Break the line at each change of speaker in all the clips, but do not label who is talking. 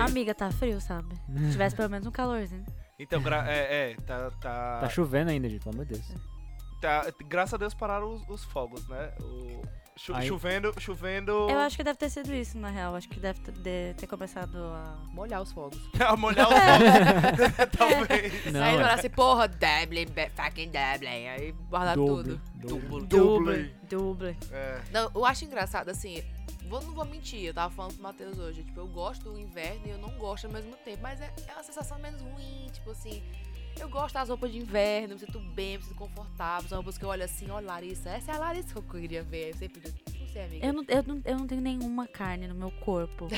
Amiga, tá frio, sabe? Se tivesse pelo menos um calorzinho.
Então, gra- é, é, tá, tá,
Tá chovendo ainda, gente, pelo amor de Deus.
É.
tá- Graças a Deus pararam os, os fogos, né? O, cho-
Aí-
Chovendo, chovendo.
Eu acho que deve ter sido isso, na real. Acho que deve ter, de- ter começado a.
Molhar os fogos.
a molhar os fogos. Talvez.
Não,
Aí ele
é
falasse, porra, Dublin, be- fucking Dublin. Aí guardar
dobro,
tudo.
dobro.
Dublin.
Dublin.
É.
Não, eu acho engraçado, assim, vou, não vou mentir, eu tava falando pro Matheus hoje, tipo, eu gosto do inverno e eu não gosto ao mesmo tempo, mas é, é uma sensação menos ruim, tipo assim, eu gosto das roupas de inverno, me sinto bem, me sinto confortável, são roupas que eu olho assim, ó, Larissa, essa é a Larissa que eu queria ver, você pediu, não sei, amiga.
Eu não, eu, não, eu não tenho nenhuma carne no meu corpo.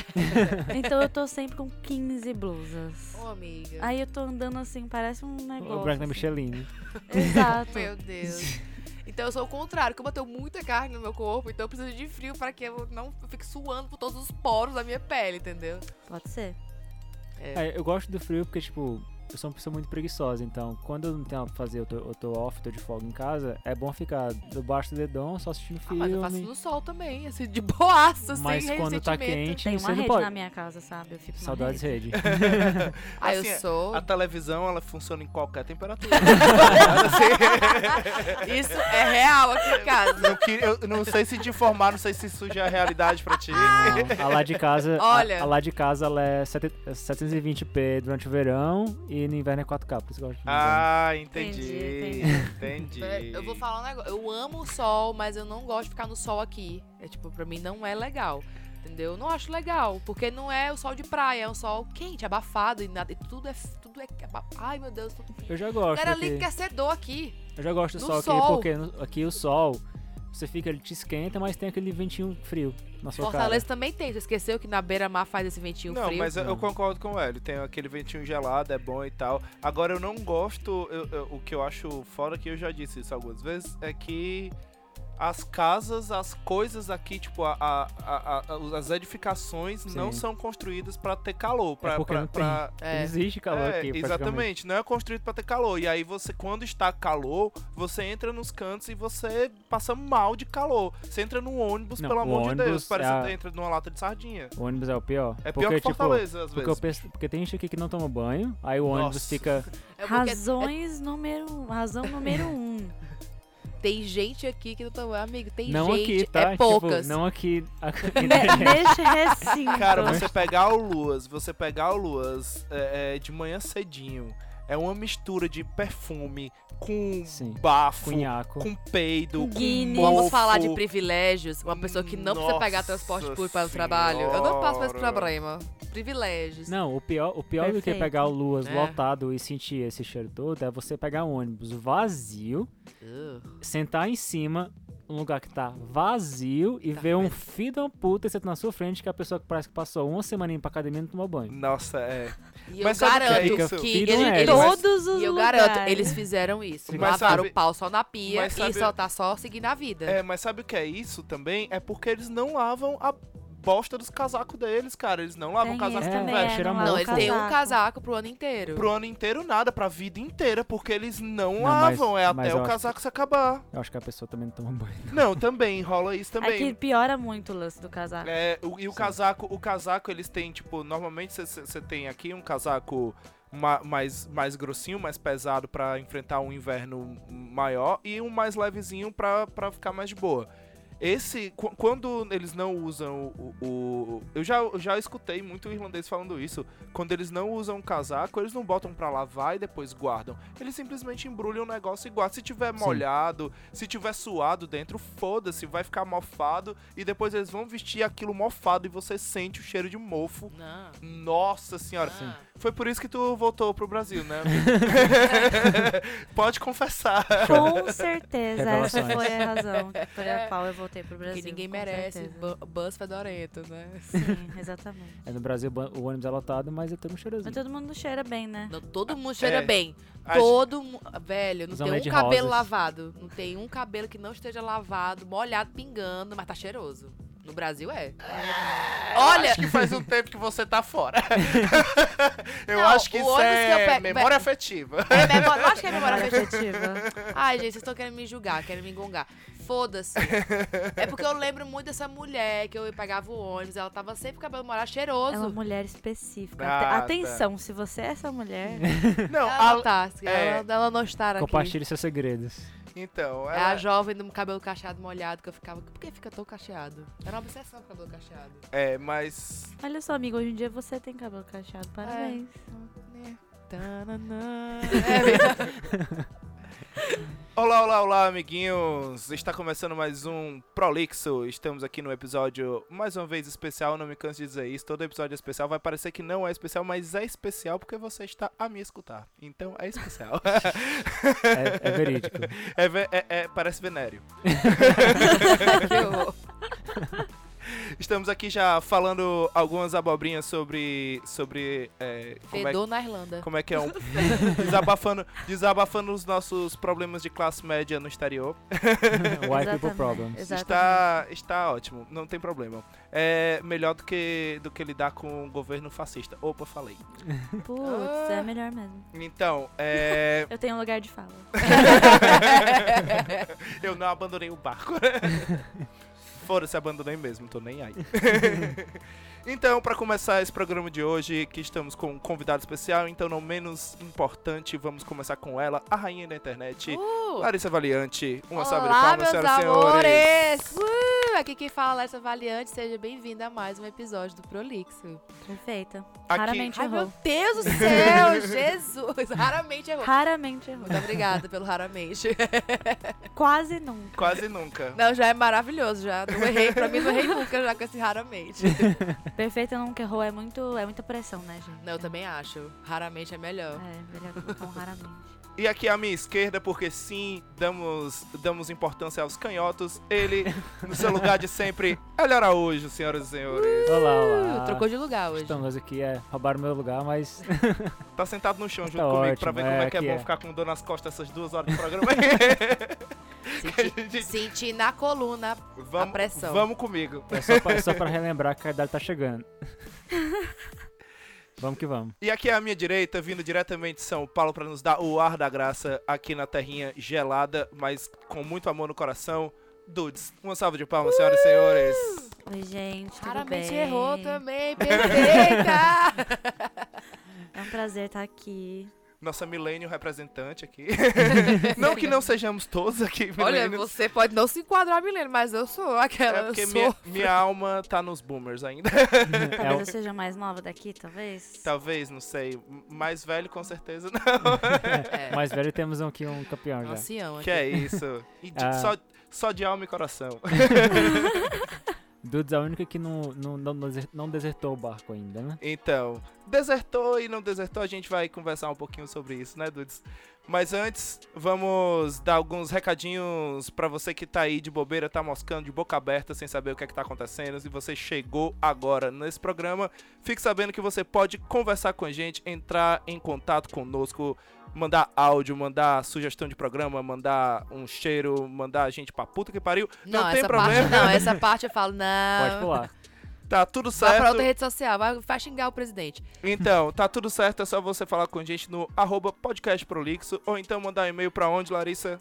então eu tô sempre com 15 blusas.
Ô, amiga.
Aí eu tô andando assim, parece um negócio.
O buraco da
assim.
Michelin, né?
Exato.
Meu Deus. Então eu sou o contrário, que eu bateu muita carne no meu corpo, então eu preciso de frio para que eu não fique suando por todos os poros da minha pele, entendeu?
Pode ser.
Ah, eu gosto do frio porque, tipo, eu sou uma pessoa muito preguiçosa, então quando eu não tenho nada pra fazer, eu tô, eu tô off, tô de folga em casa, é bom ficar debaixo do dedão, só assistindo
Ah,
filme.
mas eu faço no sol também, assim, de boaça,
mas
sem
quando tá
ressentimento.
quente,
Tem
você
uma
não
rede
pode.
na minha casa, sabe? Eu fico numa
Saudades
rede.
rede.
Ah,
Assim,
eu sou.
A televisão, ela funciona em qualquer temperatura.
Isso é real aqui em casa.
não, que- eu não sei se te informar, não sei se isso já é realidade pra ti.
Ah, Não, a lá de casa, a-
Olha.
a, lá de casa ela é 7- 720p durante o verão e no inverno é 4K, por isso que eu gosto de
Ah,
Entendi,
entendi. Entendi.
Eu vou falar um negócio. Eu amo o sol, mas eu não gosto de ficar no sol aqui. É tipo, pra mim não é legal. Entendeu? Eu não acho legal. Porque não é o sol de praia, é um sol quente, abafado e, nada, e tudo é. Tudo é. aba- Ai, meu Deus. Tô...
Eu é já gosto.
Galera,
porque-
liga que aquecedor aqui.
Eu já gosto do
No
sol,
sol.
aqui, porque no- aqui o sol, você fica, ele te esquenta, mas tem aquele ventinho frio na sua
Fortaleza também tem. Você esqueceu que na beira-mar faz esse ventinho
Não,
frio?
mas eu- eu
Não.
concordo com o Hélio. Tem aquele ventinho gelado, é bom e tal. Agora, eu não gosto. eu- eu- o que eu acho fora, que eu já disse isso algumas vezes, é que as casas, as coisas aqui, tipo, a- a- a- a- as edificações não
Sim. É
são construídas pra ter calor. Pra,
porque
pra-
não tem.
pra-
cara. Não
É.
existe calor
É,
aqui, praticamente.
exatamente, não é construído pra ter calor. E aí você, quando está calor, você entra nos cantos e você passa mal de calor. Você entra num ônibus,
Não,
pelo
o
amor de
ônibus
Deus,
é
parece
a-
que entra numa lata de sardinha.
O ônibus é o pior.
É pior
porque,
que Fortaleza, às
porque, eu
vezes.
penso- porque tem gente aqui que não toma banho, aí o
Nossa.
ônibus fica.
É porque
Razões número. Razão número um.
é, Tem gente aqui que não tá. Amigo, tem
não
gente.
aqui, tá?
É poucas. Né,
Tipo, não aqui. aqui
Ne- Neste recinto.
Cara, você pegar o Luas, você pegar o Luas é, é, de manhã cedinho, é uma mistura de perfume com
Sim.
bafo,
Cunhaco.
com peido,
Guinness.
com
Vamos
mofo.
falar de privilégios. Uma pessoa que não precisa pegar
Nossa
transporte público para o trabalho. Eu não passo por esse
Senhora.
problema. Privilégios.
Não, o pior, o pior do que
Perfeito.
pegar o Luas
É.
lotado e sentir esse cheiro todo é você pegar um ônibus vazio,
Ugh.
sentar em cima, um lugar que tá vazio e
Tá
ver um
vendo?
filho de uma puta sentado na sua frente que é a pessoa que parece que passou uma semana indo pra academia e não tomou banho.
Nossa, é.
E eu
Mas sabe o que é
garanto
isso?
que
Filho
eles-
não é,
eles-
mas-
Todos os
E eu
lugares.
garanto, eles fizeram isso.
Mas
Mataram
sabe-
o pau só na pia
mas sabe-
e só tá só seguindo a vida.
É, mas sabe o que é isso também? É porque eles não lavam a bosta dos casacos deles, cara. Eles não lavam
Tem
o casaco
esse
é,
também,
velho,
é,
cheira
não
mal.
é
não,
o
eles têm um
casaco.
casaco pro ano inteiro.
pro ano inteiro, nada, pra vida inteira, porque eles não,
Não, mas-
lavam, é
mas
até
eu
o
acho
casaco se acabar.
Eu acho que a pessoa também não toma banho.
Não, também, rola isso
É que
também.
piora muito o lance do casaco.
É, o- e o
Sim.
casaco, o casaco eles têm, tipo, normalmente você tem aqui um casaco ma- mais, mais grossinho, mais pesado pra enfrentar um inverno maior e um mais levezinho pra, pra ficar mais de boa. Esse, qu- quando eles não usam o. o- eu, já, eu já escutei muito irlandês falando isso. Quando eles não usam o casaco, eles não botam pra lavar e depois guardam. Eles simplesmente embrulham o negócio e guardam. Se tiver
Sim.
molhado, se tiver suado dentro, foda-se, vai ficar mofado. E depois eles vão vestir aquilo mofado e você sente o cheiro de mofo.
Não.
Nossa senhora.
Sim.
Foi por isso que tu voltou pro Brasil, né? amigo? Pode confessar.
Com certeza, essa
Revelações.
foi a razão pela qual eu voltei pro Brasil.
Que ninguém
com
merece
certeza.
bu- bus fedorento, né?
Sim, exatamente.
É, no Brasil ban- o ônibus é lotado, mas eu tenho um cheirozinho.
Mas todo mundo cheira bem, né?
Não, todo mundo cheira
É.
bem.
A
Todo mundo. Velho, não
Usam
tem um
Lady
cabelo
Rosas.
lavado. Não tem um cabelo que não esteja lavado, molhado, pingando, mas tá cheiroso. No Brasil é. Olha,
Acho que faz um tempo que você tá fora. eu
Não,
acho que
o
isso
ônibus que
é
eu pego-
memória afetiva.
é memória, eu acho que é memória
Memória
afetiva.
afetiva.
Ai, gente, vocês estão querendo me julgar, querem me engongar. Foda-se. É porque eu lembro muito dessa mulher que eu pegava o ônibus, ela tava sempre com o cabelo molhado, cheiroso.
Ela é uma mulher específica.
Ah,
Ate-
tá.
Atenção, se você é essa mulher,
Não,
Ela
a-
não tá, assim,
é.
ela, ela não está aqui.
Compartilhe seus segredos.
então,
É a
ela,
jovem do cabelo cacheado molhado que eu ficava. Por que fica tão cacheado? Era uma obsessão com o cabelo cacheado.
é, mas
olha só, amigo, hoje em dia você tem cabelo cacheado. Parabéns.
É. Tananã. É mesmo.
Olá, olá, olá, amiguinhos! Está começando mais um Prolixo. Estamos aqui no episódio, mais uma vez, especial. Não me canso de dizer isso. Todo episódio é especial. Vai parecer que não é especial, mas é especial porque você está a me escutar. Então, é especial.
É, é verídico.
É ve- é- é- parece venéreo. é
Que horror.
Estamos aqui já falando algumas abobrinhas sobre... sobre é, como, é,
Fedor na Irlanda.
como é que é um... desabafando, desabafando os nossos problemas de classe média no exterior.
White people
Exatamente,
problems.
Exatamente.
Está, está ótimo, não tem problema. É melhor do que, do que lidar com o governo fascista. Opa, falei.
Putz,
Ah.
é melhor mesmo.
Então, é,
Eu tenho um lugar de fala.
eu não abandonei o barco. Fora-se, abandonei mesmo, tô nem aí. então, para começar esse programa de hoje, que estamos com um convidado especial, então não menos importante, vamos começar com ela, a rainha da internet,
Uh!
Larissa Valiante. é Uma
Olá,
salva de palmas,
meus
senhoras e senhores.
amores! Uh, aqui quem fala é essa Valiante, seja bem-vinda a mais um episódio do Prolixo.
Perfeita.
Aqui-
Raramente
Ai, meu
errou.
Deus do céu, Jesus! Raramente errou.
Raramente errou.
Muito obrigada pelo raramente.
Quase nunca.
Quase nunca.
Não, já é maravilhoso, já. Não errei, pra mim não errei nunca já com esse raramente.
Perfeita nunca errou é, muito, é muita pressão, né, gente?
Não, eu também acho. Raramente é melhor.
É, melhor colocar um raramente.
E aqui à minha esquerda, porque sim, damos, damos importância aos canhotos. Ele, no seu lugar de sempre, Hélio Araújo, senhoras e senhores.
Olá,
Uh,
olá.
trocou de lugar hoje.
Estamos aqui, é, roubaram meu lugar, mas
Tá sentado no chão junto
Tá
comigo pra
ótimo,
ver como é,
é,
que é
aqui
bom
é.
ficar com dor nas costas essas duas horas de programa.
Senti, senti na coluna.
vamos,
pressão.
vamos comigo.
é só pra, só pra relembrar que a idade tá chegando. Vamos que vamos.
E aqui à minha direita, vindo diretamente de São Paulo pra nos dar o ar da graça aqui na terrinha gelada, mas com muito amor no coração. Dudes, uma salva de palmas, senhoras e senhores.
Oi, gente, tudo
Raramente
bem?
errou tá? também. Perfeita!
É um prazer estar aqui.
Nossa milênio representante aqui. não que não sejamos todos aqui
Olha,
milênios.
você um pode não se enquadrar, milênio, mas eu sou aquela.
É porque
eu sou.
minha, minha alma tá nos boomers ainda.
É,
Talvez eu
o-
seja mais nova daqui, talvez.
Talvez, não sei. Mais velho, com certeza, não.
É.
mais velho temos aqui um campeão já.
Ancião,
Que é isso. E de-
Ah.
só, só de alma e coração.
Dudes é a única que não, não, não, deser- não desertou o barco ainda, né?
Então, desertou e não desertou, a gente vai conversar um pouquinho sobre isso, né, Dudes? Mas antes, vamos dar alguns recadinhos pra você que tá aí de bobeira, tá moscando de boca aberta, sem saber o que é que tá acontecendo. Se você chegou agora nesse programa, fique sabendo que você pode conversar com a gente, entrar em contato conosco, mandar áudio, mandar sugestão de programa, mandar um cheiro, mandar a gente pra puta que pariu. Não,
Não,
tem
essa
problema.
parte não, essa parte eu falo, não.
Pode pular.
Tá tudo
Vai pra
certo.
outra rede social, vai, vai xingar o presidente.
Então, tá tudo certo, é só você falar com a gente no arroba podcastprolixo ou então mandar um e-mail pra onde, Larissa?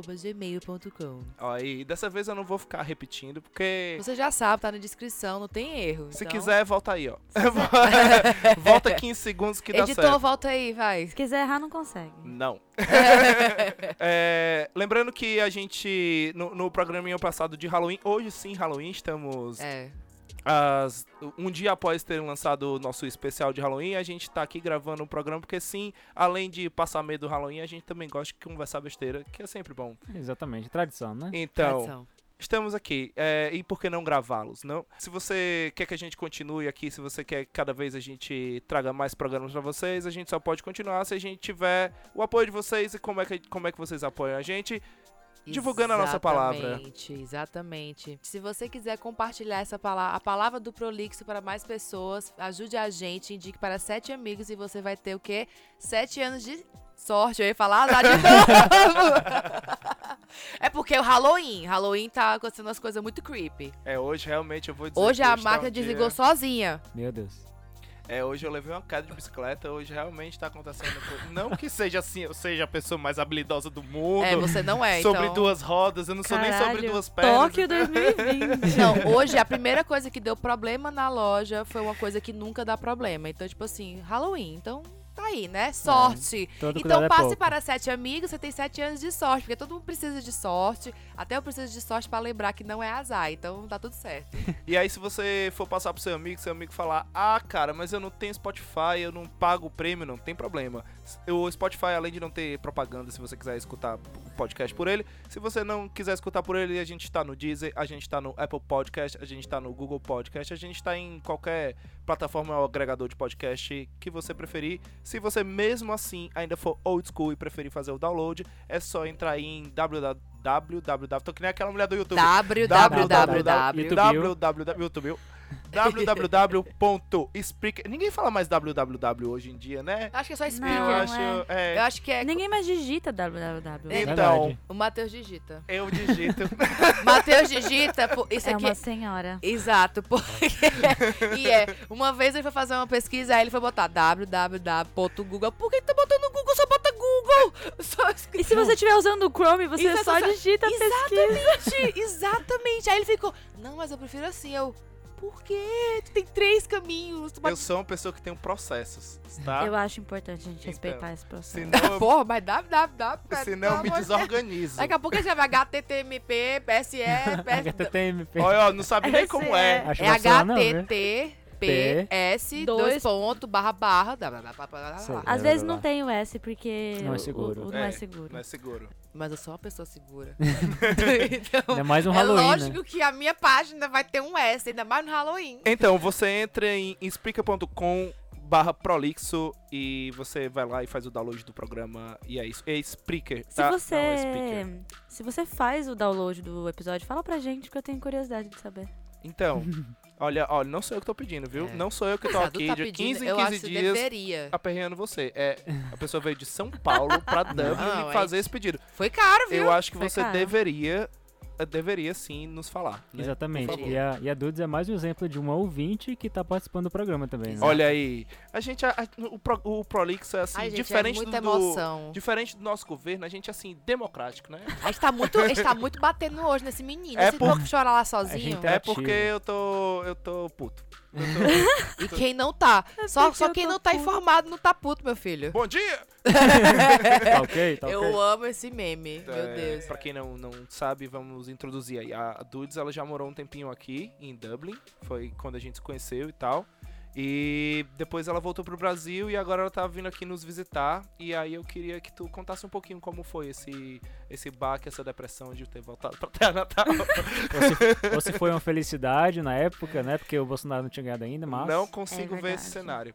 podcastprolixo.gmail.com
Ó, e dessa vez eu não vou ficar repetindo, porque
Você já sabe, tá na descrição, não tem erro.
se
então-
quiser, volta aí, ó. volta 15 segundos que dá
Editor,
certo.
volta aí, vai.
Se quiser errar, não consegue.
Não. É, lembrando que a gente, no, no programinha passado de Halloween, hoje sim, Halloween, estamos
É.
As- um dia após terem lançado o nosso especial de Halloween, a gente tá aqui gravando um programa, porque sim, além de passar medo do Halloween, a gente também gosta de conversar besteira, que é sempre bom.
Exatamente, tradição, né?
Então,
Hum, tradição.
estamos aqui. é, e por que não gravá-los, não? Se você quer que a gente continue aqui, se você quer que cada vez a gente traga mais programas pra vocês, a gente só pode continuar se a gente tiver o apoio de vocês e como é que, como é que vocês apoiam a gente. divulgando a nossa palavra.
Exatamente, exatamente. Se você quiser compartilhar essa palavra, a palavra do Prolixo para mais pessoas, ajude a gente, indique para sete amigos e você vai ter o quê? Sete anos de sorte. Eu ia falar azar de novo. É porque é o Halloween. Halloween tá acontecendo umas coisas muito creepy.
É, hoje realmente eu vou dizer
Hoje
que
a
tá
máquina
um dia-
desligou sozinha.
Meu Deus.
É, hoje eu levei uma queda de bicicleta, hoje realmente tá acontecendo coisa. Não que seja assim, eu seja a pessoa mais habilidosa do mundo.
É, você não é,
sobre
então.
duas rodas, eu não sou nem sobre
Caralho,
duas pernas.
Tóquio 2020.
Não, hoje a primeira coisa que deu problema na loja foi uma coisa que nunca dá problema. Então, tipo assim, Halloween, então tá aí,
É.
né? Sorte.
Todo cuidado
então
é
passe
pouco.
para sete amigos, você tem sete anos de sorte, porque todo mundo precisa de sorte. Até eu preciso de sorte pra lembrar que não é azar, então tá tudo certo.
E aí, se você for passar pro seu amigo, seu amigo falar: Ah, cara, mas eu não tenho Spotify, eu não pago o prêmio, não tem problema. O Spotify, além de não ter propaganda, se você quiser escutar o podcast por ele, se você não quiser escutar por ele, a gente tá no Deezer, a gente tá no Apple Podcast, a gente tá no Google Podcast, a gente tá em qualquer plataforma ou agregador de podcast que você preferir. Se você mesmo assim ainda for old school e preferir fazer o download, é só entrar aí em www. Tô que nem aquela mulher do YouTube
YouTube.
www.
www.youtube www.spreaker. Ninguém fala mais www hoje em dia, né?
Acho que é só
Eu
Não,
speaker.
acho.
Eu
é.
acho que é.
Ninguém mais digita www.
É.
Então,
Verdade.
O Matheus digita.
eu digito.
Matheus digita. pô, Isso
É
aqui
uma senhora.
Exato, porque. e é, uma vez ele foi fazer uma pesquisa, aí ele foi botar www.google. Por que tu tá botando Google? Só bota Google! Só
E se você estiver usando o Chrome, você
Isso é
só
só-
digita a pesquisa.
Exatamente, exatamente. Aí ele ficou, não, mas eu prefiro assim. Eu, por quê? Tu tem três caminhos. Tu
Eu
bota...
sou uma pessoa que tem processos, tá?
Eu acho importante a gente
Então,
respeitar esse processo.
Senão eu,
Porra, mas www. cara,
senão eu me
pelo amor de Deus.
desorganizo.
Daqui a pouco ele já vai HTTMP, PSE, PS.
HTTP.
Olha, ó, não sabe nem como é.
Acho
então. É
que não, né?
HTTPS, dois
Dois-
ponto, barra, barra, blá, blá, blá, blá, blá, blá.
Sei.
Às
É,
vezes
vai lá.
não tem o S, porque
Não é
o-
seguro.
O, o não é,
É,
seguro.
Não é seguro.
Mas eu sou uma pessoa segura. então,
Ainda mais um
é
Halloween,
lógico
né?
que a minha página vai ter um S, ainda mais no Halloween.
Então, você entra em explica.com barra prolixo e você vai lá e faz o download do programa e é isso. É Spreaker,
Se
tá?
você
Não, é Spreaker.
se você faz o download do episódio, fala pra gente que eu tenho curiosidade de saber.
Então, olha, olha, não sou eu que tô pedindo, viu?
É.
Não sou eu que tô
Sadu
aqui
tá
de
pedindo,
15 em
eu
15
acho que
dias
deveria.
aperreando você. É, a pessoa veio de São Paulo pra Dublin
Não,
e
é
fazer
isso.
esse pedido.
Foi caro, viu?
Eu acho que
Foi
você
caro.
deveria eh, deveria sim nos falar. né?
Exatamente.
Por favor.
E a, e a Dudes é mais um exemplo de uma ouvinte que tá participando do programa também. Né?
Olha aí. A gente a- a- o, pro, o Prolix é assim,
Ai, gente,
diferente
é muita
do, do-
emoção.
diferente do nosso governo, a gente é assim democrático, né?
A gente tá muito, a gente tá muito batendo hoje nesse menino.
É
Esse
por-
pouco chorar lá
gente
sozinho.
é-
É
Interativo.
porque eu tô eu tô puto. Eu tô-
E quem não tá. Só,
porque
só
eu
quem
tô
não tá
puto.
informado não tá puto, meu filho.
Bom dia.
Tá ok? Tá ok.
Eu amo esse meme,
É,
meu Deus.
Pra quem não, não sabe, vamos introduzir aí. A Dudes, ela já morou um tempinho aqui, em Dublin. Foi quando a gente se conheceu e tal. E depois ela voltou pro Brasil e agora ela tá vindo aqui nos visitar. E aí eu queria que tu contasse um pouquinho como foi esse, esse baque, essa depressão de ter voltado pra Terra Natal.
Ou se foi uma felicidade na época, né? Porque o Bolsonaro não tinha ganhado ainda, mas.
Não consigo
É
ver esse
verdade.
cenário.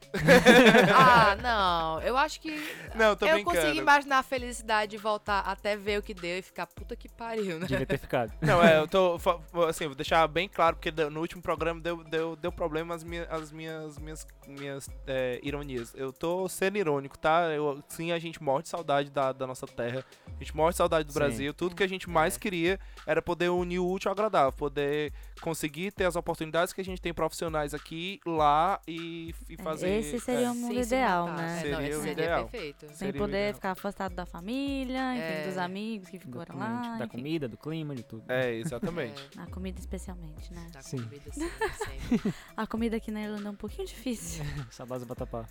Ah, não. Eu acho que.
Não, tô
eu consigo
brincando.
imaginar a felicidade de voltar até ver o que deu e ficar puta que pariu, né?
Devia ter ficado.
Não, é, eu tô. fa- Assim, vou deixar bem claro, porque deu- no último programa deu, deu, deu problema as minhas, as minhas, minhas, minhas é, ironias. Eu tô sendo irônico, tá? Eu, sim, a gente morre de saudade da, da nossa terra. A gente morre de saudade do
Sim.
Brasil. Tudo que a gente mais queria era poder unir o útil ao agradável, poder conseguir ter as oportunidades que a gente tem profissionais aqui, lá e, e fazer.
Esse seria
é.
o mundo
Sem se
ideal,
matar.
né?
É, não,
Seria
esse
o
seria
ideal.
perfeito.
Sem
Seria o
poder
ideal.
ficar afastado da família, enfim,
É.
dos amigos que
Do
ficaram
cliente,
lá.
da
enfim.
comida, do clima, de tudo.
É, exatamente.
A comida especialmente, né?
É, tá
Sim.
comida sempre, sempre.
A comida aqui na Irlanda é um pouquinho difícil.
Sabasa Batapá.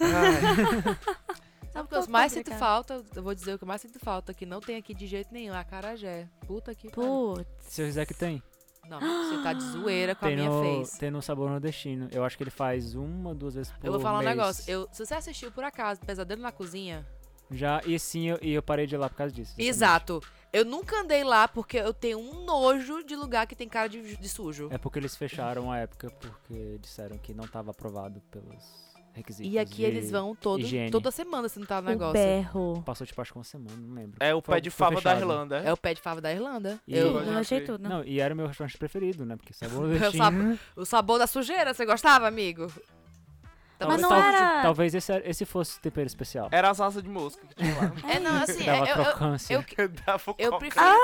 Ai,
Sabe o que
Tá
eu mais sinto
complicado.
falta? Eu vou dizer o que eu mais sinto falta, que não tem aqui de jeito nenhum, é acarajé. Puta que pariu.
Putz.
Seu Zé que tem?
Não, você tá de zoeira com a
tem,
minha
no,
face.
tem no um Sabor Nordestino. Eu acho que ele faz uma, duas vezes por
Eu vou falar um
mês.
negócio. Eu, se você assistiu por acaso Pesadelo na Cozinha,
Já, e sim, eu, e eu parei de ir lá por causa disso. exatamente.
exato. Eu nunca andei lá porque eu tenho um nojo de lugar que tem cara de, de sujo.
É porque eles fecharam a época porque disseram que não estava aprovado pelos requisitos.
e aqui
de-
eles vão todo,
higiene.
toda semana se não tá no
O
negócio.
berro.
Passou tipo acho que uma semana, não lembro.
é o
Foi-
pé de
foi
fava da
fechado.
Irlanda.
É o pé de fava da Irlanda.
E- Uhum.
Eu-
Eu
já
achei
sei.
tudo.
Não, e era o meu restaurante preferido, né? Porque sabor
Eu
nordestino.
sab- o sabor da sujeira, você gostava, amigo? Talvez-
não
talvez,
era-
talvez esse, esse fosse o tempero especial.
Era as asas de mosca que tinha lá.
É, não, assim,
Dava
eu- eu-
crocância.
eu,
Dava
Eu
coca.
prefiro,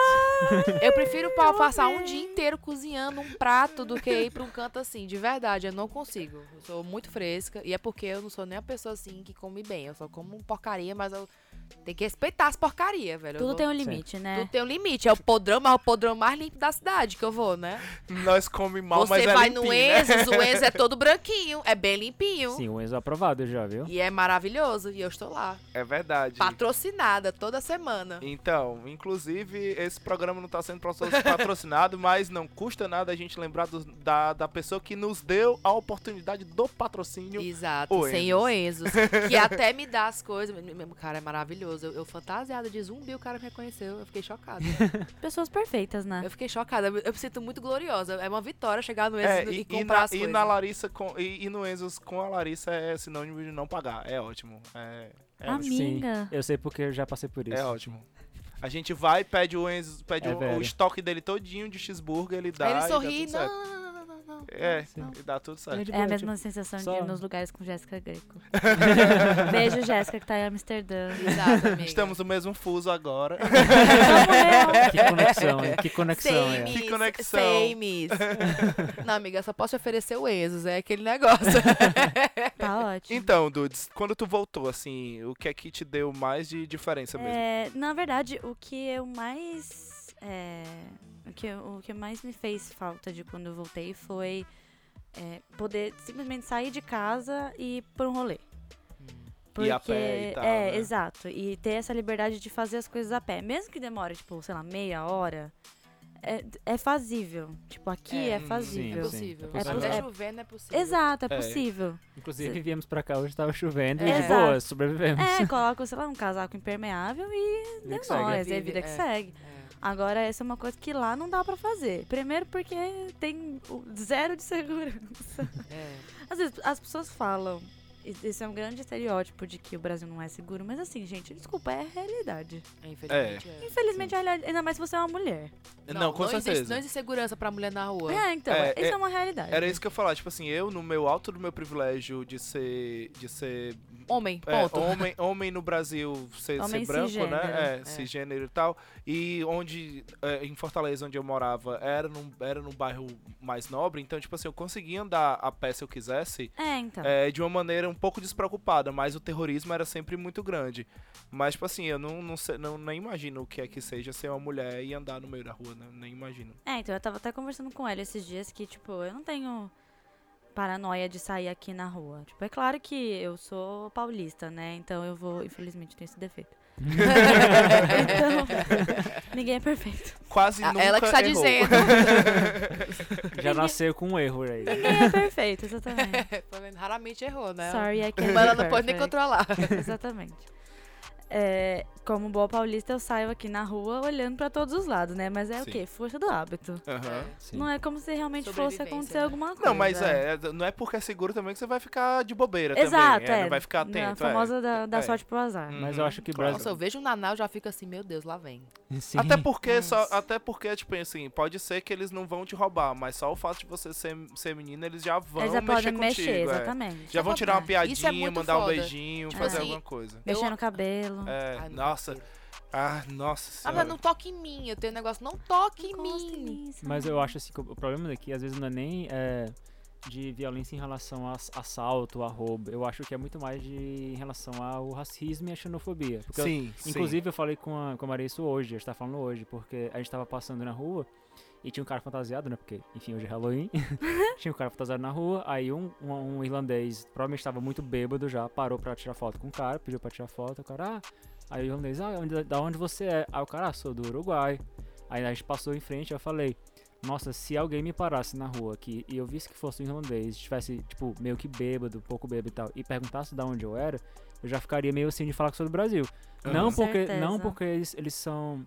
eu prefiro pa- passar um dia inteiro cozinhando um prato do que ir pra um canto assim. De verdade, eu não consigo. Eu sou muito fresca. E é porque eu não sou nem uma pessoa assim que come bem. Eu só como porcaria, mas eu tenho que respeitar as porcarias, velho. Eu
Tudo
vou-
tem um limite, né?
Tudo tem um limite. É o podrão, mas é o podrão mais limpo da cidade que eu vou, né?
Nós come mal,
Você
mas é
vai
limpinho,
no
né?
Enzas, o Enzas é todo branquinho, é bem limpinho.
Sim, o Enzo aprovado já, viu?
E é maravilhoso. E eu estou lá.
É verdade.
Patrocinada toda semana.
Então, inclusive, esse programa não está sendo patrocinado, mas não custa nada a gente lembrar dos- da, da pessoa que nos deu a oportunidade do patrocínio.
Exato,
O
senhor Enzo. Que até me dá as coisas. Me- me- Cara, é maravilhoso. Eu, eu fantasiada de zumbi, o cara me reconheceu. Eu fiquei chocada.
Pessoas perfeitas, né?
Eu fiquei chocada. Eu, eu me sinto muito gloriosa. É uma vitória chegar no Enzo
É,
e,
e, e
comprar
na,
as
e
coisas.
na Larissa com- e, e no Enzo com a Larissa é sinônimo de não pagar. É ótimo. É, é ótimo.
Amiga.
Sim, eu sei porque eu já passei por isso.
É ótimo. A gente vai, pede o Enzo, pede
É,
o, o
velho.
estoque dele todinho de cheeseburger, ele dá.
Aí ele
e
sorri.
dá tá tudo certo.
Não, não, não, não, não.
É,
Sim.
e dá tudo certo.
de
É
boa,
a
tipo,
mesma sensação de
só-
ir nos lugares com Jéssica Greco. Beijo, Jéssica, que tá em Amsterdã.
Exato, amiga.
Estamos no mesmo fuso agora.
né?
Que conexão, hein? Que conexão, é.
Same,
Que conexão.
same. Não, amiga, eu só posso te oferecer o Enzo. É aquele negócio.
Tá ótimo.
Então, Dudes, quando tu voltou, assim, o que é que te deu mais de diferença mesmo?
É, na verdade, o que eu mais. é, o, que, o que mais me fez falta de quando eu voltei foi é, poder simplesmente sair de casa e ir pra um rolê.
Ir a pé e tal,
É,
né?
exato. E ter essa liberdade de fazer as coisas a pé. Mesmo que demore, tipo, sei lá, meia hora, é, é fazível. Tipo, aqui
É,
é,
hum,
É
fazível.
sim, sim.
possível.
tá
É
Se não der
possível.
chovendo, é possível.
Exato, é
É.
possível.
Inclusive, viemos pra cá, hoje tava chovendo e de
Exato.
boa, sobrevivemos.
É, coloca, sei lá, um casaco impermeável e
Vida
é
que segue, né?
nóis, é vida que
É.
segue. Agora, essa é uma coisa que lá não dá pra fazer. Primeiro porque tem o- zero de segurança.
É, é.
Às vezes as pessoas falam, e- esse é um grande estereótipo de que o Brasil não é seguro, mas assim, gente, desculpa, é a realidade.
É, infelizmente, é.
Infelizmente, a realidade- ainda mais se você é uma mulher.
Não, com certeza.
Existe, não existe segurança pra mulher na rua.
É, então,
É,
isso é,
é-
uma realidade.
Era isso que eu ia falar, tipo assim, eu, no meu alto do meu privilégio de ser. de ser.
Homem,
é,
ponto.
homem, homem no Brasil ser,
Homem
ser branco, né?
cisgênero,
É, cisgênero e tal. E onde. é, em Fortaleza, onde eu morava, era num, era num bairro mais nobre, então, tipo assim, eu conseguia andar a pé se eu quisesse.
É, então.
é, de uma maneira um pouco despreocupada, mas o terrorismo era sempre muito grande. Mas, tipo assim, eu não, não, sei- não- nem imagino o que é que seja ser uma mulher e andar no meio da rua, né? Nem imagino.
É, então eu tava até conversando com ela esses dias que, tipo, eu não tenho paranoia de sair aqui na rua. Tipo, é claro que eu sou paulista, né? Então eu vou, infelizmente, tenho esse defeito. então, ninguém é perfeito.
Quase
A-
nunca
ela que está
errou.
dizendo.
Já nasceu com um erro aí.
Ninguém é perfeito, exatamente.
Pelo menos Raramente errou, né?
Sorry, I can't
Mas ela
be
não pode nem
perfect.
controlar.
Exatamente. É, como boa paulista, eu saio aqui na rua olhando pra todos os lados, né? Mas é
Sim.
o quê? Força do hábito.
Aham.
Sim.
Não é como se realmente fosse
Sobrevivência,
acontecer
né?
alguma coisa.
Não, mas é, é, não é porque é seguro também que você vai ficar de bobeira
Exato,
também.
é.
Não vai ficar
Na
atento. é.
famosa da, da
É.
sorte pro azar.
Hum.
Mas eu acho que o
Claro.
Brasil.
Nossa, eu vejo um Naná, eu já fico assim, meu Deus, lá vem.
Sim.
Até porque, só,
Nossa.
até porque, tipo assim, pode ser que eles não vão te roubar, mas só o fato de você ser, ser menina, eles já vão
Eles já
mexer
podem
contigo.
mexer,
é.
exatamente.
Já vão tirar uma
Isso é
piadinha,
muito
mandar um
foda.
beijinho,
Tipo
fazer
assim,
alguma coisa.
Mexer no cabelo.
É,
Ai, meu
nossa.
Deus.
Ah, nossa
Ah,
senhora.
mas não toque em mim. Eu tenho um negócio, não toque em mim.
Mas eu acho assim que o o problema daqui às vezes não é nem é, de violência em relação a ass- assalto, a roubo. Eu acho que é muito mais de em relação ao racismo e à xenofobia. Porque eu-
Sim, sim.
inclusive eu falei com a, com a Maria isso hoje, a gente tá falando hoje, porque a gente tava passando na rua e tinha um cara fantasiado, né? Porque, enfim, hoje é Halloween. tinha um cara fantasiado na rua, aí um, um, um irlandês provavelmente estava muito bêbado já, parou pra tirar foto com o cara, pediu pra tirar foto, o cara, ah, aí o irlandês, ah, onde- da onde você é? Aí o cara, ah, sou do Uruguai. Aí a gente passou em frente, eu falei, nossa, se alguém me parasse na rua aqui e eu visse que fosse um irlandês, estivesse, tipo, meio que bêbado, pouco bêbado e tal, e perguntasse de onde eu era, eu já ficaria meio assim de falar que sou do Brasil.
Aham.
Não
Com
porque, não
certeza.
porque eles, eles são.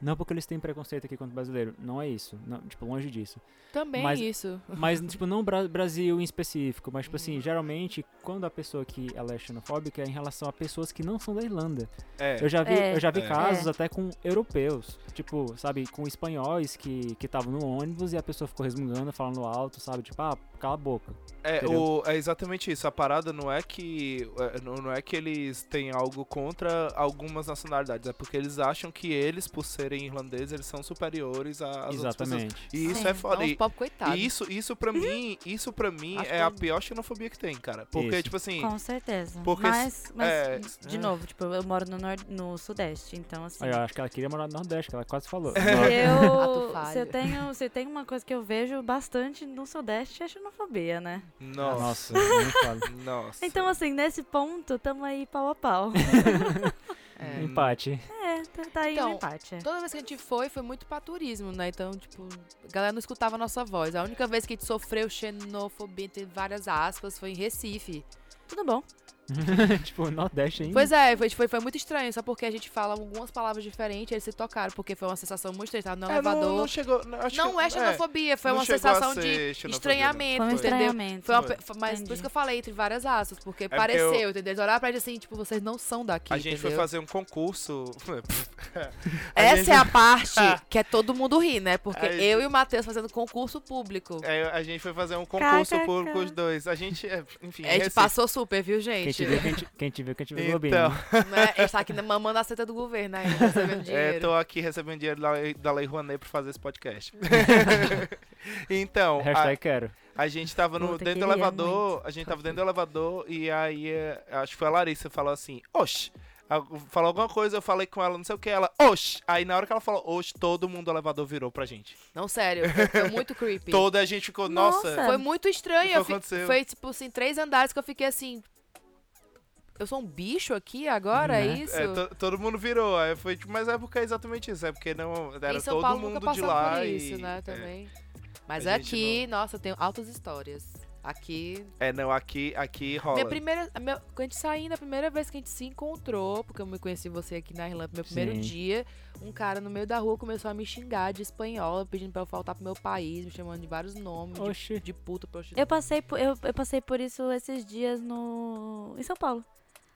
Não porque eles têm preconceito aqui contra o brasileiro. Não é isso. Não, tipo, longe disso.
Também
Mas-
isso.
Mas, tipo, não Bra Brasil em específico. Mas, tipo
Uhum.
assim, geralmente, quando a pessoa que ela é xenofóbica é em relação a pessoas que não são da Irlanda.
É.
Eu já vi,
É.
eu já vi
É.
casos
É.
até com europeus. Tipo, sabe, com espanhóis que que estavam no ônibus e a pessoa ficou resmungando, falando alto, sabe? Tipo, ah, cala a boca.
É,
Entendeu?
o- é exatamente isso. A parada não é que é, não não é que eles têm algo contra algumas nacionalidades, é porque eles acham que eles, por serem irlandeses, eles são superiores a- às outras pessoas.
Exatamente.
E isso
Sim.
é foda.
Então,
E,
os pobre coitados.
e isso, isso para mim, isso para mim
Acho
é
que-
a pior xenofobia que tem, cara. Porque
Isso.
tipo assim,
Com certeza.
Porque
mas, mas,
é,
de
é.
novo, tipo, eu moro no, nor- no Sudeste, então assim.
Aí eu acho que ela queria morar no Nordeste, que ela quase
É.
falou.
se
Ah, tu
Eu,
falha.
se, eu tenho, se tem uma coisa que eu vejo bastante no Sudeste é xenofobia, né?
nossa,
Nossa, nem falo.
nossa.
Então, assim, nesse ponto, tamo aí pau a pau.
É.
Empate.
é, tá, tá aí
Então,
no empate.
Toda vez que a gente foi, foi muito pra turismo, né? Então, tipo, a galera não escutava a nossa voz. A única vez que a gente sofreu xenofobia, entre várias aspas, foi em Recife.
Tudo bom.
tipo, Nordeste ainda.
Pois é, foi, foi, foi muito estranho, só porque a gente fala algumas palavras diferentes, eles se tocaram, porque foi uma sensação muito estranha. Tava no
É, não-
elevador.
não,
Não,
chegou, não, acho que-
é xenofobia, foi
não
uma
chegou a
sensação
ser
de
xenofobia, não.
estranhamento,
Foi um
entendeu?
estranhamento.
Foi uma
Foi.
pe- foi- mas por
Entendi.
isso que eu falei entre várias aspas, porque
É porque
pareceu,
eu-
entendeu? Eles olharam pra gente assim, tipo, vocês não são daqui.
A gente foi
entendeu?
fazer um concurso. a
Essa
gente- Ah.
é a parte que é todo mundo rir, né? Porque
Ai,
eu e o Matheus fazendo concurso público.
É, a gente foi fazer um concurso
KKK.
por, com os dois. A gente, é, enfim,
a gente
Recife.
passou super, viu,
Quem
é, gente?
te viu, quem te, quem te viu, quem te viu, Globinho.
Então,
né? A gente tá aqui mamando a seta do governo ainda, recebendo dinheiro.
É, tô aqui recebendo dinheiro da Lei, da Lei Rouanet pra fazer esse podcast. então, a,
Hashtag quero.
a gente tava no,
Puta,
dentro do
queria Tá
elevador, a gente tava dentro do elevador e aí é, acho que foi a Larissa que falou assim, oxe. Ah, Falou alguma coisa, eu falei com ela, não sei o que, ela, oxe! Aí na hora que ela falou oxe, todo mundo do elevador virou pra gente.
Não, sério, foi- foi muito creepy.
Toda a gente ficou, nossa,
Nossa.
Foi muito estranho.
Isso
eu fi-
aconteceu.
Foi, tipo assim, três andares que eu fiquei assim. Eu sou um bicho aqui agora? É,
Uhum.
Né?
isso?
É, to- todo mundo virou. Aí foi, tipo, mas é porque é exatamente isso, é porque não era
em São
todo
Paulo
mundo
nunca
de
passou
lá.
por
e-
isso, né?
é.
Também. Mas
A gente
aqui, nossa, eu tenho altas histórias. Aqui.
É, não, aqui, aqui rola.
Minha primeira. a minha- quando a gente saindo, a primeira vez que a gente se encontrou, porque eu me conheci você aqui na Irlanda, meu primeiro
Sim.
dia, um cara no meio da rua começou a me xingar de espanhola, pedindo pra eu faltar pro meu país, me chamando de vários nomes, de,
Oxi.
de puta, prostituta.
Eu passei, por, eu, eu passei por isso esses dias no em São Paulo.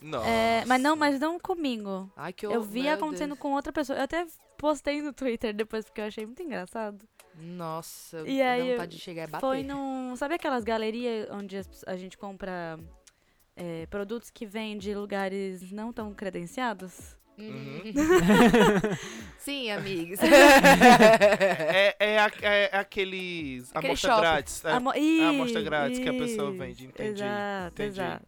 Nossa.
É, mas não, mas não comigo.
Ai, que
Eu
Oh,
horror,
vi
meu
acontecendo com outra pessoa. Eu até postei no Twitter depois porque eu achei muito engraçado.
Deus. Nossa,
E
e aí,
aí eu-
vontade de chegar e bater.
Foi num. Sabe aquelas galerias onde as- a gente compra é, produtos que vêm de lugares não tão credenciados?
Uhum. Sim, amigos.
É, é, a- é aqueles.
Aquele
amostra
shopping.
grátis. É,
Amo-
a amostra
Ih,
grátis que a pessoa
isso,
vende, entendi,
Exato,
entendi.
exato.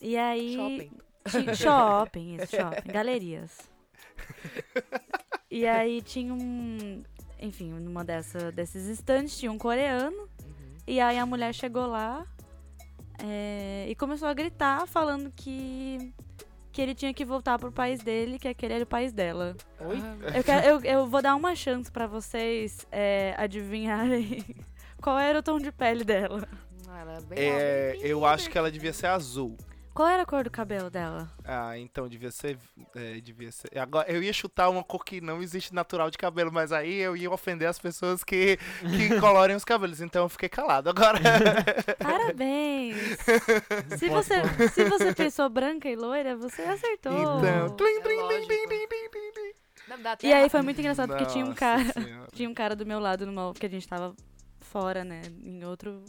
E aí.
Shopping.
ti- Shopping, isso, shopping. Galerias. E aí tinha um. Enfim, numa dessa, desses estantes tinha um coreano. E aí a mulher chegou lá é, e começou a gritar, falando que, que ele tinha que voltar pro país dele, que aquele era o país dela.
Oi?
Eu, quero- eu, eu vou dar uma chance pra vocês é, adivinharem qual era o tom de pele dela.
Ah, ela é bem
É,
alta.
eu acho que ela devia ser azul.
Qual era a cor do cabelo dela?
Ah, então devia ser. é, devia ser. Agora, eu ia chutar uma cor que não existe natural de cabelo, mas aí eu ia ofender as pessoas que, que colorem os cabelos. Então eu fiquei calado. Agora.
Parabéns! se, você, se você pensou branca e loira, você acertou.
então.
É
Tlim, tlim, tlim,
lógico.
tlim, tlim, tlim, tlim, tlim.
Não, dá até
E aí foi muito engraçado porque tinha um
Nossa
cara.
Senhora.
Tinha um cara do meu lado, numa, que a gente tava fora, né? Em outro,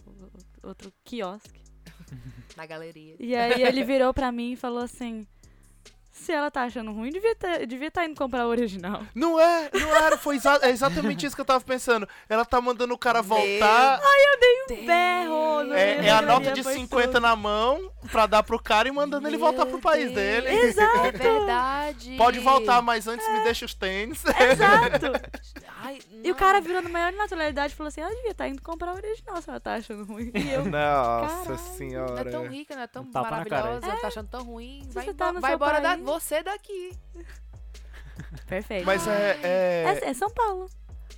outro quiosque.
na galeria.
E aí ele virou pra mim e falou assim: Se ela tá achando ruim, devia tá, devia tá indo comprar o original.
Não é, não era, foi exa- é exatamente isso que eu tava pensando. Ela tá mandando o cara voltar,
um
Berro! no meio
é, é
da
a nota
galeria,
de
foi
50 na mão pra dar pro cara e mandando ele voltar pro país dele.
Exato. É verdade.
Pode voltar, mas antes me deixa os tênis.
É
tudo. Exato!
Ai,
E o
não.
cara virou na maior naturalidade e falou assim: Ela devia tá indo comprar o original se ela tá achando ruim. E eu,
Nossa
Caralho,
Não um é
senhora.
tão rica, não é tão
Um tapa na cara,
maravilhosa, ela tá achando tão ruim. vai
você
embora,
tá no
vai
seu
embora da,
país.
você daqui.
perfeito.
Mas é. é-
é, é São Paulo.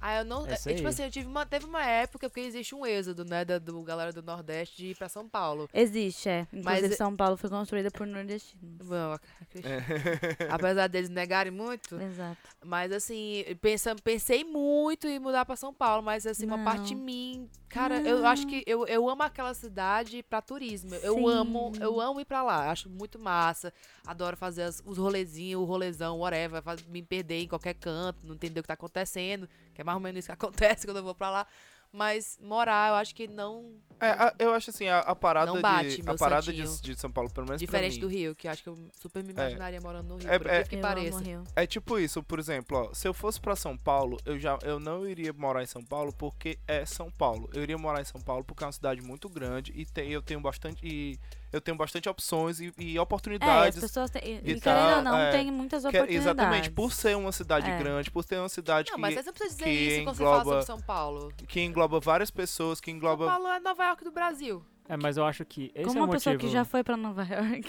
Ah, eu não.
É
é,
isso
tipo
aí.
assim, eu tive uma, teve uma época, porque existe um êxodo, né, da, do galera do Nordeste de ir pra São Paulo.
Existe, é. Inclusive,
Mas-
São Paulo foi construída por nordestinos.
Bom, apesar deles negarem muito,
Exato.
Mas assim, pensa, pensei muito em mudar pra São Paulo, mas assim, uma
Não.
parte de mim. Cara, eu acho que eu, eu amo aquela cidade pra turismo. Eu
Sim.
amo, eu amo ir pra lá. Acho muito massa. Adoro fazer as- os rolezinhos, o rolezão, whatever. faz- me perder em qualquer canto, não entender o que tá acontecendo. Que é mais ou menos isso que acontece quando eu vou pra lá. Mas morar, eu acho que não.
É, a- eu acho assim, a, a parada,
Não bate,
de, a
meu
parada
santinho.
de, de São Paulo, pelo menos
Diferente
pra
do
mim,
Rio, que eu acho que eu super me imaginaria morando no Rio,
É-
por
é-
incrível que
eu
pareça.
amo Rio.
é tipo isso, por exemplo, ó, se eu fosse pra São Paulo, eu já eu não iria morar em São Paulo porque é São Paulo. Eu iria morar em São Paulo porque é uma cidade muito grande e tem- eu tenho bastante e eu tenho bastante opções e, e
É, as
oportunidades
pessoas têm. E,
e
querendo ou
tal,
não,
é,
tem muitas
Que-
oportunidades.
exatamente, por ser uma cidade
É.
grande, por ter uma cidade
Não,
que,
mas é você não precisa dizer
que
isso quando você fala
engloba-
sobre São Paulo.
que engloba várias pessoas, que
São
engloba.
Paulo é Nova York do Brasil.
É, mas eu acho que esse
Como
é
uma
um
pessoa
motivo
que já foi pra Nova York.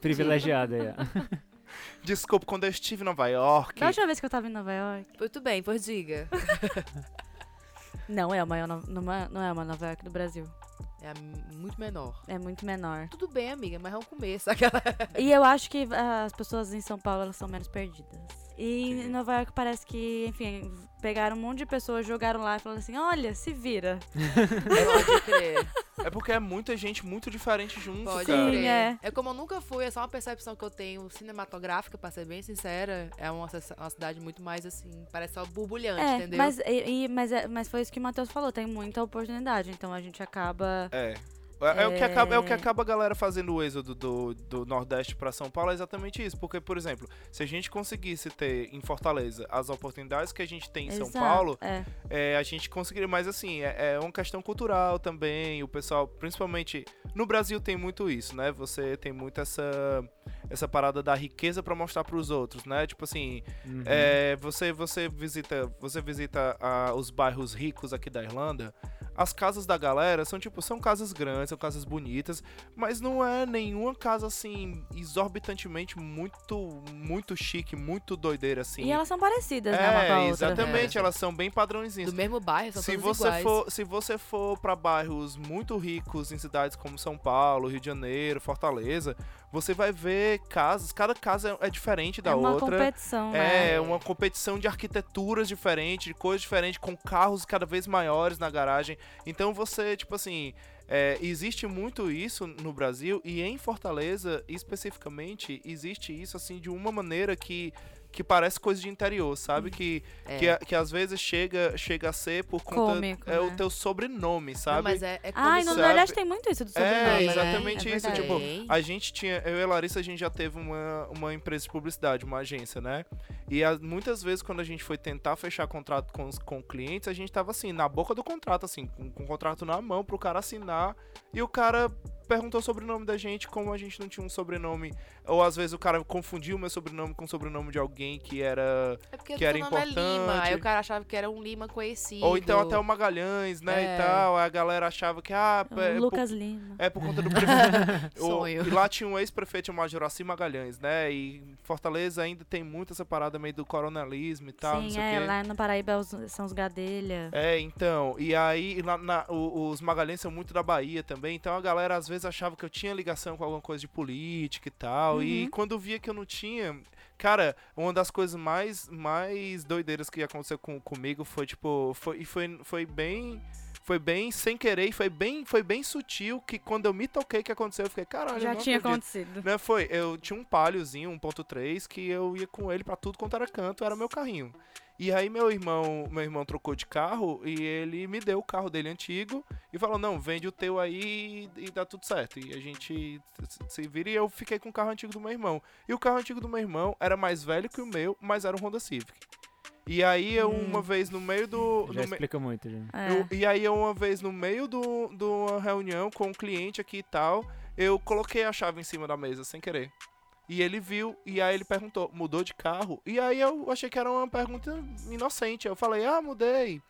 privilegiado aí. ó.
Desculpa, quando eu estive em Nova York.
Da última vez que eu tava em Nova York.
Muito bem, pois diga.
Não é, uma, não é uma Nova York do Brasil.
É muito menor.
É muito menor.
Tudo bem, amiga, mas é um começo. Aquela...
E eu acho que ah, as pessoas em São Paulo elas são menos perdidas. E em
Entendi.
Nova York parece que, enfim, pegaram um monte de pessoas, jogaram lá e falaram assim: olha, se vira.
Pode crer.
É porque é muita gente muito diferente junto,
Pode
cara.
Sim,
crer.
é.
É. como eu nunca fui, é só uma percepção que eu tenho cinematográfica, pra ser bem sincera. É uma, ci- uma cidade muito mais assim, parece só borbulhante,
É,
entendeu?
mas, e- e- mas, é- mas foi isso que o Matheus falou: tem muita oportunidade, então a gente acaba.
É. É, é o que
É.
acaba, é o que acaba a galera fazendo o êxodo do, do Nordeste pra São Paulo, é exatamente isso. Porque, por exemplo, se a gente conseguisse ter em Fortaleza as oportunidades que a gente tem em
Exato,
São Paulo,
É.
é, a gente conseguiria. Mas, assim, é, é uma questão cultural também. O pessoal, principalmente no Brasil, tem muito isso, né? Você tem muito essa, essa parada da riqueza pra mostrar pros outros, né? Tipo assim,
Uhum.
É, você, você visita, você visita ah, os bairros ricos aqui da Irlanda. As casas da galera são tipo, são casas grandes, são casas bonitas, mas não é nenhuma casa assim exorbitantemente muito, muito chique, muito doideira assim.
E elas são parecidas, né? Uma com a
é,
outra.
exatamente,
É.
elas são bem padrãozinhas.
Do mesmo bairro, são
Se
todas
você,
iguais.
for, se você for pra bairros muito ricos em cidades como São Paulo, Rio de Janeiro, Fortaleza, você vai ver casas, cada casa é, é diferente da
é uma
outra.
competição, né?
É, uma competição de arquiteturas diferentes, de coisas diferentes, com carros cada vez maiores na garagem. Então você, tipo assim, é, existe muito isso no Brasil e em Fortaleza, especificamente, existe isso assim de uma maneira que, que parece coisa de interior, sabe?
Hum.
Que,
É.
que, a- que às vezes chega, chega a ser por conta.
Cômico,
é o
né?
teu sobrenome,
Não,
sabe?
mas é, é
Ai, no
condição-
sabe?
Nordeste tem muito isso do sobrenome.
É,
né?
exatamente
É
isso.
verdade.
Tipo,
Tem.
a gente tinha. Eu e a Larissa, a gente já teve uma, uma empresa de publicidade, uma agência, né? E a- muitas vezes, quando a gente foi tentar fechar contrato com, os- com clientes, a gente tava assim, na boca do contrato, assim, com, com o contrato na mão pro cara assinar. E o cara perguntou o sobrenome da gente, como a gente não tinha um sobrenome. Ou às vezes o cara confundiu o meu sobrenome com o sobrenome de alguém que era.
É porque
que era
o nome é Lima, aí
importante.
o cara achava que era um Lima conhecido.
Ou então até o Magalhães, né?
É.
E tal. Aí a galera achava que, ah, é,
O Lucas Lima.
É por conta do prefeito. O-
Sonho.
E lá tinha um ex-prefeito chamado Juraci Magalhães, né? E Fortaleza ainda tem muito essa parada meio do coronelismo e tal, não
Sim,
sei
é,
o quê.
lá no Paraíba é os- são os Gadelha.
É, então, e aí lá na- o- os Magalhães são muito da Bahia também, então a galera às vezes achava que eu tinha ligação com alguma coisa de política e tal, e
Uhum.
quando via que eu não tinha, cara, uma das coisas mais, mais doideiras que aconteceu com, comigo foi tipo, foi, e foi, foi bem, foi bem sem querer, e foi bem, foi bem sutil que quando eu me toquei que aconteceu, eu fiquei, caralho, É, eu
Já
não
tinha
acredito.
acontecido.
Né, foi, eu tinha um paliozinho 1.3 que eu ia com ele pra tudo quanto era canto, era meu carrinho. E aí meu irmão, meu irmão trocou de carro e ele me deu o carro dele antigo e falou: "Não, vende o teu aí e e dá tudo certo". E a gente se- se vira e eu fiquei com o carro antigo do meu irmão. E o carro antigo do meu irmão era mais velho que o meu, mas era um Honda Civic. E aí eu uma vez no meio do
Já
no me-
explica muito, já.
Ah,
É.
eu- e aí, eu, uma vez, no meio de do, de uma reunião com um cliente aqui e tal, eu coloquei a chave em cima da mesa, sem querer. E ele viu, e aí ele perguntou, mudou de carro? E aí eu achei que era uma pergunta inocente. Eu falei, ah, mudei.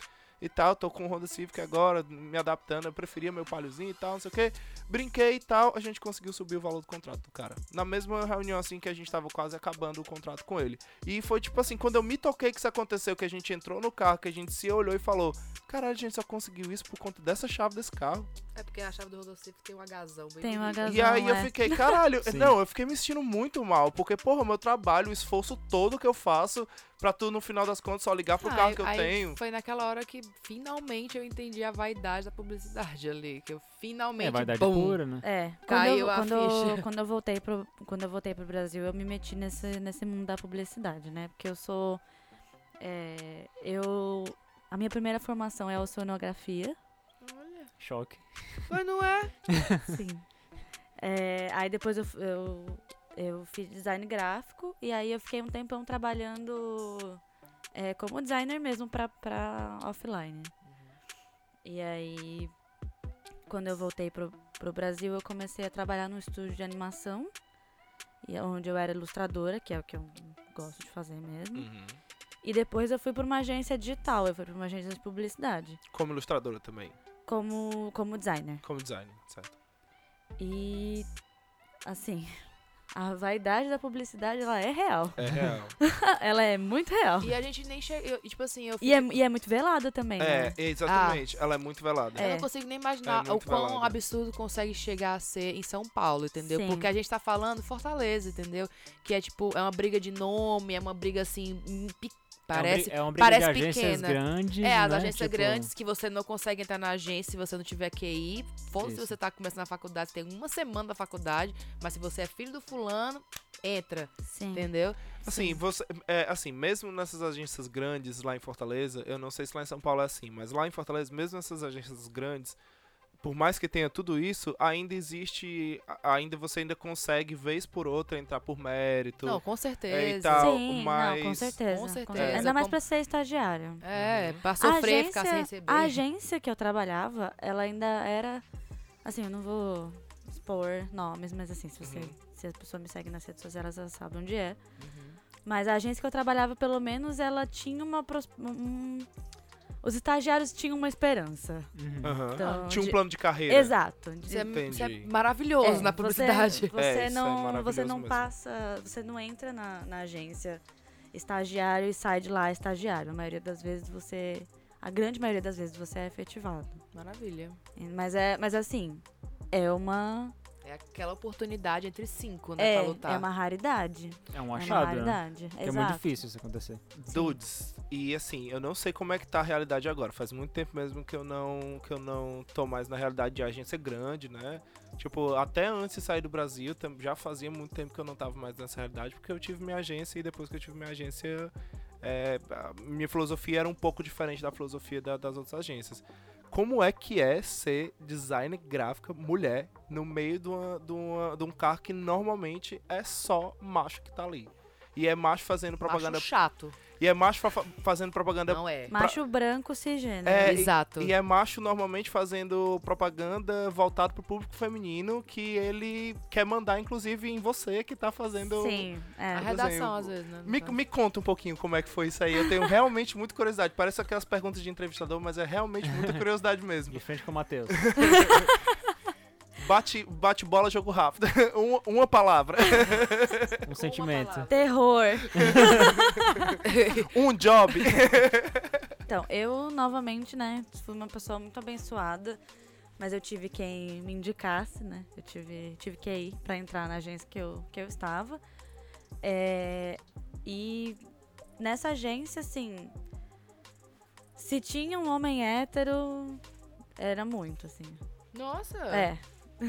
E tal, tô com o Honda Civic agora, me adaptando, eu preferia meu palhozinho e tal, não sei o quê. Brinquei e tal, a gente conseguiu subir o valor do contrato do cara. Na mesma reunião, assim, que a gente tava quase acabando o contrato com ele. E foi tipo assim, quando eu me toquei que isso aconteceu, que a gente entrou no carro, que a gente se olhou e falou, Caralho, a gente só conseguiu isso por conta dessa chave desse carro.
É porque a chave do Rodolfo tem um agazão. bem
Tem um
bonito.
agazão.
e aí eu
é.
fiquei, caralho,
Sim.
não, eu fiquei me sentindo muito mal, porque, porra, meu trabalho, o esforço todo que eu faço pra tu, no final das contas, só ligar pro
Ah,
carro que eu
aí
tenho.
Foi naquela hora que finalmente eu entendi a vaidade da publicidade ali. Que eu finalmente.
É vaidade
bum,
pura, né?
É, quando
Caiu
eu,
a
quando, eu-
ficha.
quando eu voltei pro quando eu voltei pro Brasil, eu me meti nesse nesse mundo da publicidade, né? Porque eu sou é, eu A minha primeira formação é oceanografia.
Olha.
Choque.
Mas não é?
Sim. É, aí depois eu, f- eu, eu fiz design gráfico e aí eu fiquei um tempão trabalhando é, como designer mesmo pra, pra offline. E aí, quando eu voltei pro, pro Brasil, eu comecei a trabalhar num estúdio de animação, e é onde eu era ilustradora, que é o que eu gosto de fazer mesmo.
Uhum.
E depois eu fui pra uma agência digital, eu fui pra uma agência de publicidade,
Como ilustradora também,
como, como designer.
como designer, certo?
E assim, a vaidade da publicidade ela é real.
É real.
ela é muito real.
E a gente nem chega. eu- Tipo assim, eu
E é,
fico-
e é muito velada também. né?
é, exatamente. Ela é muito velada.
É.
Eu não consigo nem imaginar
É
o
muito
quão
velado.
absurdo consegue chegar a ser em São Paulo, entendeu?
Sim.
Porque a gente tá falando Fortaleza, entendeu? Que é tipo, é uma briga de nome, é uma briga assim. hum, pe- Parece.
é uma, bri- é uma briga
parece
de agências
pequena.
grandes.
É, as
né? Tipo,
agências grandes que você não consegue entrar na agência se você não tiver QI. Ou se
Isso.
você tá começando a faculdade, tem uma semana da faculdade, mas se você é filho do fulano, entra,
Hum.
Sim.
entendeu?
Assim, você, é, assim, mesmo nessas agências grandes lá em Fortaleza, eu não sei se lá em São Paulo é assim, mas lá em Fortaleza, mesmo nessas agências grandes, por mais que tenha tudo isso, ainda existe, a- ainda você ainda consegue vez por outra entrar por mérito.
Não, com
é, e
certeza.
tal,
Sim,
mas
não, com certeza.
com
com
certeza.
certeza. Ainda mais
Como-
pra ser estagiário.
É,
Uhum.
pra
A
sofrer, ficar sem receber.
A agência que eu trabalhava, ela ainda era. Assim, eu não vou expor nomes, mas assim, se você.
Uhum.
Se as pessoas me seguem nas redes sociais, elas já sabem onde é. Mas a agência que eu trabalhava, pelo menos, ela tinha uma. pros- um- os estagiários tinham uma esperança.
uhum.
Aham.
Então,
Tinha um
de-
plano de carreira.
Exato.
Isso é, isso é
Entendi.
É,
maravilhoso na
você-
publicidade.
Você,
É, isso é
não, você
maravilhoso
não
mesmo.
passa, você não entra na, na agência estagiário e sai de lá estagiário. A maioria das vezes você, a grande maioria das vezes você é efetivado.
Maravilha.
Mas é, mas assim, é uma
É aquela oportunidade entre cinco, né?
é,
pra lutar.
é uma raridade.
É um
É uma
achado, né?
raridade.
Que é
Exato.
muito difícil isso acontecer.
Dudes, e assim, eu não sei como é que tá a realidade agora. Faz muito tempo mesmo que eu não que eu não tô mais na realidade de agência grande, né? Tipo, até antes de sair do Brasil, tam- já fazia muito tempo que eu não tava mais nessa realidade, porque eu tive minha agência e depois que eu tive minha agência, é, a minha filosofia era um pouco diferente da filosofia da- das outras agências. Como é que é ser designer gráfica mulher no meio de, uma- de uma- de um carro que normalmente é só macho que tá ali? E é macho fazendo propaganda
Acho chato.
e é macho fa- fa- fazendo propaganda.
Não é.
Macho branco cisgênero.
É,
Exato.
E é macho normalmente fazendo propaganda voltado pro público feminino que ele quer mandar, inclusive, em você que tá fazendo.
Sim, é.
A
por
redação,
exemplo,
às vezes, né?
Me, me conta um pouquinho como é que foi isso aí. Eu tenho realmente muita curiosidade. Parece aquelas perguntas de entrevistador, mas é realmente muita curiosidade
De
mesmo.
frente com o Matheus.
Bate, bate bola, jogo rápido. uma, uma palavra.
Um sentimento.
palavra.
Terror.
tá.
Um job.
Então, eu novamente, né, fui uma pessoa muito abençoada, mas eu tive quem me indicasse, né? Eu tive, tive que ir pra entrar na agência que eu, que eu estava. É, e nessa agência, assim, se tinha um homem hétero, era muito, assim.
Nossa,
É,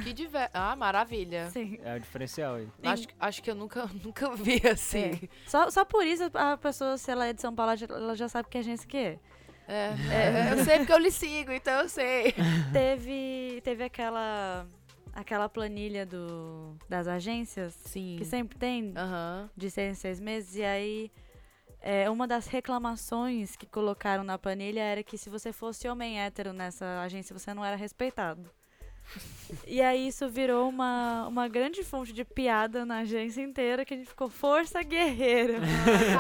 que diver... Ah, maravilha.
sim.
É o diferencial aí.
Sim.
Acho, acho que eu nunca, nunca vi assim.
É. Só, só por isso a pessoa, se ela é de São Paulo, ela já- ela já sabe que agência que é.
É. É, Eu sei porque eu lhe sigo, então eu sei.
Teve, teve aquela, aquela planilha do, das agências
Sim.
que sempre tem
Aham.
de seis em seis meses. E aí, é, uma das reclamações que colocaram na planilha era que se você fosse homem hétero nessa agência, você não era respeitado. e aí isso virou uma, uma grande fonte de piada na agência inteira, que a gente ficou força guerreira.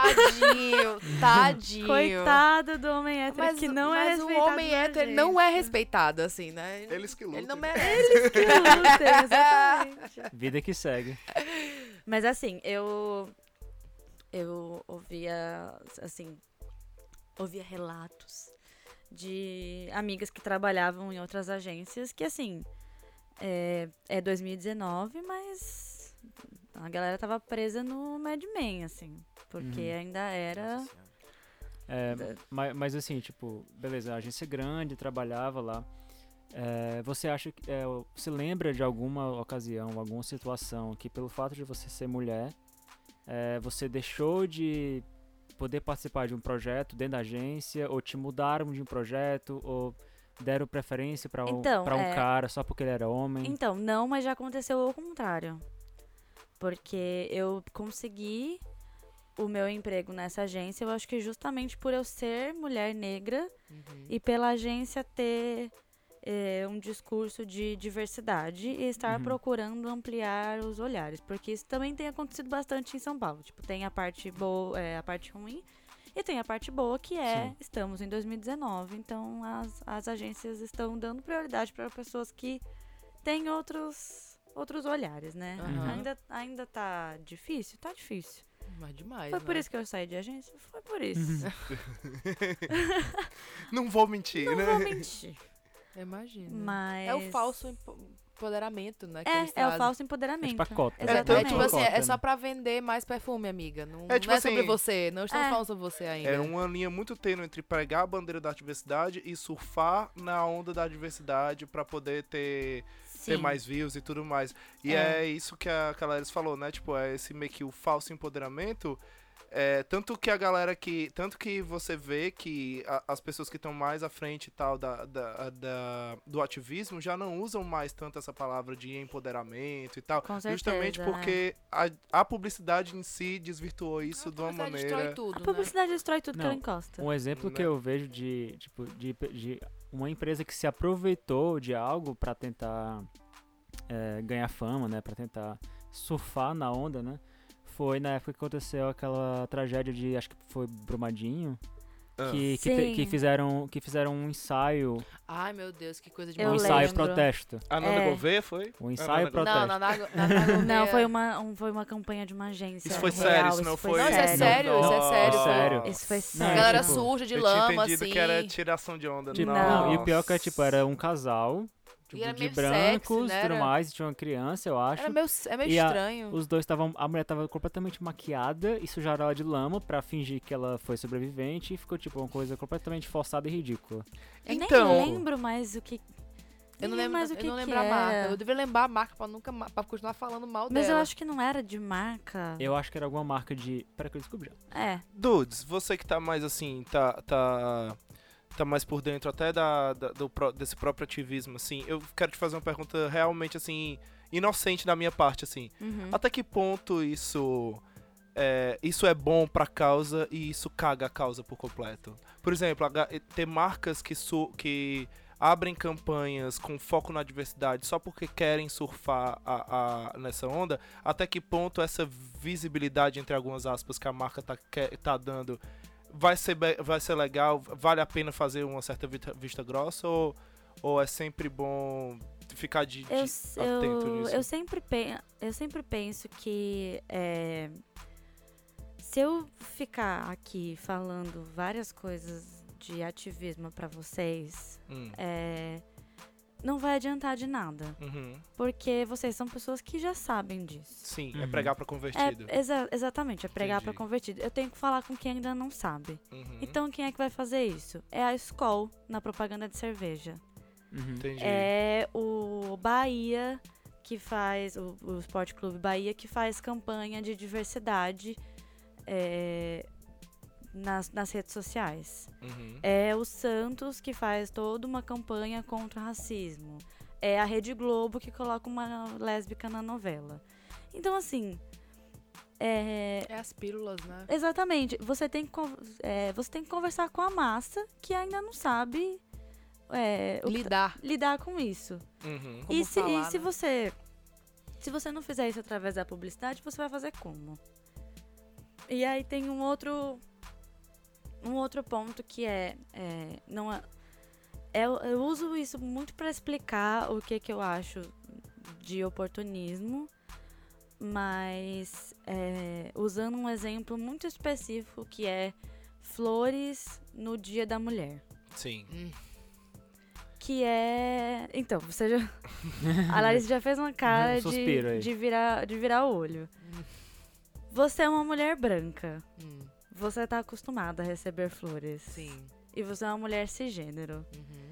Ah, Tadinho, tadinho.
Coitado do homem hétero que não é
mas o
respeitado.
homem
na
hétero ele
agência.
não é respeitado, assim, né?
Eles que
Ele não
lutem.
merece.
Que luta, exatamente.
Vida que segue.
Mas assim, eu eu ouvia assim, ouvia relatos de amigas que trabalhavam em outras agências que assim, é, é 2019, mas a galera tava presa no Mad Men, assim, porque
Uhum.
ainda era
É,
Da-
mas, mas assim, tipo, beleza, a agência grande, trabalhava lá. É, você acha que. é, o- se lembra de alguma ocasião, alguma situação que pelo fato de você ser mulher, é, você deixou de poder participar de um projeto dentro da agência, ou te mudaram de um projeto, ou deram preferência pra um,
Então,
pra um
é.
cara só porque ele era homem.
Então, não, mas já aconteceu o contrário. Porque eu consegui o meu emprego nessa agência, eu acho que justamente por eu ser mulher negra
Uhum.
e pela agência ter eh, um discurso de diversidade e estar
Uhum.
procurando ampliar os olhares. Porque isso também tem acontecido bastante em São Paulo. Tipo, tem a parte boa, eh, a parte ruim. E tem a parte boa que é,
Sim.
estamos em 2019, então as, as agências estão dando prioridade para pessoas que têm outros, outros olhares, né?
Aham.
Ainda, ainda tá difícil? Tá difícil.
Mas demais.
Foi por
né?
isso que eu saí de agência? Foi por isso.
Uhum. Não vou mentir,
Não
né?
vou mentir.
Imagina.
Mas.
É o falso empo- empoderamento, né? que eles
É, é o
trazem.
falso
É tipo
empoderamento.
a cota.
É,
É,
Exatamente.
tipo assim,
Cota,
é
né?
só pra vender mais perfume, amiga. Não
É, tipo
não é sobre
assim,
você. Não estamos
é.
falando sobre você ainda.
É uma linha muito tênue entre pregar a bandeira da diversidade e surfar na onda da diversidade pra poder ter,
Sim.
ter mais views e tudo mais. E
É.
é, isso que a Calares falou, né? Tipo, é esse meio que o falso empoderamento. É, tanto que a galera que. Tanto que você vê que a- as pessoas que estão mais à frente e tal da, da- da- do ativismo já não usam mais tanto essa palavra de empoderamento e tal.
Com certeza.
justamente
é.
porque a, a publicidade em si desvirtuou isso
Ah, A
de uma
publicidade
maneira.
destrói
A
tudo, né?
publicidade destrói tudo que
Não,
ela encosta.
Um exemplo que
Né?
eu vejo de, tipo, de, de uma empresa que se aproveitou de algo pra tentar é, ganhar fama, né? Pra tentar surfar na onda, né? Foi na época que aconteceu aquela tragédia de, acho que foi Brumadinho,
Ah.
que, que, te-
Sim.
que fizeram, que fizeram um ensaio,
Ai, meu Deus, que coisa de
Eu
um
mau
ensaio
lembro.
protesto.
A Nanda
É.
Gouveia foi?
Um
Ah, não,
ensaio
não,
protesto.
Não, na, na, na, na
Não, foi uma, um- foi uma campanha de uma agência.
Isso foi
real,
sério, isso não foi.
foi
Não, isso é sério, isso é sério,
é sério.
Isso foi
Não,
sério.
A galera
tipo,
suja de
eu
lama,
tinha entendido
assim.
que era tiração de onda.
Tipo,
Não.
não, e o pior que é, tipo, era um casal
E
tipo,
era
de
meio
brancos
sexy, né?
e tudo
Era-
mais, e tinha uma criança, eu acho.
Era meio, é meio
E a-
estranho.
Os dois estavam. A mulher tava completamente maquiada e sujaram ela de lama pra fingir que ela foi sobrevivente e ficou tipo uma coisa completamente forçada e ridícula.
Eu
Então-
nem lembro mais o que.
Eu não
nem
lembro,
mais o
eu
que
não
que
lembro a marca.
era.
Eu deveria lembrar a marca pra, nunca, ma- pra continuar falando mal
Mas
dela.
eu acho que não era de marca.
Eu acho que era alguma marca de. Pera que eu descobri.
É.
Dudes, você que tá mais assim, tá. tá tá mais por dentro até da, da- do, pró- desse próprio ativismo, assim. Eu quero te fazer uma pergunta realmente, assim, inocente da minha parte, assim.
Uhum.
Até que ponto isso é, isso é bom pra causa e isso caga a causa por completo? Por exemplo, a ga- ter marcas que, su- que abrem campanhas com foco na diversidade só porque querem surfar a- a- nessa onda, até que ponto essa visibilidade, entre algumas aspas, que a marca tá, que- tá dando vai ser, be- vai ser legal? Vale a pena fazer uma certa vista, vista grossa ou, ou é sempre bom ficar de, de
eu,
atento
eu,
nisso?
eu sempre pen- eu sempre penso que é, se eu ficar aqui falando várias coisas de ativismo pra vocês,
Hum,
é, não vai adiantar de nada,
uhum.
porque vocês são pessoas que já sabem disso.
Sim, é
Uhum.
pregar pra convertido.
É, exa- exatamente, é pregar pra
Entendi.
convertido. Eu tenho que falar com quem ainda não sabe.
Uhum,
Então quem é que vai fazer isso? É a Skol na propaganda de cerveja.
Entendi.
É o Bahia que faz, o, o Esporte Clube Bahia que faz campanha de diversidade é, nas, nas redes sociais.
Uhum.
É o Santos que faz toda uma campanha contra o racismo. É a Rede Globo que coloca uma lésbica na novela. Então, assim. é,
É as pílulas, né?
Exatamente. Você tem, que, con- é, você tem que conversar com a massa que ainda não sabe é, o que-
Lidar.
lidar com isso.
Uhum.
E
Como
se, e
falar,
se
né?
você. Se você não fizer isso através da publicidade, você vai fazer como? E aí tem um outro. Um outro ponto que é. é, não é eu, eu uso isso muito para explicar o que, que eu acho de oportunismo, mas é, usando um exemplo muito específico que é flores no Dia da Mulher.
Sim.
Hum.
Que é. Então, você já. A Larissa já fez uma cara
Um suspiro
de,
aí.
de, virar, de virar o olho. Você é uma mulher branca.
Hum,
Você tá acostumada a receber flores.
sim.
E você é uma mulher cisgênero.
Uhum.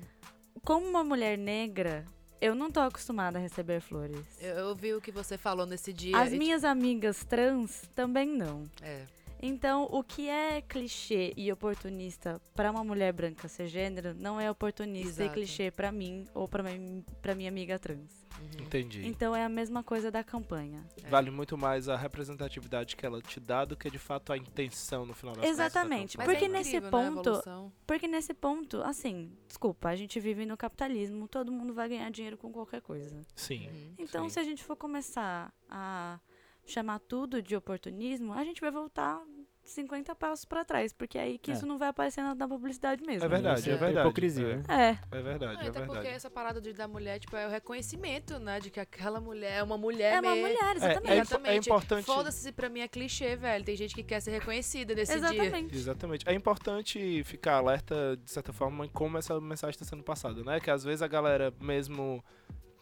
Como uma mulher negra, eu não tô acostumada a receber flores.
Eu, eu vi o que você falou nesse dia.
As
e,
minhas amigas trans também não.
tipo, É.
Então, o que é clichê e oportunista para uma mulher branca ser gênero não é oportunista
Exato.
e clichê para mim ou para minha amiga trans.
Entendi.
Então é a mesma coisa da campanha.
uhum, É.
Vale muito mais a representatividade que ela te dá do que de fato a intenção no final das contas da
Exatamente,
campanha.
porque
incrível,
nesse
né,
ponto-
a evolução.
Porque nesse ponto, assim, desculpa, a gente vive no capitalismo, todo mundo vai ganhar dinheiro com qualquer coisa.
Sim.
Uhum.
Então,
Sim.
se a gente for começar a chamar tudo de oportunismo, a gente vai voltar 50 passos para trás, porque é aí que
É.
isso não vai aparecer na, na publicidade mesmo.
É verdade,
Isso
é verdade.
Hipocrisia,
É.
né?
É,
É
Ah,
verdade, é
até porque
verdade.
essa parada de, da mulher, tipo, é o reconhecimento, né? De que aquela mulher é uma mulher
é uma
mesmo.
mulher,
É
exatamente.
impo- é importante-
Foda-se se pra mim é clichê, velho. Tem gente que quer ser reconhecida nesse dia.
exatamente.
Exatamente. É importante ficar alerta, de certa forma, em como essa mensagem está sendo passada, né? Que às vezes a galera, mesmo,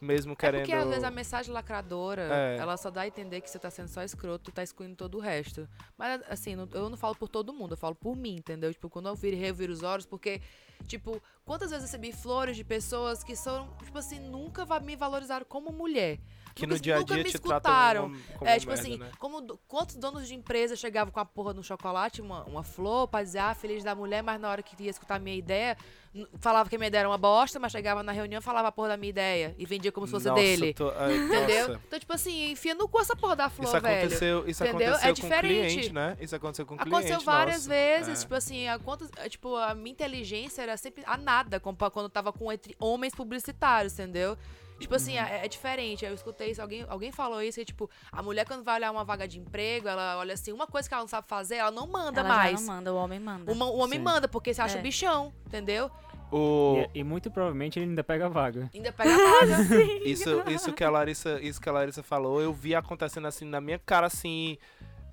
mesmo
É
querendo.
porque às vezes a mensagem lacradora,
É.
ela só dá a entender que você tá sendo só escroto, tu tá excluindo todo o resto. Mas assim, não- eu não falo por todo mundo, eu falo por mim, entendeu? Tipo, quando eu viro e reviro os olhos, porque, tipo, quantas vezes eu recebi flores de pessoas que são, tipo assim, nunca va- me valorizaram como mulher.
que
nunca,
no dia a
nunca
dia
me
te
escutaram.
tratam como, como
é, tipo
merda,
assim,
né?
como do- quantos donos de empresa chegavam com a porra de um chocolate, uma, uma flor, pra dizer, ah, feliz da mulher, mas na hora que ia escutar a minha ideia, n- falava que a minha ideia era uma bosta, mas chegava na reunião e falava a porra da minha ideia e vendia como se fosse
Nossa,
dele.
tô- é,
Entendeu?
nossa.
Então, tipo assim, enfia no cu essa porra da flor,
Isso
velho.
aconteceu, isso
Entendeu? É
aconteceu com o
diferente.
cliente, né? Isso aconteceu com o cliente.
Aconteceu várias
nosso.
vezes,
É.
tipo assim, a, quantas- a- tipo, a minha inteligência era sempre a nada compa- quando eu tava com entre homens publicitários, entendeu? Tipo assim,
Uhum.
é, é diferente. Eu escutei isso, alguém, alguém falou isso, que, tipo, a mulher quando vai olhar uma vaga de emprego, ela olha assim, uma coisa que ela não sabe fazer, ela não manda
Ela já
mais.
não manda, o homem manda.
Uma- o homem
Sim.
manda, porque se acha
É.
bichão, entendeu?
É. O-
E, e muito provavelmente ele ainda pega a vaga.
Ainda pega a vaga.
Isso, isso que a Larissa, isso que a Larissa falou, eu vi acontecendo assim na minha cara assim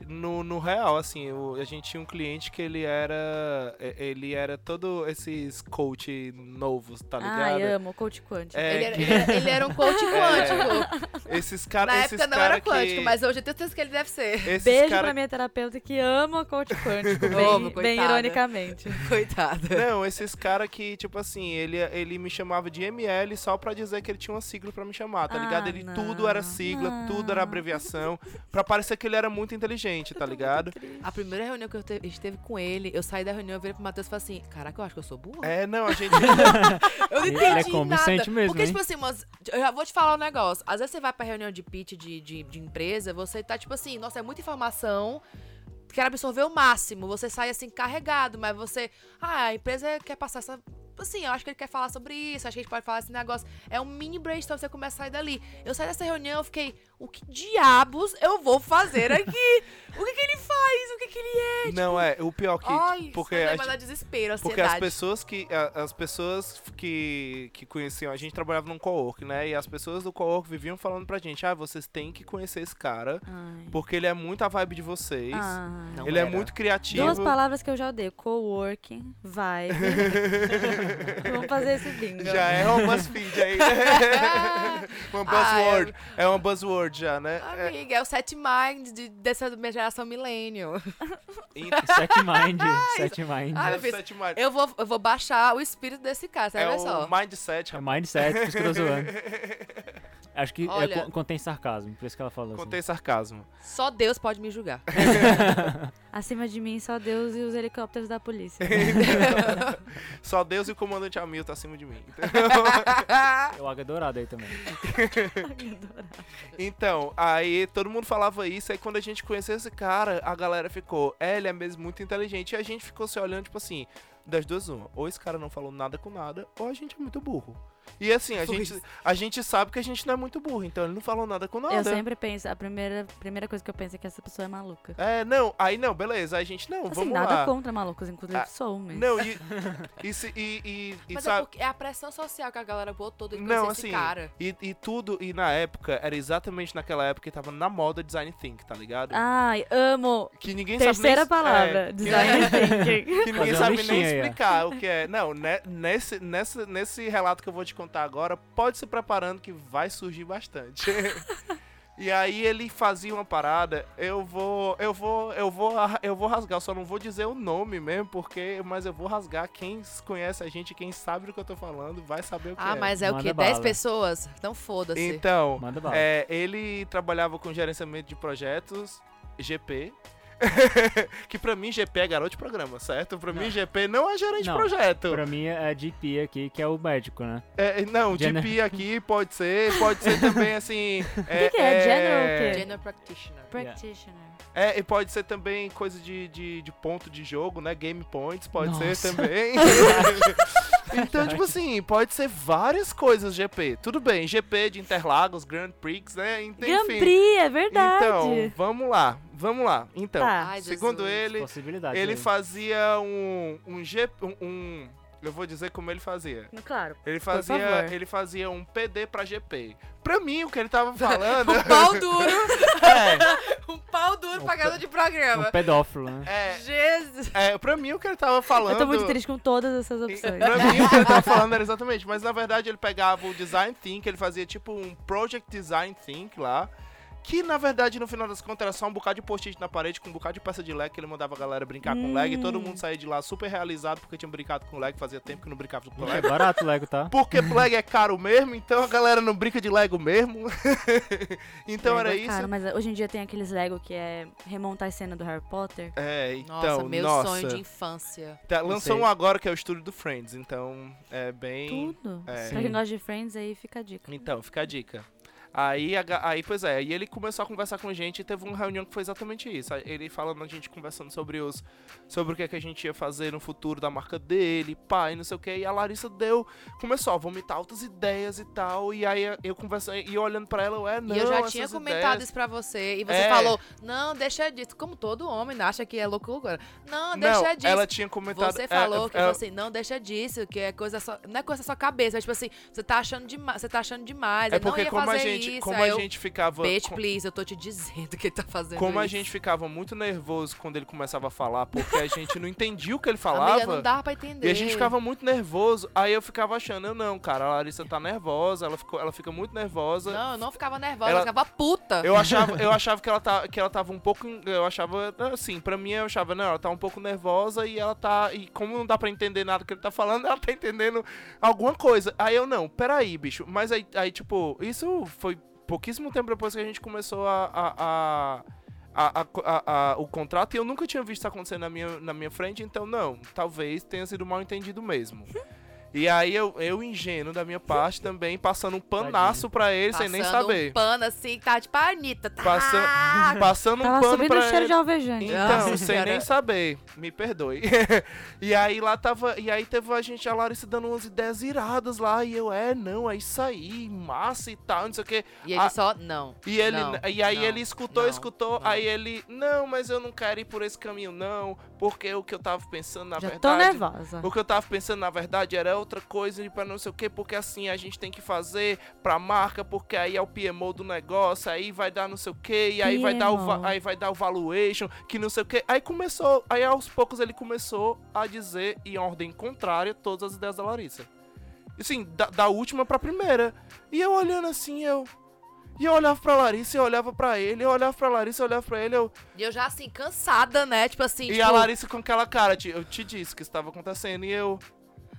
no, no real, assim, eu- a gente tinha um cliente que ele era e- ele era todo esses coach novos, tá ligado?
Ah,
Ai, amo, coach quântico.
É,
ele, era,
que-
ele era- ele era um coach quântico.
Esses caras,
Na
É. esses
época não era
caras
quântico,
que
mas hoje eu tenho certeza que ele deve ser.
esses
Beijo
cara-
pra minha terapeuta que ama coach quântico, bem,
Amo,
bem
coitada.
ironicamente.
Coitada.
Não, esses caras que, tipo assim, ele, ele me chamava de ML só pra dizer que ele tinha uma sigla pra me chamar, tá
Ah,
ligado? Ele tudo era sigla,
não.
tudo era abreviação, pra parecer que ele era muito inteligente, tá ligado?
A primeira reunião que eu te- esteve com ele, eu saí da reunião, eu virei pro Matheus e falei assim: Caraca, eu acho que eu sou burra.
É, não, a gente.
Eu não
Ele
entendi
é como
nada.
sente mesmo,
Porque,
hein?
tipo assim, mas eu já vou te falar um negócio. Às vezes você vai pra reunião de pitch de, de, de empresa, você tá tipo assim, nossa, é muita informação. Quero absorver o máximo. Você sai assim carregado, mas você. Ah, a empresa quer passar essa. Assim, eu acho que ele quer falar sobre isso, acho que a gente pode falar esse negócio. É um mini brainstorm, você começa a sair dali. Eu saí dessa reunião, eu fiquei, o que diabos eu vou fazer aqui? o que, que ele faz? O que, que ele é?
Não, é, o pior que.
Ai,
porque
isso
a
vai
gente-
dar desespero, ansiedade.
Porque as pessoas que a- as pessoas que, que conheciam, a gente trabalhava num co-work, né? E as pessoas do co-work viviam falando pra gente: "Ah, vocês têm que conhecer esse cara,
Ai.
porque ele é muito a vibe de vocês. tipo-
Ai.
Não
ele é
era.
muito criativo".
Ah, Duas palavras que eu já odeio: coworking, vibe. Vamos fazer esse bingo.
Já é um BuzzFeed aí. uma buzzword. É uma buzzword já, né? É,
Ah, Amiga, é o set mind de- dessa minha geração milênio.
e-
Set mind, set mind.
Ah,
é
meu
o
filho,
set mind-
Eu vou, eu vou baixar o espírito desse cara, você
é
vai ver
o
só.
mindset,
É
rapaz.
mindset, por isso que eu tô zoando. Acho que é
Olha-
con- contém sarcasmo, por isso que ela falou assim.
Contei sarcasmo.
Só Deus pode me julgar.
Acima de mim, só Deus e os helicópteros da polícia.
Só Deus e o comandante Hamilton acima de mim.
assim. Eu água dourada aí também.
Então, aí todo mundo falava isso, aí quando a gente conheceu esse cara, a galera ficou, é, ele é mesmo muito inteligente, e a gente ficou se olhando, tipo assim, das duas uma, ou esse cara não falou nada com nada, ou a gente é muito burro. E assim, a,
Foi
gente, a gente sabe que a gente não é muito burro, então ele não falou nada com nada.
Eu sempre penso, a primeira, primeira coisa que eu penso é que essa pessoa é maluca.
É, não, aí não, beleza, aí a gente, não,
Assim,
vamos
nada
lá.
contra malucos, inclusive
Ah,
sou, mas...
Não, e, e, se- e, e, e
Mas é
sabe...
porque é a pressão social que a galera botou dentro
Não,
desse
assim,
cara.
e, e tudo, e na época, era exatamente naquela época que tava na moda design think, tá ligado?
Ah,
Ai, amo!
Que ninguém
Terceira
sabe nem-
palavra,
é, que-
design thinking.
que ninguém
Fazer uma
sabe nem
listinha aí, ó.
explicar o que é. Não, ne- nesse, nessa, nesse relato que eu vou te contar agora, pode se preparando que vai surgir bastante. E aí ele fazia uma parada, eu vou, eu vou, eu vou, ar- eu vou rasgar, eu só não vou dizer o nome mesmo, porque, mas eu vou rasgar, quem s- conhece a gente, quem sabe do que eu tô falando, vai saber o que
Ah,
é.
mas é o
Manda
quê? 10
bala.
pessoas? Então foda-se.
Então,
Manda bala.
é, ele trabalhava com gerenciamento de projetos, GP, que pra mim GP é garoto de programa, certo? Pra mim
Não.
GP não é gerente
Não,
de projeto.
Pra mim é GP aqui, que é o médico, né?
É, não,
Gener-
GP aqui pode ser, pode ser também assim.
que que é? General o quê?
General practitioner.
Practitioner.
É, e pode ser também coisa de, de, de ponto de jogo, né? Game points, pode
Nossa.
ser também. então, tipo assim, pode ser várias coisas GP. Tudo bem, GP de Interlagos, Grand Prix, né? Ent- Enfim.
Grand Prix, é verdade.
Então, vamos lá, vamos lá. Então,
Tá.
Ai,
segundo
Jesus.
ele,
Possibilidade.
ele
aí.
fazia um, um GP. Um, um- eu vou dizer como ele fazia.
Claro.
Ele
favor.
fazia, ele fazia um PD pra GP. Pra mim, o que ele tava falando.
Um pau duro,
é,
um pau duro pra
Um
garota de
Um
programa.
pedófilo, né?
é,
Jesus.
é, pra mim, o que ele tava falando. Então,
Eu tô muito triste com todas essas
E,
opções.
Pra mim, o que eu tava falando era exatamente, mas na verdade ele pegava o design think, ele fazia tipo um project design think lá, que na verdade no final das contas era só um bocado de post-it na parede com um bocado de peça de leg que ele mandava a galera brincar com leg e todo
Hum.
mundo saía de lá super realizado porque tinha brincado com leg, fazia tempo que não brincava com
Gente, É
leg.
barato o Lego, tá?
Porque Lego é caro mesmo, então a galera não brinca de Lego mesmo. então
Lego
era
é
isso.
Caro, mas hoje em dia tem aqueles Lego que é remontar a cena do Harry Potter.
É, então,
Nossa, meu
nossa.
sonho de infância.
Tá, lançou
sei.
um agora que é o estúdio do Friends, então é bem.
Tudo.
É.
Pra
Sim.
quem gosta de Friends, aí fica a dica.
Então, fica a dica. Aí, a ga- aí, pois é, e ele começou a conversar com a gente e teve uma reunião que foi exatamente isso. Aí Ele falando, a gente conversando sobre os. Sobre o que, é que a gente ia fazer no futuro da marca dele, pai, não sei o que. E a Larissa deu. Começou a vomitar altas ideias e tal. E aí eu conversando e olhando pra ela, eu é, não.
e eu já tinha
essas
comentado
ideias-
isso pra você. E você
É.
falou, não, deixa disso. Como todo homem acha que é loucura. Não, deixa
não,
disso.
Ela tinha comentado.
Você
é,
falou
é,
que
é,
assim, não deixa disso, que é coisa só, não é coisa só cabeça, mas tipo assim, você tá achando demais, você tá achando demais,
É
eu não
porque
ia
como a
fazer
gente,
isso.
como
aí
a
eu,
gente ficava.
bitch,
com-
please, eu tô te dizendo que ele tá fazendo
Como a
isso."
gente ficava muito nervoso quando ele começava a falar, porque a gente não entendia o que ele falava.
Amiga, não dá pra entender.
E a gente ficava muito nervoso, aí eu ficava achando, eu não, cara, a Larissa tá nervosa, ela, ficou, ela fica muito nervosa.
Não, eu não ficava nervosa,
Ela-
eu ficava puta.
Eu achava, eu achava que, ela tá, que ela tava um pouco. em- Eu achava, assim, pra mim eu achava, não, ela tá um pouco nervosa e ela tá. E como não dá pra entender nada que ele tá falando, ela tá entendendo alguma coisa. Aí eu, não, peraí, bicho. Mas aí, aí tipo, isso foi pouquíssimo tempo depois que a gente começou a. a- a- a- a- a- a- o contrato e eu nunca tinha visto isso acontecer na minha, na minha frente, então não, talvez tenha sido mal entendido mesmo. E aí eu, eu ingênuo da minha parte também, passando um panaço pra ele sem
Passando
nem saber.
um pano assim, tá tipo a Anitta, tá?
Passa- passando um
Tava
pano
subindo
pra
o cheiro
ele.
de alvejante.
Então,
Nossa
sem
senhora.
nem saber, me perdoe. e aí lá tava, e aí teve a gente, a Larissa dando umas ideias iradas lá, e eu, é, não, é isso aí, massa e tal, não sei o quê.
E ele
Ah,
só, não.
E, ele,
Não,
e aí
não,
ele escutou,
não,
escutou,
não.
aí ele, não, mas eu não quero ir por esse caminho não, porque o que eu tava pensando na
Já
verdade...
tô nervosa.
O que eu tava pensando, na verdade, era outra coisa e pra não sei o que, porque assim a gente tem que fazer pra marca, porque aí é o PMO do negócio, aí vai dar não sei o que, e aí vai dar o va-
PMO.
aí vai dar o valuation, que não sei o que. Aí começou, aí aos poucos ele começou a dizer em ordem contrária todas as ideias da Larissa. E assim, da, da última pra primeira. E eu olhando assim, eu e eu olhava pra Larissa, eu olhava pra ele, eu olhava pra Larissa, eu olhava pra ele, eu
E eu já assim, cansada, né? Tipo assim,
e
tipo,
a Larissa com aquela cara, "Ti- eu te disse que estava acontecendo e eu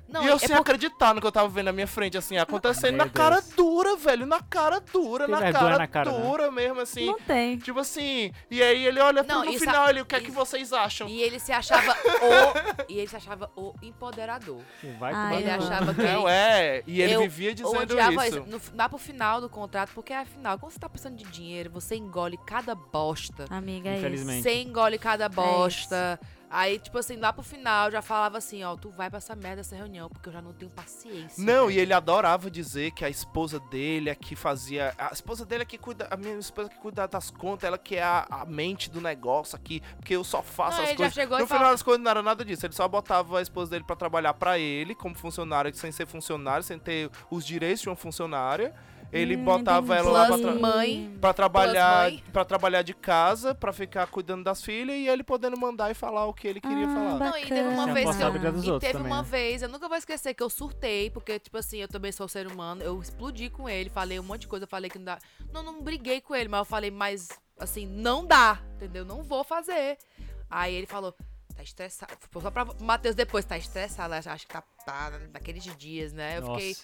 não,
e eu
é
sem
porque-
acreditar no que eu tava vendo na minha frente, assim, acontecendo na
Meu Deus.
cara dura, velho. Na cara dura,
Tem
na
vergonha
cara,
na cara, né?
dura mesmo, assim.
Não tem.
Tipo assim, e aí ele olha
Não,
pro no
isso a-
final, ele, o que é que
isso-
vocês acham?
E ele se achava o. E ele se achava o empoderador.
Vai
Ah,
tomar
Ai,
ele
eu
no cu.
amo.
achava que
Não
ele
é, e ele
Eu
vivia dizendo
odiava
isso.
No, lá pro final do contrato, porque afinal, quando você tá precisando de dinheiro, você engole cada bosta.
Amiga, é isso.
Infelizmente.
Você engole
É
cada bosta. Aí, tipo assim, lá pro final já falava assim, ó, tu vai pra essa merda, essa reunião, porque eu já não tenho paciência.
Não,
velho.
e ele adorava dizer que a esposa dele é que fazia. A esposa dele é que cuida. A minha esposa é que cuida das contas, ela que é a, a mente do negócio aqui, porque eu só faço
Não,
as
ele já
coisas.
chegou e
no
falou-
final das coisas não era nada disso. Ele só botava a esposa dele pra trabalhar pra ele, como funcionária, sem ser funcionário, sem ter os direitos de uma funcionária. Ele
Hum,
botava
entendi.
ela lá pra,
Plus
tra
mãe.
pra trabalhar
mãe.
para trabalhar de casa, pra ficar cuidando das filhas e ele podendo mandar e falar o que ele queria
Ah,
falar.
ba-
Não, e teve uma
Bacana.
vez que eu,
Responsabilidade dos
e
outros
teve
também,
uma
né?
vez, eu nunca vou esquecer que eu surtei, porque tipo assim, eu também sou ser humano, eu explodi com ele, falei um monte de coisa, eu falei que não dá. Não, não briguei com ele, mas eu falei, mas assim, não dá, entendeu? Não vou fazer. Aí ele falou, tá estressado. Foi Só pra o Matheus depois, tá estressado, acho que tá, tá naqueles dias, né? Eu
Nossa.
fiquei.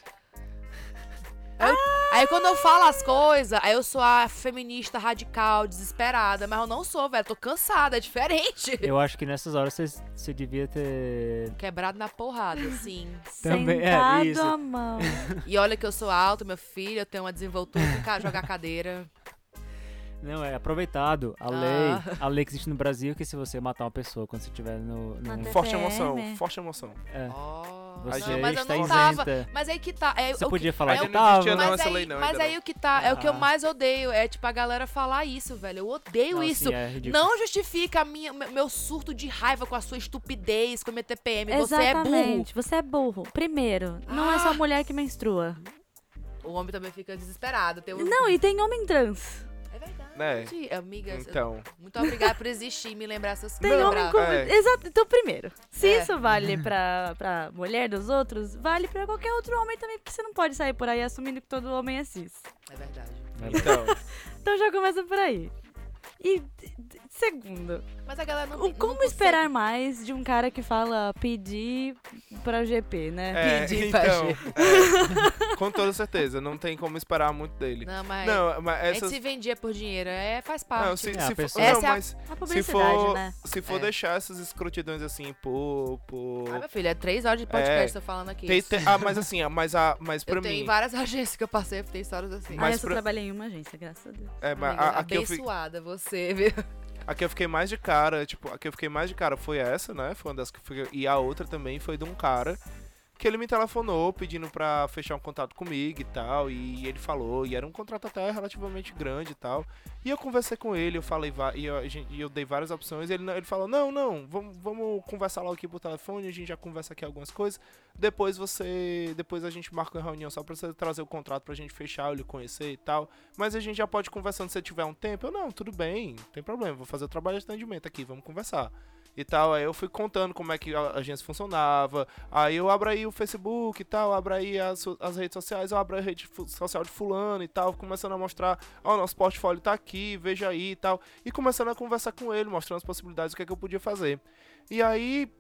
Eu- Aí quando eu falo as coisas, aí eu sou a feminista radical, desesperada. Mas eu não sou, velho. Tô cansada, é diferente.
Eu acho que nessas horas você- você devia ter.
Quebrado na porrada, sim.
Também é,
Sentado
isso.
à mão.
E olha que eu sou alto, meu filho, eu tenho uma desenvoltura, ca- jogar cadeira.
Não, é aproveitado a
Ah.
lei. A lei que existe no Brasil que se você matar uma pessoa quando você estiver no.
Ah,
no-
Até-
Forte
TPM.
emoção, forte emoção.
é,
Ó,
você
não, Ah, mas eu
está
não
tá isenta.
tava. Mas aí que tá. É,
Você
o que-
podia falar
é
que
o-
não existia,
tava.
não.
mas
essa
aí,
lei não,
mas
ainda
aí
não.
o que tá, é o que eu
Ah.
mais odeio, é tipo a galera falar isso, velho. Eu odeio
Não,
isso.
assim, é ridículo.
não justifica a minha, me- meu surto de raiva com a sua estupidez, com a minha TPM. Você é burro.
Exatamente. Você é burro. Primeiro, não é só
Ah.
mulher que menstrua.
O homem também fica desesperado. Tem um-
Não, e tem homem trans.
É verdade.
Né?
Amigas,
Então,
muito obrigada por existir e me lembrar essas
Tem
me
homem
lembrar.
com.
É.
Exato. Então, primeiro, se
É.
isso vale pra, pra mulher dos outros, vale pra qualquer outro homem também, porque você não pode sair por aí assumindo que todo homem é cis.
É verdade.
então.
Então já começa por aí. E d- d- segundo,
Mas a galera não,
o-
não
como
consegue-
esperar mais de um cara que fala pedir pra GP, né?
É,
Pedir pra
então. é. com toda certeza, não tem como esperar muito dele.
Não, mas
Não, mas
a gente
É, essas.
se vendia por dinheiro, é, faz
Não,
parte.
se,
É,
se
a
for-
pessoa-
não,
Essa é a-
mas
A
se
publicidade,
for,
né?
se for
É.
deixar essas escrotidões assim por. por...
Ah, meu filho, é três horas de podcast,
É.
tô falando aqui.
Tem- tem- ah, mas assim, ah, mas, a, mas pra
eu tenho
mim.
várias agências que eu passei, tem histórias assim.
Mas
Ah,
Mas
eu só
pra-
trabalhei em uma agência, graças a Deus.
É, mas
Amiga,
a, a que eu fi-
abençoada você, viu?
a que eu fiquei mais de cara, tipo, a que eu fiquei mais de cara foi essa, né? Foi uma das que eu fiquei- E a outra também foi de um cara que ele me telefonou pedindo pra fechar um contato comigo e tal. E ele falou, e era um contrato até relativamente grande e tal. E eu conversei com ele, eu falei, va- e eu, a gente- e eu dei várias opções. E ele, não- ele falou: Não, não, vamos, vamos conversar logo aqui por telefone, a gente já conversa aqui algumas coisas. Depois você. Depois a gente marca uma reunião só pra você trazer o contrato pra gente fechar, eu lhe conhecer e tal. Mas a gente já pode ir conversando se você tiver um tempo. Eu, não, tudo bem, não tem problema, vou fazer o trabalho de atendimento aqui, vamos conversar. E tal, aí eu fui contando como é que a agência funcionava. Aí eu abro aí o Facebook e tal, abro aí as, so- as redes sociais, eu abro a rede fu- social de fulano e tal, começando a mostrar, ó, nosso portfólio tá aqui, veja aí e tal. E começando a conversar com ele, mostrando as possibilidades, o que é que eu podia fazer. E aí,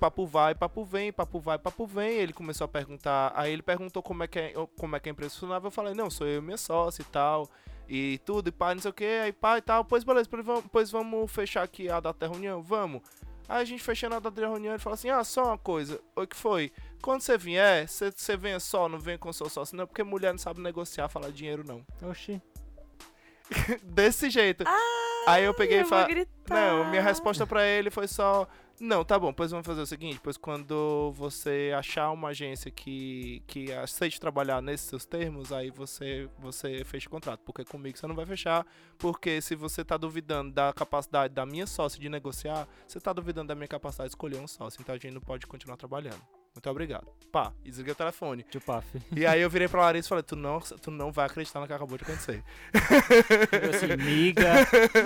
papo vai, papo vem, papo vai, papo vem. Ele começou a perguntar, aí ele perguntou como é que, é- como é que a empresa funcionava. Eu falei, não, sou eu e minha sócia e tal, e tudo, e pá, não sei o que, aí pá e tal. Pois beleza, pois vamos, pois vamos fechar aqui a data da reunião, vamos. Aí a gente fechando a data da reunião, ele falou assim, ah, só uma coisa, o que foi? Quando você vier, você você venha só, não venha com seu sócio, não, porque mulher não sabe negociar, falar dinheiro, não.
então, Oxi.
Desse jeito. aí eu peguei e
vou
falei,
gritar.
não, minha resposta pra ele foi só. Não, tá bom, pois vamos fazer o seguinte, pois quando você achar uma agência que, que aceite trabalhar nesses seus termos, aí você, você fecha o contrato, porque comigo você não vai fechar, porque se você tá duvidando da capacidade da minha sócia de negociar, você tá duvidando da minha capacidade de escolher um sócio, então a gente não pode continuar trabalhando. Muito obrigado. Pá, e desliguei o telefone.
Tchupaf.
E aí eu virei pra Larissa e falei, tu não, tu não vai acreditar no que acabou de acontecer.
Eu assim, miga.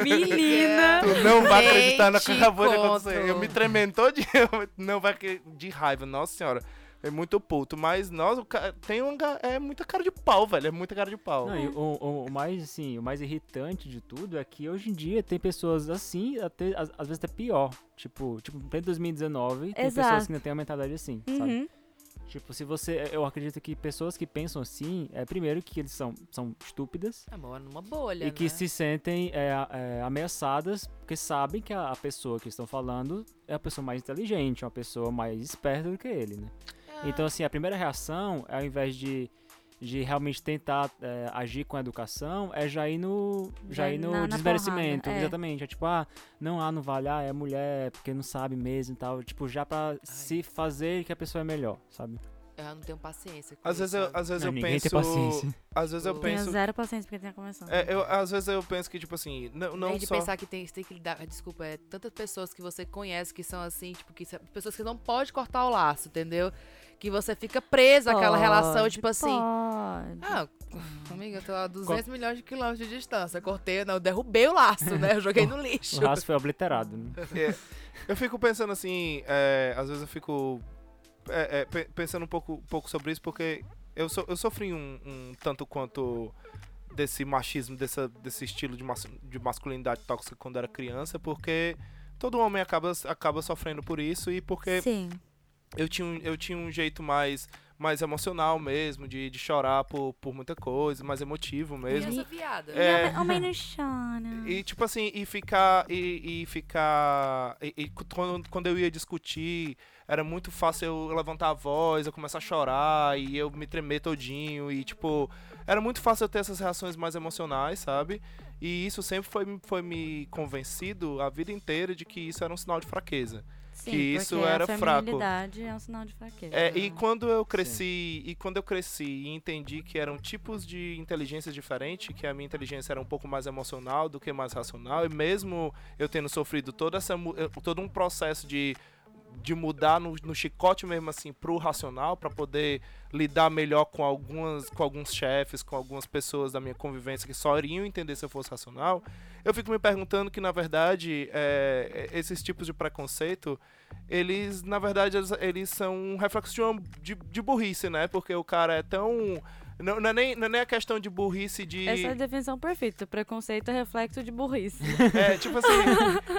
Menina!
Tu não vai acreditar no que
Gente,
acabou de
conto.
acontecer. Eu me tremendo todinho. Não vai acre- de raiva, nossa senhora. É muito puto, mas nossa, o ca- tem um ga- é muita cara de pau, velho, é muita cara de pau.
Não, e o, o- o mais, assim, o mais irritante de tudo é que hoje em dia tem pessoas assim, até, às, às vezes até pior. Tipo, tipo, em pleno 2019, tem pessoas
Exato.
que ainda têm a mentalidade assim, sabe?
Uhum.
Tipo, se você. Eu acredito que pessoas que pensam assim, é primeiro que eles são, são estúpidas
Amor, numa bolha,
e que
né?
se sentem é, a- é, ameaçadas, porque sabem que a, a pessoa que estão falando é a pessoa mais inteligente, uma pessoa mais esperta do que ele, né?
É.
Ah,
Então, assim, a primeira reação, ao invés de, de realmente tentar é, agir com a educação, é já ir no, já
Já
ir no
na- na
desmerecimento.
porrada, é.
Exatamente. É tipo, ah, não, ah, não vale, ah, é mulher, porque não sabe mesmo e tal. Tipo, já pra se fazer que a pessoa é melhor, sabe?
Eu não tenho paciência com
Às vezes eu,
isso,
às vezes
Não,
eu
ninguém
penso,
tem paciência.
às vezes eu
Tenho
Tenho
penso,
zero paciência porque tenha começado.
é, eu- às vezes eu penso que tipo assim, não,
Não
não
Além de
só
pensar que tem, você tem que lidar. Desculpa, é tantas pessoas que você conhece que são assim, tipo, que são pessoas que não pode cortar o laço, entendeu? Que você fica preso àquela relação, tipo assim.
Pode.
Ah, amiga, eu tô a 200 milhões de quilômetros de distância. Cortei, não, eu derrubei o laço, né? Eu joguei no
O
lixo.
raço foi obliterado, né?
É, eu fico pensando assim, é, às vezes eu fico é, é, pe- pensando um pouco, um pouco sobre isso, porque eu, so- eu sofri um, um tanto quanto desse machismo, dessa, desse estilo de, mas- de masculinidade tóxica quando era criança, porque todo homem acaba, acaba sofrendo por isso e porque
Sim.
eu tinha, um- eu tinha um jeito mais mais emocional mesmo, de, de chorar por, por muita coisa, mais emotivo mesmo.
Criança viada.
É.
Minha mãe- oh, mãe não chora.
E tipo assim, e ficar. E, e ficar. E, e quando, quando eu ia discutir, era muito fácil eu levantar a voz, eu começar a chorar, e eu me tremer todinho. E tipo, era muito fácil eu ter essas reações mais emocionais, sabe? E isso sempre foi, foi me convencido a vida inteira de que isso era um sinal de fraqueza.
Sim,
que isso
porque
era
a
fraco.
feminilidade é um sinal de fraqueza.
É, e quando eu cresci, e quando eu cresci e entendi que eram tipos de inteligência diferente, que a minha inteligência era um pouco mais emocional do que mais racional, e mesmo eu tendo sofrido toda essa, mu- eh, todo um processo de, de mudar no, no chicote mesmo assim pro racional, para poder lidar melhor com algumas, com alguns chefes, com algumas pessoas da minha convivência que só iriam entender se eu fosse racional, eu fico me perguntando que na verdade eh, esses tipos de preconceito eles, na verdade, eles, eles são um reflexo de, uma- de, de burrice, né? Porque o cara é tão. Não, não é, nem, não é nem a questão de burrice de.
Essa é a definição perfeita. Preconceito é reflexo de burrice.
É, tipo assim,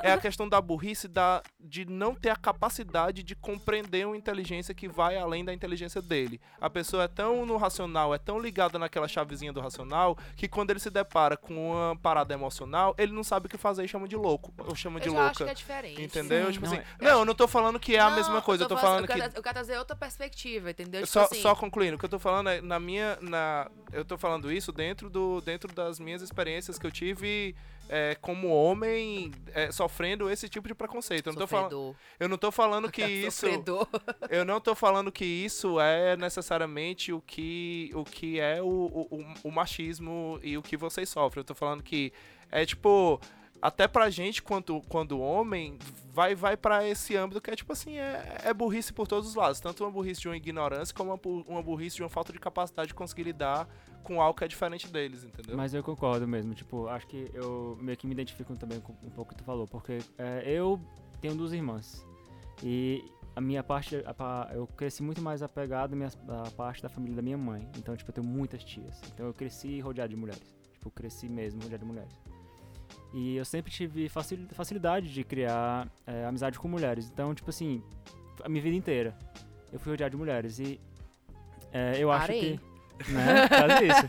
é a questão da burrice da, de não ter a capacidade de compreender uma inteligência que vai além da inteligência dele. A pessoa é tão no racional, é tão ligada naquela chavezinha do racional, que quando ele se depara com uma parada emocional, ele não sabe o que fazer e chama de louco. Ou chama de
eu já acho
louca.
que é diferente.
Entendeu?
Sim,
tipo
não
assim.
é.
Não, eu não tô falando que é a
Não,
mesma coisa, eu tô falando que.
eu quero, eu quero trazer outra perspectiva, entendeu? Tipo
Só,
assim,
só concluindo, o que eu tô falando é, na minha. Na, eu tô falando isso dentro, do, dentro das minhas experiências que eu tive é, como homem é, sofrendo esse tipo de preconceito. Eu não, tô falando,
sofredor. Tá
eu não tô falando que isso.
Sofredor.
Eu não tô falando que isso é necessariamente o que, o que é o, o, o- o machismo e o que vocês sofrem. Eu tô falando que é tipo. Até pra gente, quanto, quando homem, vai vai para esse âmbito que é tipo assim, é, é burrice por todos os lados. Tanto uma burrice de uma ignorância, como uma, bu- uma burrice de uma falta de capacidade de conseguir lidar com algo que é diferente deles, entendeu?
Mas eu concordo mesmo, tipo, acho que eu meio que me identifico também com um pouco o que tu falou, porque é, eu tenho duas irmãs e a minha parte, a pa- eu cresci muito mais apegado à, minha, à parte da família da minha mãe, então, tipo, eu tenho muitas tias, então eu cresci rodeado de mulheres, tipo, eu cresci mesmo rodeado de mulheres. E eu sempre tive facil- facilidade de criar é, amizade com mulheres, então, tipo assim, a minha vida inteira eu fui rodeado de mulheres e é, eu acho
Harém.
que... Né? Quase isso.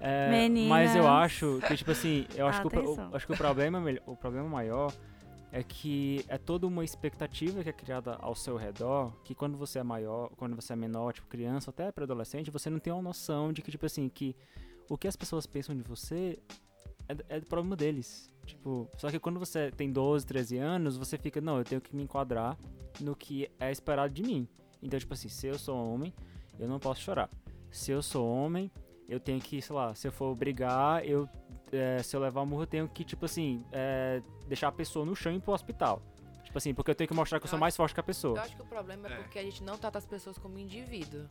É, Mas eu
Meninas.
acho que, tipo assim, eu acho, que o, pro-
Atenção.
o- acho que o problema, mel- o problema maior é que é toda uma expectativa que é criada ao seu redor, que quando você é maior, quando você é menor, tipo criança, até pré-adolescente, você não tem uma noção de que, tipo assim, que o que as pessoas pensam de você é, é do problema deles. Tipo, só que quando você tem 12, 13 anos, você fica, não, eu tenho que me enquadrar no que é esperado de mim. Então, tipo assim, se eu sou homem, eu não posso chorar. Se eu sou homem, eu tenho que, sei lá, se eu for brigar, eu, é, se eu levar um murro, eu tenho que, tipo assim, é, deixar a pessoa no chão e ir pro hospital. Tipo assim, porque eu tenho que mostrar que eu sou mais forte que a
Eu
pessoa.
acho que o problema é
É.
porque a gente não trata as pessoas como indivíduo.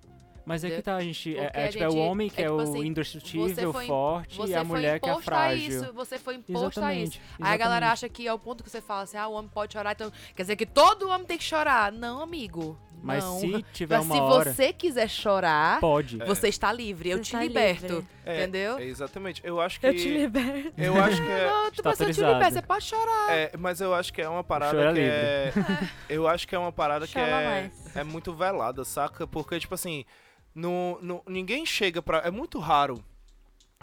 Mas é que tá, a gente. É,
Porque
é,
a
tipo, é o
gente-
homem que
é
é,
tipo
o
assim, você
indestrutível,
foi-
forte,
Você
e a
foi
mulher que é
imposto
frágil.
a isso, você foi imposto a isso.
Exatamente.
Aí a galera
exatamente.
acha que é o ponto que você fala assim, ah, o homem pode chorar, então quer dizer que todo homem tem que chorar. Não, amigo.
Mas
não.
se tiver
Mas
uma
se
hora,
você quiser chorar,
pode.
você está livre. Eu
Você
te
tá
liberto.
livre.
É,
Entendeu?
é exatamente. Eu acho que.
Eu te liberto.
eu acho que é,
Não, tu
Está
precisa te
autorizado.
liberto, você pode chorar.
É, mas eu acho que é uma parada
Chora
que
livre.
é. Eu acho que é uma parada que
Chora
é,
mais.
é muito velada, saca? Porque, tipo assim, no, no- ninguém chega pra. É muito raro,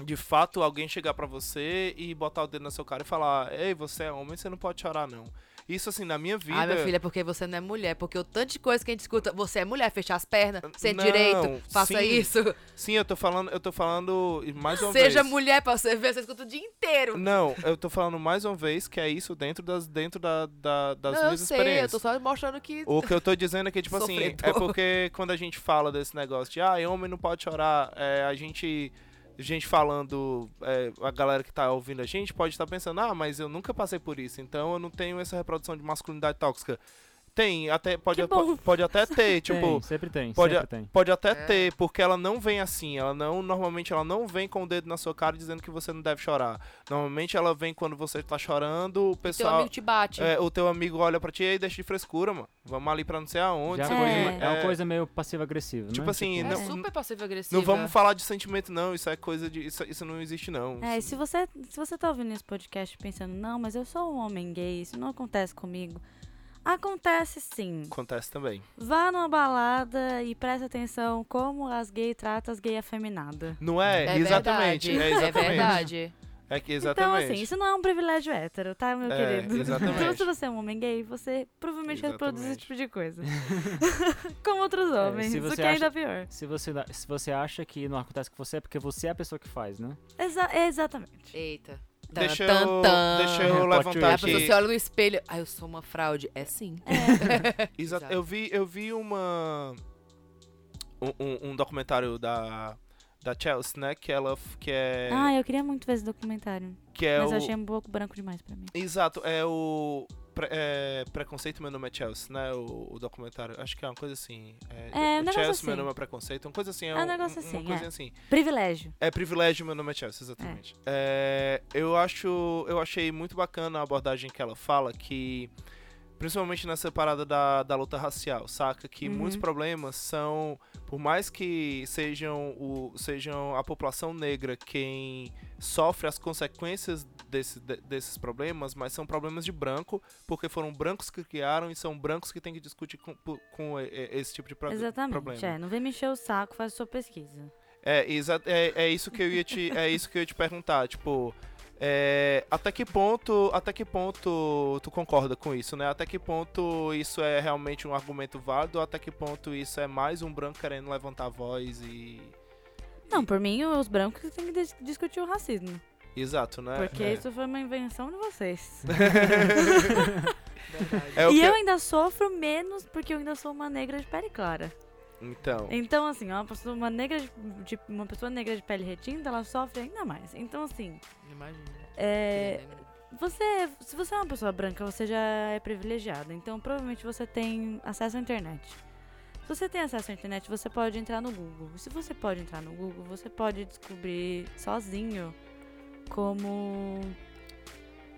de fato, alguém chegar pra você e botar o dedo na sua cara e falar: Ei, você é homem, você não pode chorar, não. Isso, assim, na minha vida.
Ah, meu filho, é porque você não é mulher. Porque o tanto de coisa que a gente escuta, você é mulher, fechar as pernas, sente
Não,
direito, faça
sim.
isso.
Sim, eu tô falando, eu tô falando e mais uma
Seja
vez.
mulher pra você ver, você escuta o dia inteiro.
Não, eu tô falando mais uma vez que é isso dentro das, dentro da, da- das
não, eu
minhas
sei, eu
experiências.
tô só mostrando que.
O que eu tô dizendo é que, tipo assim, é
Sofredor.
porque quando a gente fala desse negócio de, ah, homem não pode chorar, é, a gente. Gente falando, é, a galera que tá ouvindo a gente pode estar pensando, ah, mas eu nunca passei por isso, então eu não tenho essa reprodução de masculinidade tóxica. Tem, até pode,
Que bom.
pode até ter, tipo,
tem, sempre tem,
pode-
sempre tem.
Pode até
É.
ter, porque ela não vem assim. Ela não, normalmente ela não vem com o dedo na sua cara dizendo que você não deve chorar. Normalmente ela vem quando você tá chorando, o
Seu
pessoal,
um amigo te bate.
é, o teu amigo olha pra ti e deixa de frescura, mano. Vamos ali pra não sei aonde.
Já
sei
foi.
lá.
é.
É.
uma coisa assim, meio passiva-agressiva, né?
Tipo assim,
É
não-
super passivo agressivo.
não vamos falar de sentimento não, isso é coisa de isso, isso não existe não.
É, e
Isso-
se você, se você tá ouvindo esse podcast pensando, não, mas eu sou um homem gay, isso não acontece comigo. Acontece sim.
Acontece também.
Vá numa balada e preste atenção como as gay tratam as gay afeminada.
Não é?
É
exatamente.
verdade,
É exatamente.
verdade.
É que
Então,
exatamente.
assim, isso não é um privilégio hétero, tá, meu
É,
querido?
exatamente.
Então, se você é um homem gay, você provavelmente reproduz esse
Exatamente.
tipo de coisa. Como outros homens,
se
o
você
que é ainda
acha-
pior.
Se você, dá- se você acha que não acontece com você, é porque você é a pessoa que faz, né?
Exa é, exatamente.
Eita. é Tan,
Deixa
tan,
eu,
tan.
deixa
É, Plot
eu
Aí
levantar
a pessoa
aqui.
se olha no espelho. Ah, eu sou uma fraude. É sim.
Exa-
Exato.
Eu vi, eu vi uma um- um, um documentário da da Chelsea, né? Que ela f- que é
Ah, eu queria muito ver esse documentário.
que é
mas
o
eu achei um pouco branco demais pra mim.
exato é o pre- é, preconceito meu nome é Chelsea, né? O, o documentário acho que é uma coisa assim.
É, um
o
negócio
Chelsea
assim.
meu nome é preconceito, uma coisa assim. É,
É um negócio
um-
assim,
Uma coisa
é.
assim.
Privilégio.
É privilégio, meu nome é Chelsea, exatamente. É, eu acho. Eu achei muito bacana a abordagem que ela fala que. Principalmente nessa parada da, da luta racial, saca? Que
Uhum.
muitos problemas são. Por mais que sejam, o, sejam a população negra quem sofre as consequências desse- de- desses problemas, mas são problemas de branco, porque foram brancos que criaram e são brancos que têm que discutir com, por- com e- e- esse tipo de pro-
Exatamente.
problema.
É, não vem mexer o saco, faz sua pesquisa.
É, exa- é, é isso que eu ia te, é isso que eu ia te perguntar, tipo, é, até que ponto, até que ponto tu concorda com isso, né? Até que ponto isso é realmente um argumento válido? Até que ponto isso é mais um branco querendo levantar a voz e
Não, por mim, os brancos têm que dis- discutir o racismo.
exato, né?
Porque
é.
isso foi uma invenção de vocês.
É o
e
que-
eu ainda sofro menos porque eu ainda sou uma negra de pele clara.
Então,
Então, assim, uma pessoa, uma, negra de, de- uma pessoa negra de pele retinta, ela sofre ainda mais. Então, assim,
Imagina. né?
é, você, se você é uma pessoa branca, você já é privilegiada. Então, provavelmente você tem acesso à internet. Se você tem acesso à internet, você pode entrar no Google. Se você pode entrar no Google, você pode descobrir sozinho como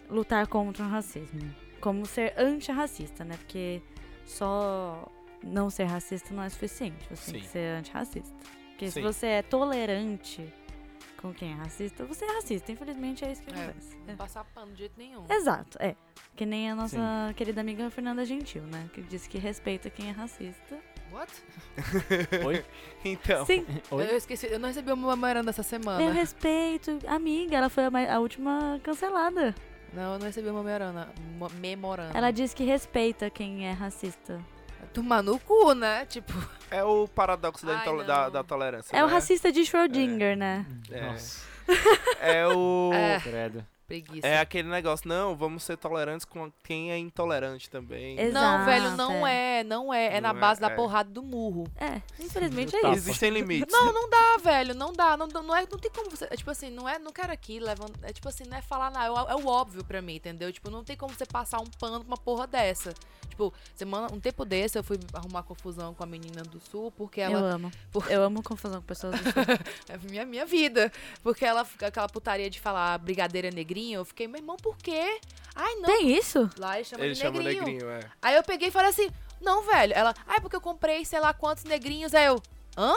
lutar contra o racismo. Como ser antirracista, né? Porque só não ser racista não é suficiente. Você tem que
Sim.
ser antirracista. Porque se
Sim.
você é tolerante com quem é racista, você é racista. Infelizmente é isso que
É.
acontece.
Não passar pano de jeito nenhum.
Exato, é. Que nem a nossa querida amiga Fernanda Gentil, né? Que disse que respeita quem é racista.
What?
Oi?
então,
Sim,
Oi?
Eu esqueci. Eu não recebi uma memoranda essa semana.
eu respeito. Amiga, ela foi a, mai- a última cancelada.
Não, eu não recebi uma memoranda. Uma memoranda.
Ela disse que respeita quem é racista.
Tomar no cu, né? Tipo,
é o paradoxo da,
Ai,
intol-
não.
da, da tolerância,
É o
né?
racista de Schrödinger, né?
É.
Nossa,
É o
É.
credo.
preguiça.
é aquele negócio, não, vamos ser tolerantes com quem é intolerante também.
Ex-
Não,
Exato,
velho, não
é.
é. não é. É na
Não é,
base da
é.
porrada do murro.
É, infelizmente é
Tá.
isso.
Existem limites.
Não, não dá, velho. Não dá. Não, não, é, não tem como você. é tipo assim, não é. Não quero aqui levando. É tipo assim, não é falar nada. É, o- é o óbvio pra mim, entendeu? Tipo, não tem como você passar um pano pra uma porra dessa. Tipo, semana, um tempo desse eu fui arrumar confusão com a menina do sul, porque ela.
Eu amo.
Por-
Eu amo confusão com pessoas do sul.
É minha, minha vida. Porque ela fica aquela putaria de falar brigadeira negrinho. Eu fiquei, meu irmão, por quê? Ai, não.
Tem isso?
Lá ele chama
Ele
de
chama
negrinho.
negrinho, é.
Aí eu peguei e falei assim, não, velho. Ela, ai, porque eu comprei sei lá quantos negrinhos. Aí eu, hã?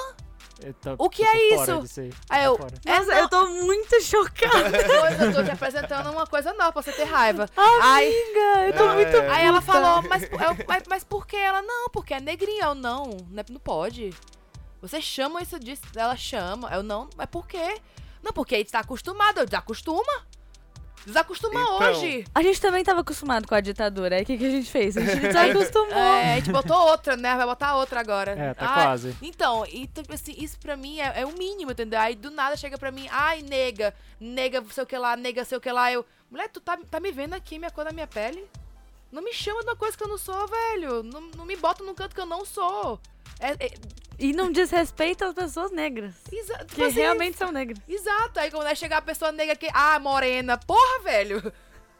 Eu tô-
O que
eu tô
é
fora
isso?
disso aí.
Aí eu,
Tô fora.
Nossa, Ah, eu tô muito chocada.
Pois eu tô te apresentando uma coisa nova pra você ter raiva. Ai,
Amiga, eu tô muito.
É.
aí ela falou, mas, eu- mas, mas por que ela? Não, porque é negrinho. Eu, não, não, é- não pode. Você chama isso disso. Ela chama. Eu, não, mas por quê? Não, porque aí tá acostumado. Eu, desacostuma. Desacostuma
Então,
hoje.
A gente também tava acostumado com a ditadura. Aí o que, que a gente fez? A gente desacostumou.
É, a gente botou outra, né? Vai botar outra agora.
É, tá
Ai,
quase.
Então, e, tipo assim, isso pra mim é, é o mínimo, entendeu? Aí do nada chega pra mim, ai, nega, nega, sei o que lá, nega, sei o que lá. Eu, mulher, tu tá, tá me vendo aqui, minha cor da minha pele? Não me chama de uma coisa que eu não sou, velho. Não, não me bota num canto que eu não sou. É, é,
E não diz respeito às pessoas negras.
exa- tipo
Que
assim,
realmente são negras.
Exato. Aí quando aí chega a pessoa nega aqui, ah, morena. Porra, velho.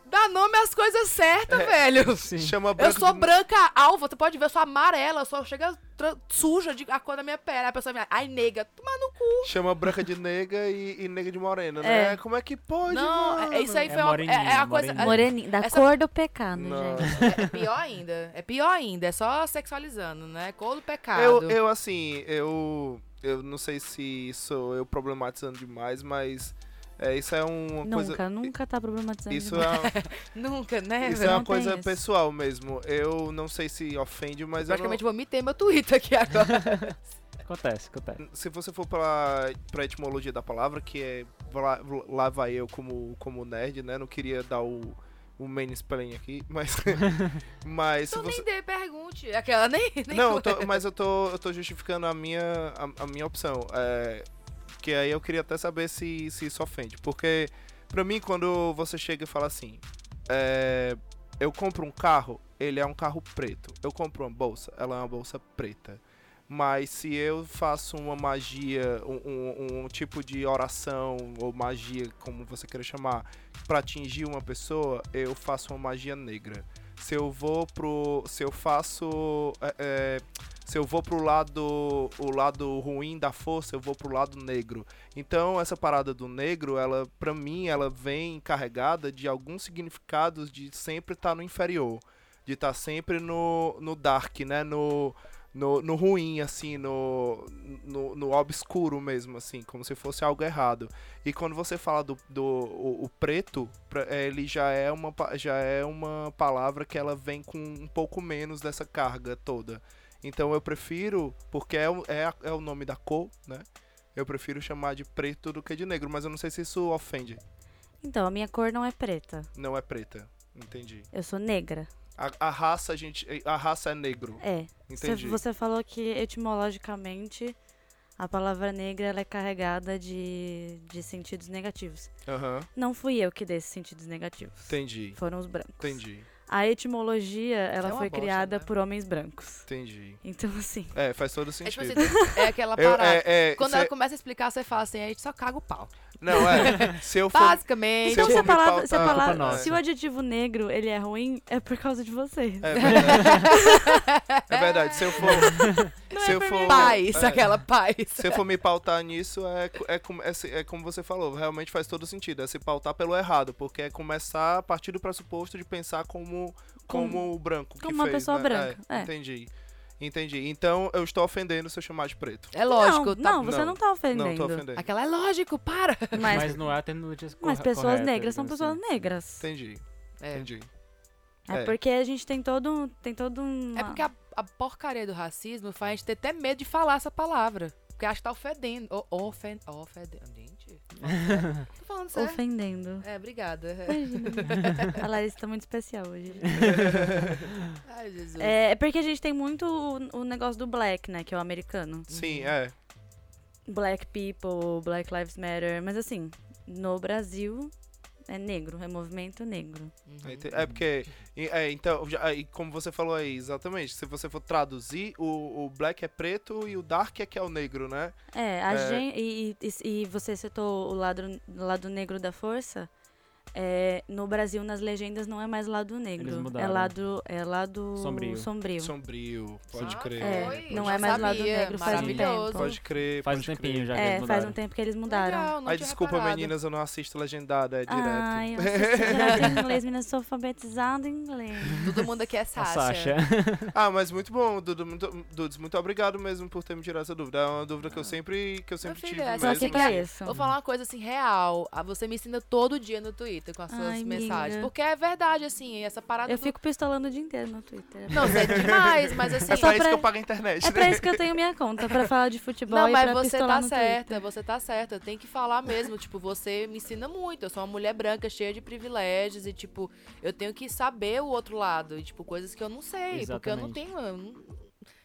Dá nome às coisas certas, velho.
É, Sim.
Chama
Eu
branco
sou
de-
branca alva, tu pode ver, eu sou amarela, eu só chega tra- suja de, a cor da minha pele. Aí A pessoa me ai, nega, toma no cu.
Chama branca de nega e, e nega de morena, né?
É.
Como é que pode?
Não,
mano?
é- isso aí
É
foi uma, é, é a
moreninha,
coisa.
moreninha.
Moreninho, da
Essa-
cor do pecado,
Não.
gente.
É, é pior ainda. É pior ainda, é só sexualizando, né? Cor do pecado.
Eu, eu, assim, eu. Eu não sei se sou eu problematizando demais, mas. É, isso é uma coisa.
Nunca, nunca tá problematizando.
Isso
ninguém.
é,
Nunca, né?
eu
isso é
velho?
não
uma coisa
tenho isso.
pessoal mesmo. Eu não sei se ofende, mas eu não-
Praticamente vou vomitei meu Twitter aqui agora.
Acontece, acontece.
se você for pra, pra etimologia da palavra, que é lá, lá vai eu como, como nerd, né? Não queria dar o, o main explain aqui, mas. mas se
Então
você.
nem dê, pergunte. Aquela nem. nem
Não, eu tô- mas eu tô, eu tô justificando a minha, a, a minha opção. É, que aí eu queria até saber se, se isso ofende. Porque, pra mim, quando você chega e fala assim: é, Eu compro um carro, ele é um carro preto. Eu compro uma bolsa, ela é uma bolsa preta. Mas se eu faço uma magia, um, um- um tipo de oração ou magia, como você queira chamar, pra atingir uma pessoa, eu faço uma magia negra se eu vou pro se eu faço é, é, se eu vou pro lado o lado ruim da força eu vou pro lado negro então essa parada do negro ela pra mim ela vem carregada de alguns significados de sempre estar no inferior de estar sempre no, no dark né no no, no ruim, assim, no, no, no obscuro mesmo, assim, como se fosse algo errado. E quando você fala do, do o, o preto, pra- ele já é, uma, pa- já é uma palavra que ela vem com um pouco menos dessa carga toda. Então eu prefiro, porque é, o- é, a- é o nome da cor, né? Eu prefiro chamar de preto do que de negro, mas eu não sei se isso ofende.
Então, a minha cor não é preta.
Não é preta. Entendi.
Eu sou negra.
A, a raça, a gente. A raça é negro.
É. Você-
Entendi.
Você falou que etimologicamente a palavra negra ela é carregada de, de sentidos negativos.
Aham.
Não fui eu que dei esses sentidos negativos.
Entendi.
Foram os brancos.
Entendi.
A etimologia ela
É uma
foi
bosta,
criada
né?
por homens brancos.
Entendi.
Então, assim,
É, faz todo
É, tipo assim,
sentido.
é aquela
Eu-
parada.
é, é,
Quando
cê-
ela começa a explicar, você fala assim, a gente só caga o pau.
Não, é. Se eu for
Basicamente.
Então,
eu
se a
for me
palavra, se, a
pautar-
palavra-
Culpa nossa.
se o adjetivo negro ele é ruim, é por causa de vocês.
É verdade. é verdade. Se eu for. se eu for.
Paz,
é,
aquela paz.
se eu for me pautar nisso, é, co- é, como- é, se- é como você falou, realmente faz todo sentido. É se pautar pelo errado, porque é começar a partir do pressuposto de pensar como, como, o branco. que
como uma
fez,
pessoa
né?
branca,
É,
é.
Entendi. Entendi. Então eu estou ofendendo se eu chamar de preto.
É
não,
lógico, tá
não, você
não.
não, tá
Não,
ofendendo.
estou ofendendo.
Aquela é lógico, para.
Mas,
Mas não é a terminologia
mas
corre-
pessoas
correta,
negras são
digamos
pessoas
assim.
negras.
Entendi.
É,
Entendi.
É,
É.
porque a gente tem todo um. Tem todo um.
É porque a, a porcaria do racismo faz a gente ter até medo de falar essa palavra. Porque acha que tá ofendendo. O, ofen, ofendendo. Gente, tô falando sério. tô falando sério.
Ofendendo.
É, obrigada.
Imagina. a Larissa tá muito especial hoje.
Ai, Jesus.
É, é porque a gente tem muito o, o negócio do black, né? Que é o americano.
Sim, é.
Black people, Black Lives Matter. Mas assim, no Brasil é negro, é movimento negro.
Uhum.
Ente- É porque, e- é, então, já- aí, como você falou aí, exatamente, se você for traduzir, o, o black é preto e o dark é que é o negro, né?
É, a
É.
gente. E, e- e você citou o lado, o lado negro da força. É, no Brasil, nas legendas, não é mais lado negro. É
mudaram.
lado, é lado
Sombrio.
sombrio.
Sombrio, pode
Ah,
crer.
É,
Oi,
não
não
é mais lado
sabia,
negro faz um
maravilhoso.
tempo.
Pode crer,
Faz um
pode
tempinho
crer.
já que eles
É, faz
mudaram.
um tempo que eles mudaram.
Legal, não
Ai,
tinha
desculpa,
reparado.
meninas, eu não assisto legendada, é direto.
Ai, eu sou em inglês, menina, sou alfabetizada em inglês.
Todo mundo aqui é
A
Sasha.
Sasha.
Ah, mas muito bom, Dudu, muito, Dudes, muito obrigado mesmo por ter me tirado essa dúvida. É uma dúvida que eu sempre, que eu sempre
filho,
tive
é
Só
Mas
sei
mesmo.
que
assim,
Ah. é isso.
Vou falar uma coisa assim, real. Ah, Você me ensina todo dia no Twitter com as suas
Ai,
mensagens.
amiga.
Porque é verdade, assim, essa parada.
Eu
do-
fico pistolando o dia inteiro no Twitter.
Não, isso é demais, mas assim.
É
É
só
pra isso
pra-
que eu pago a internet,
É
né?
pra isso que eu tenho minha conta, pra falar de futebol
Não,
e
mas
É pra
você
pistolar
tá
no
certa, você tá certa. Tem que falar mesmo. tipo, você me ensina muito. Eu sou uma mulher branca, cheia de privilégios. E, tipo, eu tenho que saber o outro lado. E, tipo, coisas que eu não sei. Porque eu não
Exatamente.
tenho. eu não-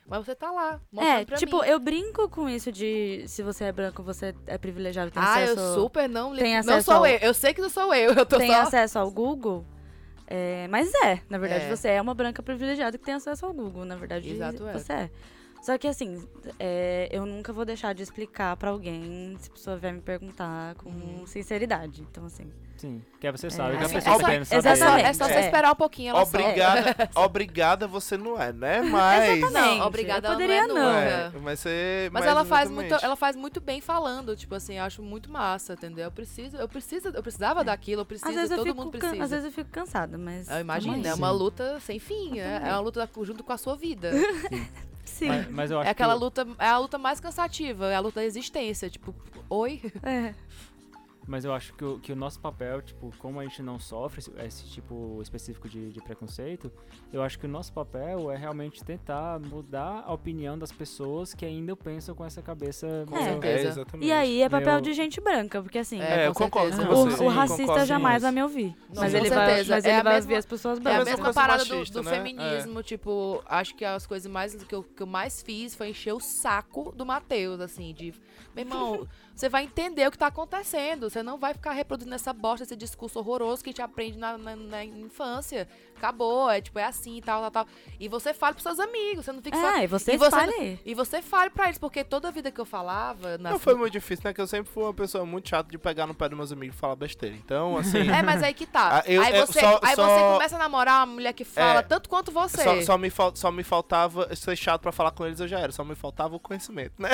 Mas você tá lá.
Twitter.
Mostrando
É,
pra
tipo,
mim.
eu brinco com isso de se você é branco, você é privilegiado, tem
Ah, eu
acesso...
super não li.
Tem
Não
acesso
sou
ao-
eu. Eu sei que não sou eu. Eu tô
tem
Tá só.
acesso ao Google. É, mas é, na verdade,
É.
você é uma branca privilegiada que tem acesso ao Google, na verdade,
Exato, é.
você é. Só que assim, é, eu nunca vou deixar de explicar pra alguém se a pessoa vier me perguntar com
Uhum.
sinceridade. Então, assim.
Sim, que aí você sabe que a
Assim,
pessoa
é
tá
só-
querendo saber.
É só, é
Exatamente.
só você
É.
esperar um pouquinho. Ela solta.
Obrigada, obrigada você não é, né? Mas...
Não,
Exatamente.
obrigada.
Eu
ela
poderia
não.
não.
É,
É, mas você...
Mas ela faz, muito,
exatamente.
ela faz muito bem falando, tipo assim, eu acho muito massa, entendeu? Eu preciso, eu preciso, eu precisava daquilo, eu preciso,
É. Às vezes, eu
todo
fico
mundo
can-
precisa.
às vezes eu fico cansada, mas.
Eu imagino, é
Sim.
uma luta sem fim, é, é uma luta junto com a sua vida. né?
Sim.
Mas, mas eu acho
É aquela
que...
luta, é a luta mais cansativa, é a luta da existência, tipo, oi?
É.
Mas eu acho que o, que o nosso papel, tipo, como a gente não sofre esse, esse tipo específico de, de preconceito, eu acho que o nosso papel é realmente tentar mudar a opinião das pessoas que ainda pensam com essa cabeça.
Com certeza.
exatamente.
E aí é papel
Eu-
de gente branca, porque assim.
É,
É, eu
com
concordo
certeza.
com
O,
você.
o
Sim,
racista
concordo.
jamais
Sim.
vai me ouvir.
Não,
mas
com
ele vai,
certeza.
mas
É
ele
a
vai
mesma-
ouvir as pessoas
É a
brancas.
mesma
coisa
parada do-
machista,
do,
né?
feminismo, tipo, acho que as coisas mais que eu, que eu mais fiz foi encher o saco do Matheus, assim, de. Meu irmão, você vai entender o que tá acontecendo. Você não vai ficar reproduzindo essa bosta, esse discurso horroroso que a gente aprende na, na- na infância. Acabou, é tipo, é assim, tal, tal, tal. E você fala pros seus amigos, você não fica só.
É, e você
E você-
espalha.
E você fale pra eles, porque toda vida que eu falava. nas-
Não foi muito difícil, né? Que eu sempre fui uma pessoa muito chata de pegar no pé dos meus amigos e falar besteira. Então, assim.
É, mas aí que tá.
Ah, eu-
aí
é,
você,
só-
aí
só-
você começa a namorar uma mulher que fala
É.
tanto quanto você.
Só, só me fal- só me faltava ser chato pra falar com eles, eu já era. Só me faltava o conhecimento, né?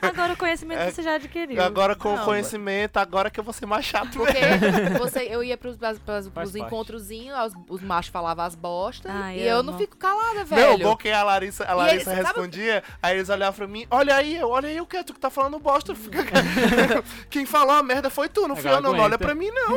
Agora o conhecimento
É,
você já adquiriu.
agora com
Não,
o conhecimento, agora que eu vou ser mais chato mesmo.
Porque você, eu ia pros, pras,
Faz
pras, pros
parte.
encontrozinhos, os, os machos falavam as bostas,
Ai,
e eu não
amo.
fico calada,
Não, o
é velho.
bom que a Larissa, a
E
Larissa
eles- sabe-
respondia, aí eles olhavam pra mim, olha aí, eu, olha aí o que? Tu que tá falando bosta. Fica- Quem falou a merda foi tu, não fui
Agora
eu não, não olha
aguenta.
pra mim não.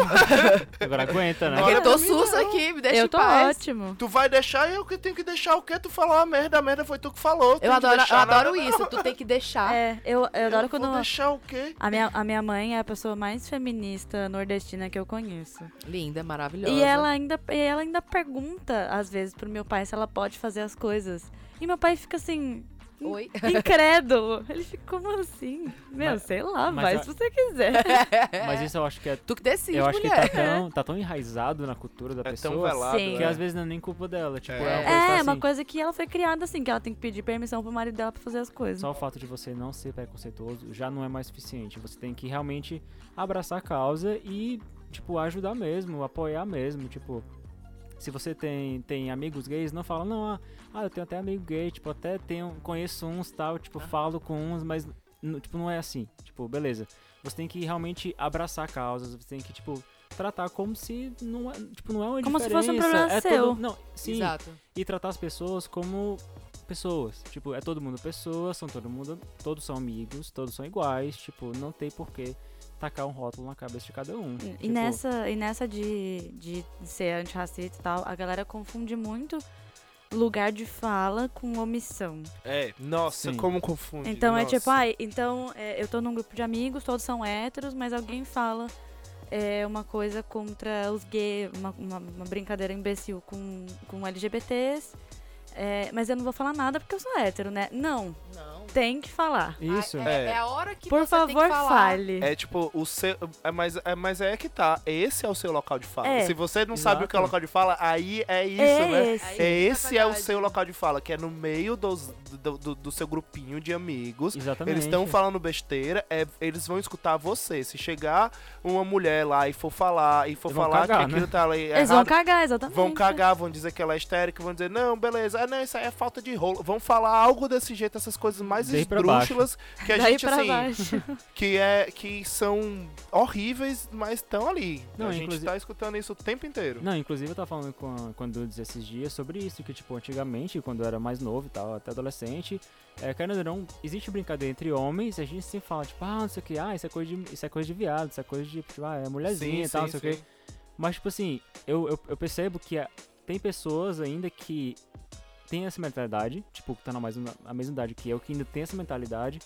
Agora aguenta, né?
Olha
É eu
pra
tô
mim,
sussa
não.
aqui, me deixa
Eu
em
tô
paz.
ótimo.
Tu vai deixar eu que tenho que deixar o que? Tu falou a merda, a merda foi tu que falou. tem
Eu
que
adoro, eu
deixar,
adoro
não, não,
isso,
não.
tu tem que deixar.
É, eu, eu adoro quando.
vou deixar o quê?
A minha, a minha mãe é a pessoa mais feminista nordestina que eu conheço.
Linda, maravilhosa.
E ela, ainda, e ela ainda pergunta, às vezes, pro meu pai se ela pode fazer as coisas. E meu pai fica assim,
Oi?
incrédulo. Ele fica, como assim? Meu,
Mas-
sei lá,
mas
vai
a-
se você quiser.
Mas isso eu acho que é.
Tu que decide,
Eu acho que
mulher.
tá tão, tá tão enraizado na cultura da
É tão
pessoa
velado.
Sim.
que
é.
às vezes não é nem culpa dela. Tipo, é,
É.
uma coisa que tá
É,
assim,
uma coisa que ela foi criada assim, que ela tem que pedir permissão pro marido dela pra fazer as coisas.
Só o fato de você não ser preconceituoso já não é mais suficiente. Você tem que realmente abraçar a causa e, tipo, ajudar mesmo, apoiar mesmo. Tipo, se você tem, tem amigos gays, não fala, não, ah, ah, eu tenho até amigo gay, tipo, até tenho, conheço uns tal, tipo,
Ah.
falo com uns, mas, n- tipo, não é assim. Tipo, beleza. Você tem que realmente abraçar causas, você tem que, tipo, tratar como se não é, tipo, não é uma
Como se
diferença.
fosse um problema
é
seu.
Todo, não, sim,
Exato.
e tratar as pessoas como pessoas. Tipo, é todo mundo pessoa, são todo mundo, todos são amigos, todos são iguais, tipo, não tem porquê tacar um rótulo na cabeça de cada um.
Uhum.
E
Tipo,
nessa, e nessa de, de ser antirracista e tal, a galera confunde muito lugar de fala com omissão.
É, nossa,
Sim.
como confunde.
Então é tipo,
nossa.
ai, então é, eu tô num grupo de amigos, todos são héteros, mas alguém fala é, uma coisa contra os gays, uma, uma- uma brincadeira imbecil com, com LGBTs, é, mas eu não vou falar nada porque eu sou hétero, né? Não,
Não.
tem que falar.
Isso.
É.
É, é a hora que
Por
você tem
favor,
que falar.
fale.
É tipo, o seu. É, mas, é, mas é que tá. Esse é o seu local de fala.
É.
Se você não sabe o que é
Exato.
local de fala, aí é isso,
É
né?
esse.
Aí-
É esse é o
verdade.
seu local de fala, que é no meio dos, do, do- do seu grupinho de amigos.
É, Exatamente.
Eles estão falando besteira, é, eles vão escutar você. Se chegar uma mulher lá e for falar, e for
Eles vão
falar
cagar,
que aquilo
né?
tá ali
Eles vão
errado,
cagar, exatamente.
vão cagar, vão dizer que ela é histérica, vão dizer, não, beleza, ah, não, isso aí é falta de rolo. Vão falar algo desse jeito, essas coisas mais
Daí pra
esdrúxulas que a
Daí
gente,
pra
assim,
baixo.
que, é, que são horríveis, mas estão ali.
Não,
a gente
inclusive-
tá escutando isso o tempo inteiro.
Não, inclusive eu tava falando com a, com a Dudes esses dias sobre isso, que tipo, antigamente, quando eu era mais novo e tal, até adolescente, é, querendo ou não, existe brincadeira entre homens, a gente sempre fala, tipo, ah, não sei o que, ah, isso é coisa de, isso é coisa de viado, isso é coisa de, tipo, ah, é mulherzinha e tal, não sei o que. Mas, tipo assim, eu, eu, eu percebo que ah, tem pessoas ainda que têm essa mentalidade, tipo, que tá na mesma, na mesma idade que eu, que ainda tem essa mentalidade,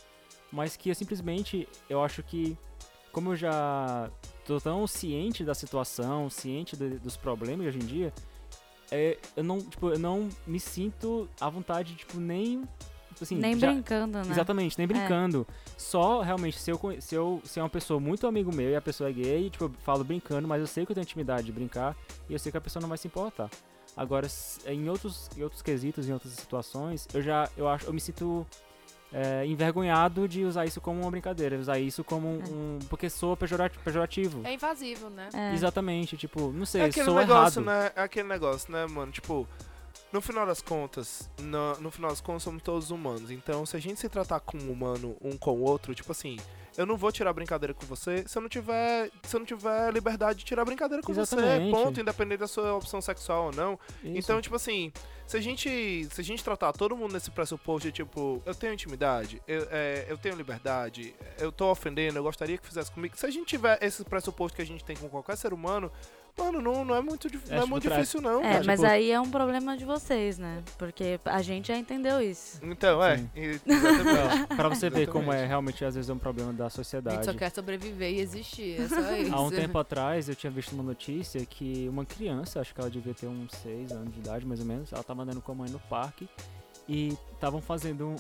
mas que eu simplesmente, eu acho que, como eu já tô tão ciente da situação, ciente de- dos problemas de hoje em dia, é, eu não, tipo, eu não me sinto à vontade, tipo, nem... tipo Assim,
Nem
já-
brincando, né?
Exatamente, nem
É.
brincando. Só realmente, se eu, conhe- se eu se é uma pessoa muito amigo meu e a pessoa é gay, tipo, eu falo brincando, mas eu sei que eu tenho intimidade de brincar e eu sei que a pessoa não vai se importar. Agora, s- em outros, em outros quesitos, em outras situações, eu já eu acho, eu me sinto é, envergonhado de usar isso como uma brincadeira, usar isso como um.
É.
um- porque sou pejorati- pejorativo.
É invasivo, né?
É.
Exatamente, tipo, não sei,
É aquele
sou
negócio,
errado.
né? É aquele negócio, né, mano? Tipo, no final das contas, no, no final das contas, somos todos humanos. Então, se a gente se tratar como humano um com o um outro, tipo assim, Eu não vou tirar brincadeira com você se eu não tiver, se eu não tiver liberdade de tirar brincadeira com
Exatamente.
você. Ponto, independente da sua opção sexual ou não.
Isso.
Então, tipo assim, se a gente se a gente tratar todo mundo nesse pressuposto de tipo, eu tenho intimidade, eu, é, eu tenho liberdade, eu tô ofendendo, eu gostaria que fizesse comigo. Se a gente tiver esse pressuposto que a gente tem com qualquer ser humano, mano, não, não é muito, dif- não é
Acho
muito
que traz.
difícil, não,
É,
cara.
mas
tipo-
aí é um problema de vocês, né? Porque a gente já entendeu isso.
Então, é.
Sim.
e- exatamente.
Pra- Pra você ver como é
Exatamente.
realmente, às vezes, é um problema da
A gente
sociedade.
só quer sobreviver e existir, é só isso.
Há um tempo atrás eu tinha visto uma notícia que uma criança, acho que ela devia ter uns 6 anos de idade mais ou menos, ela tava andando com a mãe no parque e estavam fazendo um,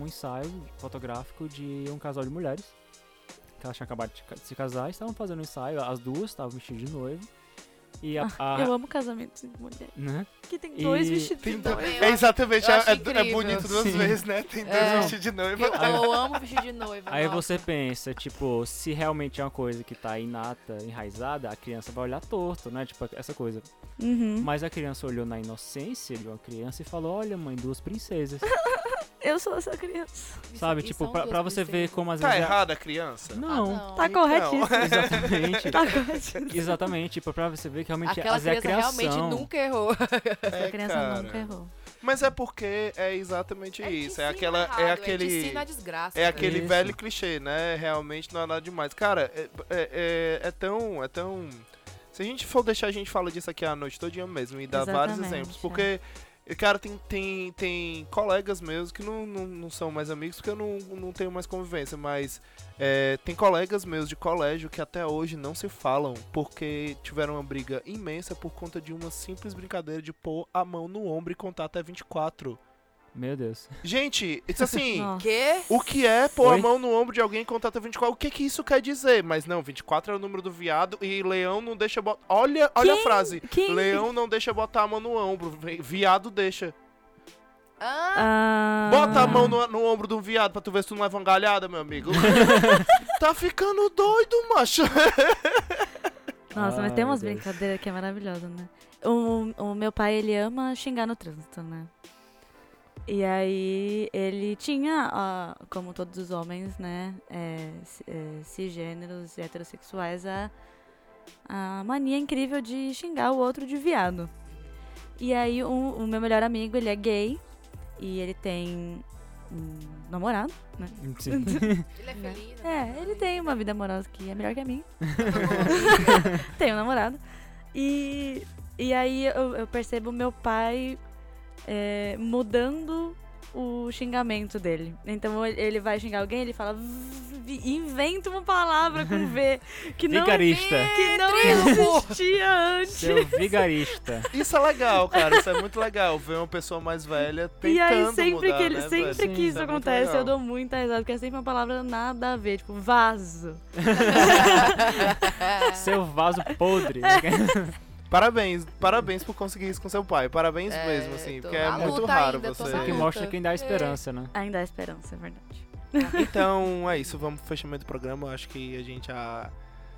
um- um ensaio fotográfico de um casal de mulheres. Que elas tinham acabado de ca- se casar e estavam fazendo um ensaio, as duas estavam vestidas de noivo. E a. a-
Ah, Eu amo casamentos de mulher.
né?
Que tem
E-
dois vestidos
Ah. Tem
de
do-
noiva.
Eu
é
acho-
exatamente,
eu
é,
acho
é-
incrível.
é bonito duas
Sim.
vezes, né? Tem dois
É.
vestidos de noiva.
Eu, eu amo vestir de noiva.
Aí
nossa.
você pensa, tipo, se realmente é uma coisa que tá inata, enraizada, a criança vai olhar torto, né? Tipo, essa coisa.
Uhum.
Mas a criança olhou na inocência de uma criança e falou: Olha, mãe, duas princesas.
Eu sou essa criança.
Isso
Sabe?
aqui
Tipo,
são
pra,
duas
pra você ver
princesas.
como às
Tá
vezes. é a-
errada a criança?
Não,
Ah,
Tá
Então.
corretíssimo.
exatamente.
Tá corretíssimo.
exatamente. Tipo, pra você ver que realmente
Aquela
às vezes
criança
a criação.
realmente nunca errou.
Essa
É,
criança
cara.
nunca errou.
Mas é porque é exatamente
te
isso. É
ensina
aquela.
errado,
é
É, te
aquele.
ensina a desgraça.
É aquele
Isso.
velho clichê, né? Realmente não é nada demais. Cara, é, é, é- é tão. É tão. Se a gente for deixar, a gente fala disso aqui a noite todinha mesmo e dar vários
Exatamente,
exemplos.
é.
Porque, cara, tem, tem, tem colegas meus que não, não, não são mais amigos porque eu não, não tenho mais convivência, mas é, tem colegas meus de colégio que até hoje não se falam porque tiveram uma briga imensa por conta de uma simples brincadeira de pôr a mão no ombro e contar até 24.
Meu Deus.
Gente, isso assim.
Nossa.
Quê?
O que é pôr
Oi?
a mão no ombro de alguém e contar até 24? O que que isso quer dizer? Mas não, 24 é o número do viado e leão não deixa botar... Olha, olha a frase.
Quem?
Leão não deixa botar a mão no ombro, vi- viado deixa.
Ah,
Ah.
Bota a mão no, no ombro do viado pra tu ver se tu não leva uma galhada, meu amigo. tá ficando doido, macho.
Nossa, mas
Ai,
tem umas
meu Deus.
brincadeiras que é maravilhosa, né? O, o meu pai, ele ama xingar no trânsito, né? E aí ele tinha, ah, como todos os homens, né, é, ci- é, cisgêneros e heterossexuais, a, a mania incrível de xingar o outro de viado. E aí o, o meu melhor amigo, ele é gay e ele tem um namorado.
Sim.
ele é feliz. né?
É, ele tem uma vida amorosa que é melhor que a minha.
Tá bom.
Tenho um namorado. E, e aí eu, eu percebo meu pai é, mudando o xingamento dele. Então ele- ele vai xingar alguém, ele fala. "V- vi- Inventa uma palavra com V. Que não,
Vigarista.
que não
Triunfo.
existia antes.
Seu vigarista.
Isso é legal, cara. Isso é muito legal. Ver uma pessoa mais velha tá tentando
E aí, sempre
mudar,
que, ele,
né,
sempre
velho?
que
Sim,
isso,
isso é muito
acontece,
legal.
eu dou muita risada, porque é sempre uma palavra nada a ver, tipo, vaso.
É.
Seu vaso podre.
É.
Parabéns, parabéns por conseguir isso com seu pai. Parabéns
É,
mesmo, assim,
tô
porque é
na
muito
tá
luta
raro
ainda, tô
você.
na
Isso que
luta.
mostra quem dá
É.
esperança, né?
Ainda há esperança, é verdade.
Então é isso, vamos pro fechamento do programa. Acho que a gente a,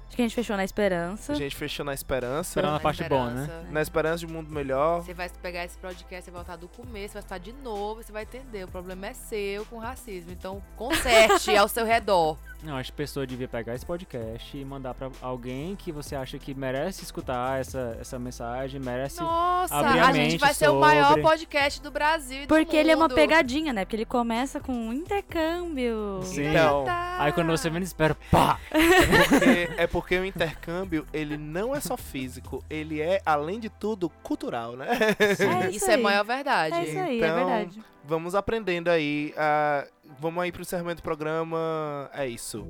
Acho que a gente fechou na esperança.
a gente fechou na esperança.
Esperando a parte boa, né?
Esperança.
Na esperança de um mundo melhor.
Você vai pegar esse podcast, você vai voltar do começo, vai estar de novo, você vai entender. O problema é seu com racismo. Então, conserte ao seu redor.
Não, acho que a pessoa devia pegar esse podcast e mandar pra alguém que você acha que merece escutar essa, essa mensagem, merece.
Nossa,
Abrir
a,
a
gente
mente
vai ser o
sobre-
maior podcast do Brasil. e do
Porque ele é uma
mundo.
pegadinha, né? Porque ele começa com um intercâmbio.
Sim.
Então,
Tá.
Aí quando você menos espera, pá!
porque- é porque o intercâmbio, ele não é só físico, ele é, além de tudo, cultural, né?
É
Isso é
aí.
maior verdade.
É isso aí, é
Então,
verdade.
Vamos aprendendo aí. ah, vamos aí pro encerramento do programa. É isso.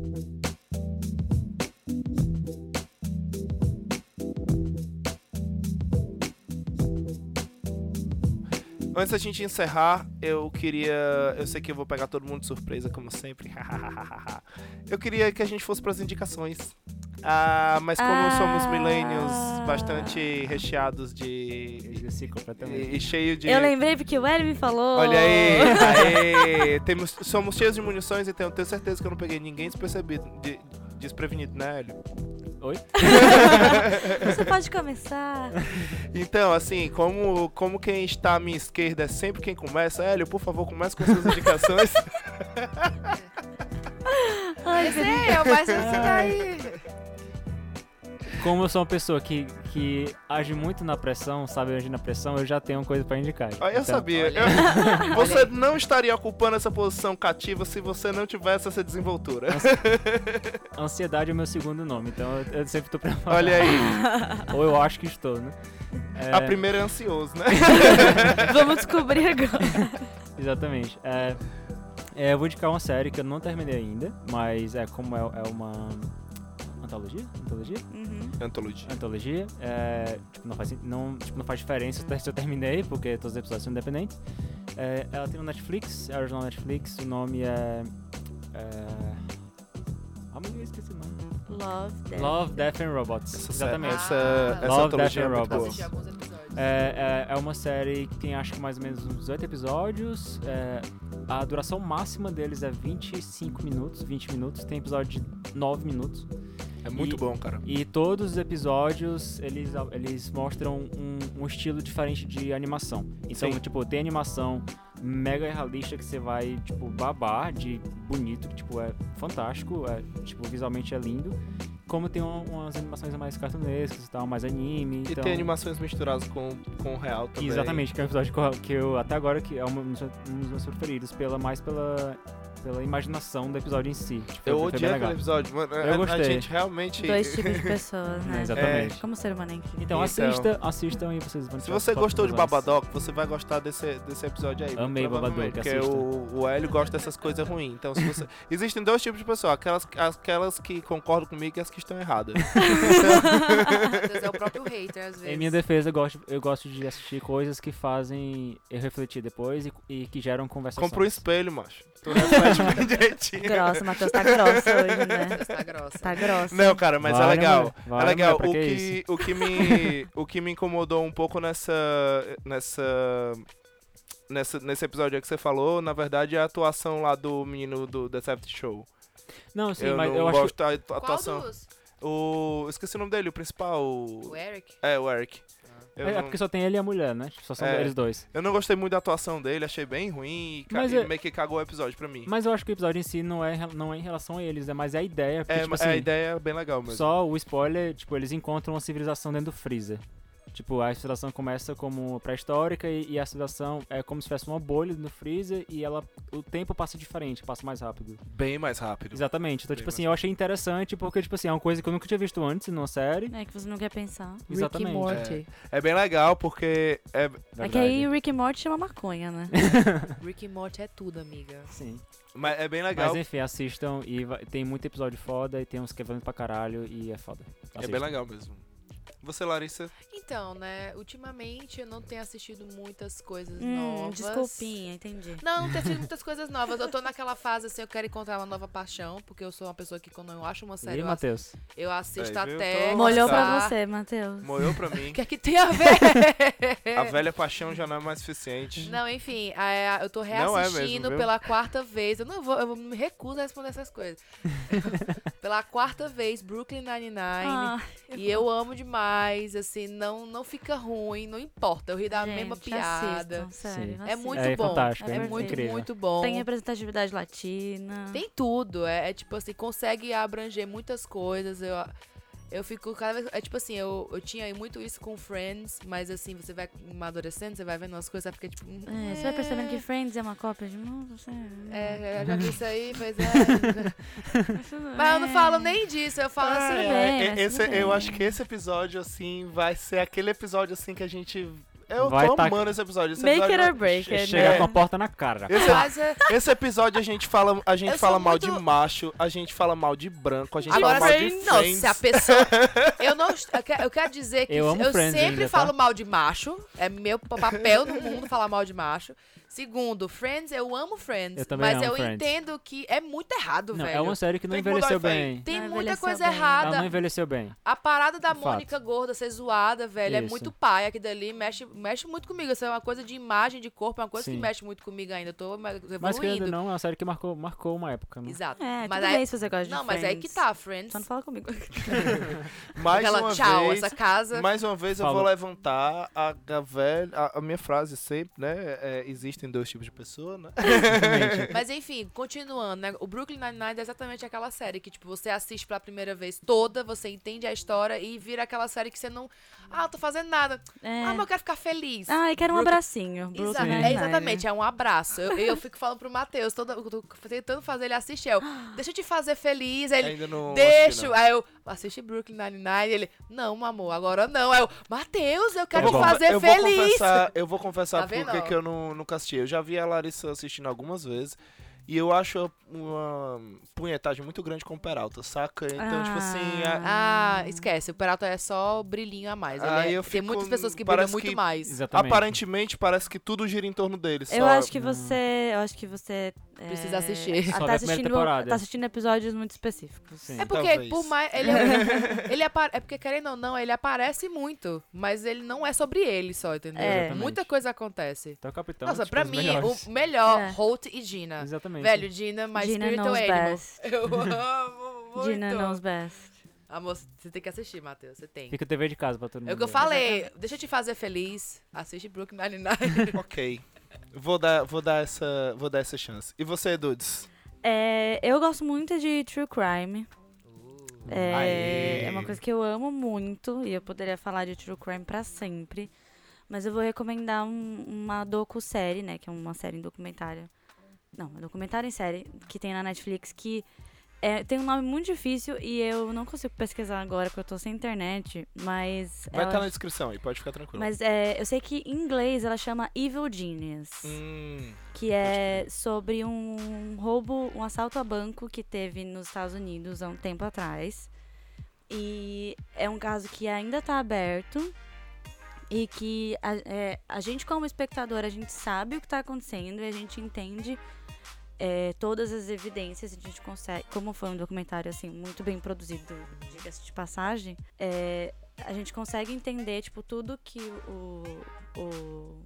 Antes da gente encerrar, eu queria. Eu sei que eu vou pegar todo mundo de surpresa, como sempre. eu queria que a gente fosse pras indicações. Ah, mas como
Ah.
somos millennials bastante recheados de.
Esqueci completamente.
e, e cheio de.
Eu lembrei porque o Hélio me falou.
Olha aí, aê, temos, somos cheios de munições, então eu tenho certeza que eu não peguei ninguém despercebido, de- desprevenido, né, Hélio?
Oi?
Você pode começar.
Então, assim, como, como quem está à minha esquerda é sempre quem começa, Hélio, por favor, comece com suas indicações.
Ai,
Esse é eu, mas você
Ah,
tá aí.
Como eu sou uma pessoa que, que age muito na pressão, sabe agir na pressão, eu já tenho uma coisa pra indicar.
Ah, eu
Então,
sabia.
olha.
Eu- você
Olha aí.
não estaria ocupando essa posição cativa se você não tivesse essa desenvoltura.
Ansiedade é o meu segundo nome, então eu, eu sempre tô preparado.
Olha aí.
Ou eu acho que estou, né? É,
A primeira é ansioso, né?
Vamos descobrir agora.
Exatamente. É, é, eu vou indicar uma série que eu não terminei ainda, mas é como é, é uma. Antologia? Antologia?
Uhum.
Antologia.
Antologia. É, tipo, não faz, não, tipo, não faz diferença se eu terminei, porque todos os episódios são independentes. É, ela tem no Netflix, é original Netflix, o nome é. é... Ah, mas eu esqueci o nome.
Love, Death.
Love, Death and Robots.
Essa, sé-
Exatamente.
essa,
Ah.
essa
Love,
antologia é muito
Death and
Eu
boa.
Robots.
assisti alguns episódios.
tá É, é, é uma série que tem acho que mais ou menos uns 18 episódios. É, a duração máxima deles é 25 minutos, 20 minutos. Tem episódio de 9 minutos.
É muito
E-
bom, cara.
E todos os episódios, eles, eles mostram um, um estilo diferente de animação. Então,
Sim.
tipo, tem animação mega realista que você vai, tipo, babar de bonito, que, tipo, é fantástico, é, tipo, visualmente é lindo. Como tem um- umas animações mais cartunescas e tal, mais anime.
E
então...
tem animações misturadas com, com o real também.
Exatamente, que é um episódio que eu- que eu, até agora, que é um dos meus- um dos meus preferidos, pela, mais pela, pela imaginação do episódio em si. Tipo,
Eu
foi bem
odiei
legal.
aquele episódio, mano.
Eu
A- A
gostei.
gente realmente.
Dois tipos de pessoas, né?
Exatamente.
Como ser humano é incrível.
Então
Então.
assista, assistam e vocês vão
Se
tirar
você
fotos
gostou de
visuais.
Babadoc, você vai gostar desse, desse episódio aí. muito
Amei Babadook,
provavelmente, Porque
assista.
o, o Hélio gosta dessas coisas ruins. Então, se você. Existem dois tipos de pessoas: aquelas, aquelas que concordam comigo e as que estão erradas.
Matheus é o próprio hater, às vezes.
Em minha defesa, eu gosto, eu gosto de assistir coisas que fazem eu refletir depois e, e que geram conversações.
Compra um espelho, macho. Tu reflete bem direitinho.
Grossa, o Matheus tá grossa hoje, né?
Tá grossa.
Tá grossa.
Não, cara, mas é
Vale,
legal.
mulher. Vale,
é legal.
mulher,
O
pra que
que, o, que me, o que me incomodou um pouco nessa. nessa. Nessa, nesse episódio aí que você falou, na verdade, é a atuação lá do menino do The Theft Show.
Não, sim,
eu
mas
não
eu acho
gosto da atu-
Qual
atuação.
dos?
O. eu Esqueci o nome dele, o principal.
O
o-
Eric? Ah.
É, o Eric.
que.
Eu,
É, é
não,
porque só tem ele e a mulher, né? Só são
É.
eles dois.
eu não gostei muito da atuação dele, achei bem ruim e, ca-
Mas
e
é-
meio que cagou o episódio pra mim.
Mas eu acho que o episódio em si não é, não é em relação a eles, é mais a ideia. Porque,
é,
tipo
mas
assim,
a ideia é bem legal mesmo.
Só o spoiler, tipo, eles encontram uma civilização dentro do freezer. Tipo, a civilização começa como pré-histórica e, e a civilização é como se tivesse uma bolha no freezer e ela o tempo passa diferente, passa mais rápido.
Bem mais rápido.
Exatamente. Então,
Bem
tipo assim,
mais
eu achei interessante porque, tipo assim, é uma coisa que eu nunca tinha visto antes numa série.
É que você não quer pensar.
Exatamente.
Morty.
É bem legal porque é,
É que aí o Rick and Morty chama maconha, né?
Rick and Morty é tudo, amiga.
Sim.
mas é bem legal
Mas enfim, assistam e vai- tem muito episódio foda e tem uns que é violento pra caralho e é foda.
É
Assistam.
bem legal mesmo. Você, Larissa?
Então, né, ultimamente eu não tenho assistido muitas coisas
Hum,
novas.
desculpinha, entendi.
Não, não tenho assistido muitas coisas novas. Eu tô naquela fase assim, eu quero encontrar uma nova paixão, porque eu sou uma pessoa que quando eu acho uma série,
E
eu, ass-
Matheus?
eu assisto
Aí, viu?
até.
Tô-
Molhou pra
gostar.
você, Matheus.
Moeu pra
O
mim.
que é que tem a ver?
A velha paixão já não é mais suficiente.
Não, enfim, é, eu tô
é mesmo,
reassistindo
viu?
pela quarta vez. Eu não vou, eu me recuso a responder essas coisas. pela quarta vez, Brooklyn Nine-Nine.
Ah,
E eu amo demais, assim, não, não fica ruim, não importa. Eu ri da
gente,
mesma piada.
assistam, sério,
Sim.
É
assistam.
muito
É
bom.
fantástico,
é
é muito,
incrível.
muito bom.
Tem representatividade latina.
Tem tudo. É, é tipo assim, consegue abranger muitas coisas. Eu, eu fico cada vez. É tipo assim, eu, eu tinha muito isso com Friends, mas assim, você vai amadurecendo, você vai vendo as coisas, você fica tipo. hum,
É, você vai percebendo que Friends é uma cópia de mundo, você...
É, eu já vi isso aí, pois é. Mas eu
é.
não falo nem disso, eu falo
Ah,
assim.
tudo bem,
É,
mas
esse-
tudo bem.
eu acho que esse episódio, assim, vai ser aquele episódio, assim, que a gente... é Eu
Vai
tô
tá-
amando esse episódio. Esse
Make it
episódio, é
or break
é,
it,
Chegar
né?
com a porta na cara.
esse,
Mas é-
esse episódio a gente fala, a
Eu
gente
sou
fala mal
muito-
de macho, a gente fala mal de branco, a gente
Agora,
fala mal
se-
de
não,
friends.
se a pessoa. Eu não. Eu quero, eu quero dizer que
Eu amo Friends ainda,
sempre
tá?
falo mal de macho. É meu pa- papel no mundo falar mal de macho. Segundo, Friends, eu amo Friends.
Eu também
mas
amo
eu
Friends.
entendo que é muito errado,
Não,
velho.
é uma série que não
Tem que mudar
envelheceu
isso aí.
bem.
Tem
Não é
muita
envelheceu
coisa
bem.
Ela não
errada.
envelheceu bem.
A parada da
De
Mônica gorda ser zoada, velho, é
Isso.
muito paia. Aqui dali mexe, mexe muito comigo. Essa é uma coisa de imagem, de corpo, é uma coisa
Sim.
que mexe muito comigo ainda. Eu tô me-
Mas querendo ou
evoluindo.
não, é uma série que marcou, marcou uma época, né?
Exato.
É,
mas
tudo
aí...
bem se você gosta de
Não, mas
Friends.
aí que tá, Friends.
Só não fala comigo.
Mais
Aquela
uma
tchau,
vez,
essa casa.
mais uma vez eu vou
Falou.
levantar a, a, velha, a, a minha frase sempre, né? É, existem dois tipos de pessoa, né?
Mas enfim, continuando, né? O Brooklyn Nine-Nine é exatamente aquela série que, tipo, você assiste pela primeira vez toda, você entende a história e vira aquela série que você não. Ah, eu tô fazendo nada.
É.
Ah, mas eu quero ficar feliz.
Ai, quero um
Brooklyn-
abracinho. Brooklyn
Exa-
Nine-Nine. né?
é, exatamente, é um abraço. Eu, eu fico falando pro Matheus, toda, eu tô tentando fazer ele assistir. Eu, deixa eu te fazer feliz. Aí ele,
Ainda não. acho que
deixa.
não.
Aí eu, assisti Brooklyn Nine-Nine. Ele, não, amor, agora não. Aí eu, Matheus, eu quero
Eu
te
vou-
fazer
eu Vou
feliz.
confessar, eu vou confessar
Tá vendo,
porque
ó?
que eu não, nunca assisti. Eu já vi a Larissa assistindo algumas vezes. E eu acho uma punhetagem muito grande com o Peralta, saca? Então, tipo assim.
Ah.
a-
Ah, esquece. O Peralta é só brilhinho a mais. Ele
Aí
é-
eu
Tem
fico-
muitas pessoas que brilham
parece
muito
que-
mais.
Exatamente.
aparentemente parece que tudo gira em torno dele.
Eu
só-
acho que
Não.
você. Eu acho que você. é,
Precisa assistir.
ah,
Só ver
Tá
a primeira
assistindo,
temporada.
tá assistindo episódios muito específicos.
Sim.
É porque,
Talvez.
por mais. Ele é, ele apa- é porque, querendo ou não, ele aparece muito. Mas ele não é sobre ele só, entendeu?
É.
Exatamente.
Muita coisa acontece.
Então, Capitão.
Nossa,
tipo,
pra
os
mim,
melhores.
o melhor,
É.
Holt e Gina.
Exatamente.
Velho, Gina, mais
Gina
Spiritual
knows
Animal.
best.
Eu amo muito.
Gina knows best.
Amor, você tem que assistir, Matheus. Você tem.
Fica o TV de casa pra todo mundo.
É o que eu
ver.
falei. Deixa eu te fazer feliz. Assiste Brooklyn Nine-Nine.
Ok. Vou dar, vou, dar essa, vou dar essa chance. E você, Dudes?
É, eu gosto muito de True Crime.
Aê.
É, é uma coisa que eu amo muito e eu poderia falar de True Crime pra sempre. Mas eu vou recomendar um- uma docu-série, né? Que é uma série em documentário. Não, é documentário em série que tem na Netflix que é, tem um nome muito difícil e eu não consigo pesquisar agora porque eu tô sem internet, mas...
Vai
ela-
estar na descrição aí, pode ficar tranquilo.
Mas é, eu sei que em inglês ela chama Evil Genius,
Hum,
que é sobre um roubo, um assalto a banco que teve nos Estados Unidos há um tempo atrás. E é um caso que ainda tá aberto e que a, é, a gente como espectador, a gente sabe o que tá acontecendo e a gente entende é, todas as evidências, a gente consegue, como foi um documentário assim muito bem produzido, diga-se de passagem, é, a gente consegue entender tipo tudo que o, o-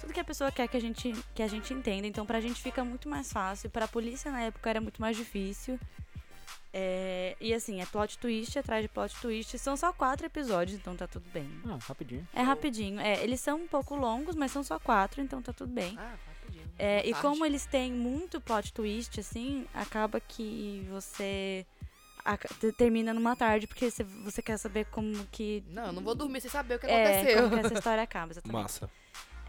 tudo que a pessoa quer que a gente que a gente entenda. Então pra gente fica muito mais fácil, pra polícia na época era muito mais difícil. É, e assim, é plot twist atrás de plot twist. São só quatro episódios, então tá tudo bem.
Ah, rapidinho.
É rapidinho. É, eles são um pouco longos, mas são só quatro, então tá tudo bem.
ah, rapidinho.
É,
Boa
e
tarde.
como eles têm muito plot twist, assim, acaba que você aca- te- termina numa tarde, porque você- você quer saber como que.
Não, eu não vou dormir sem saber o que
É,
aconteceu.
como que essa história acaba, exatamente.
massa.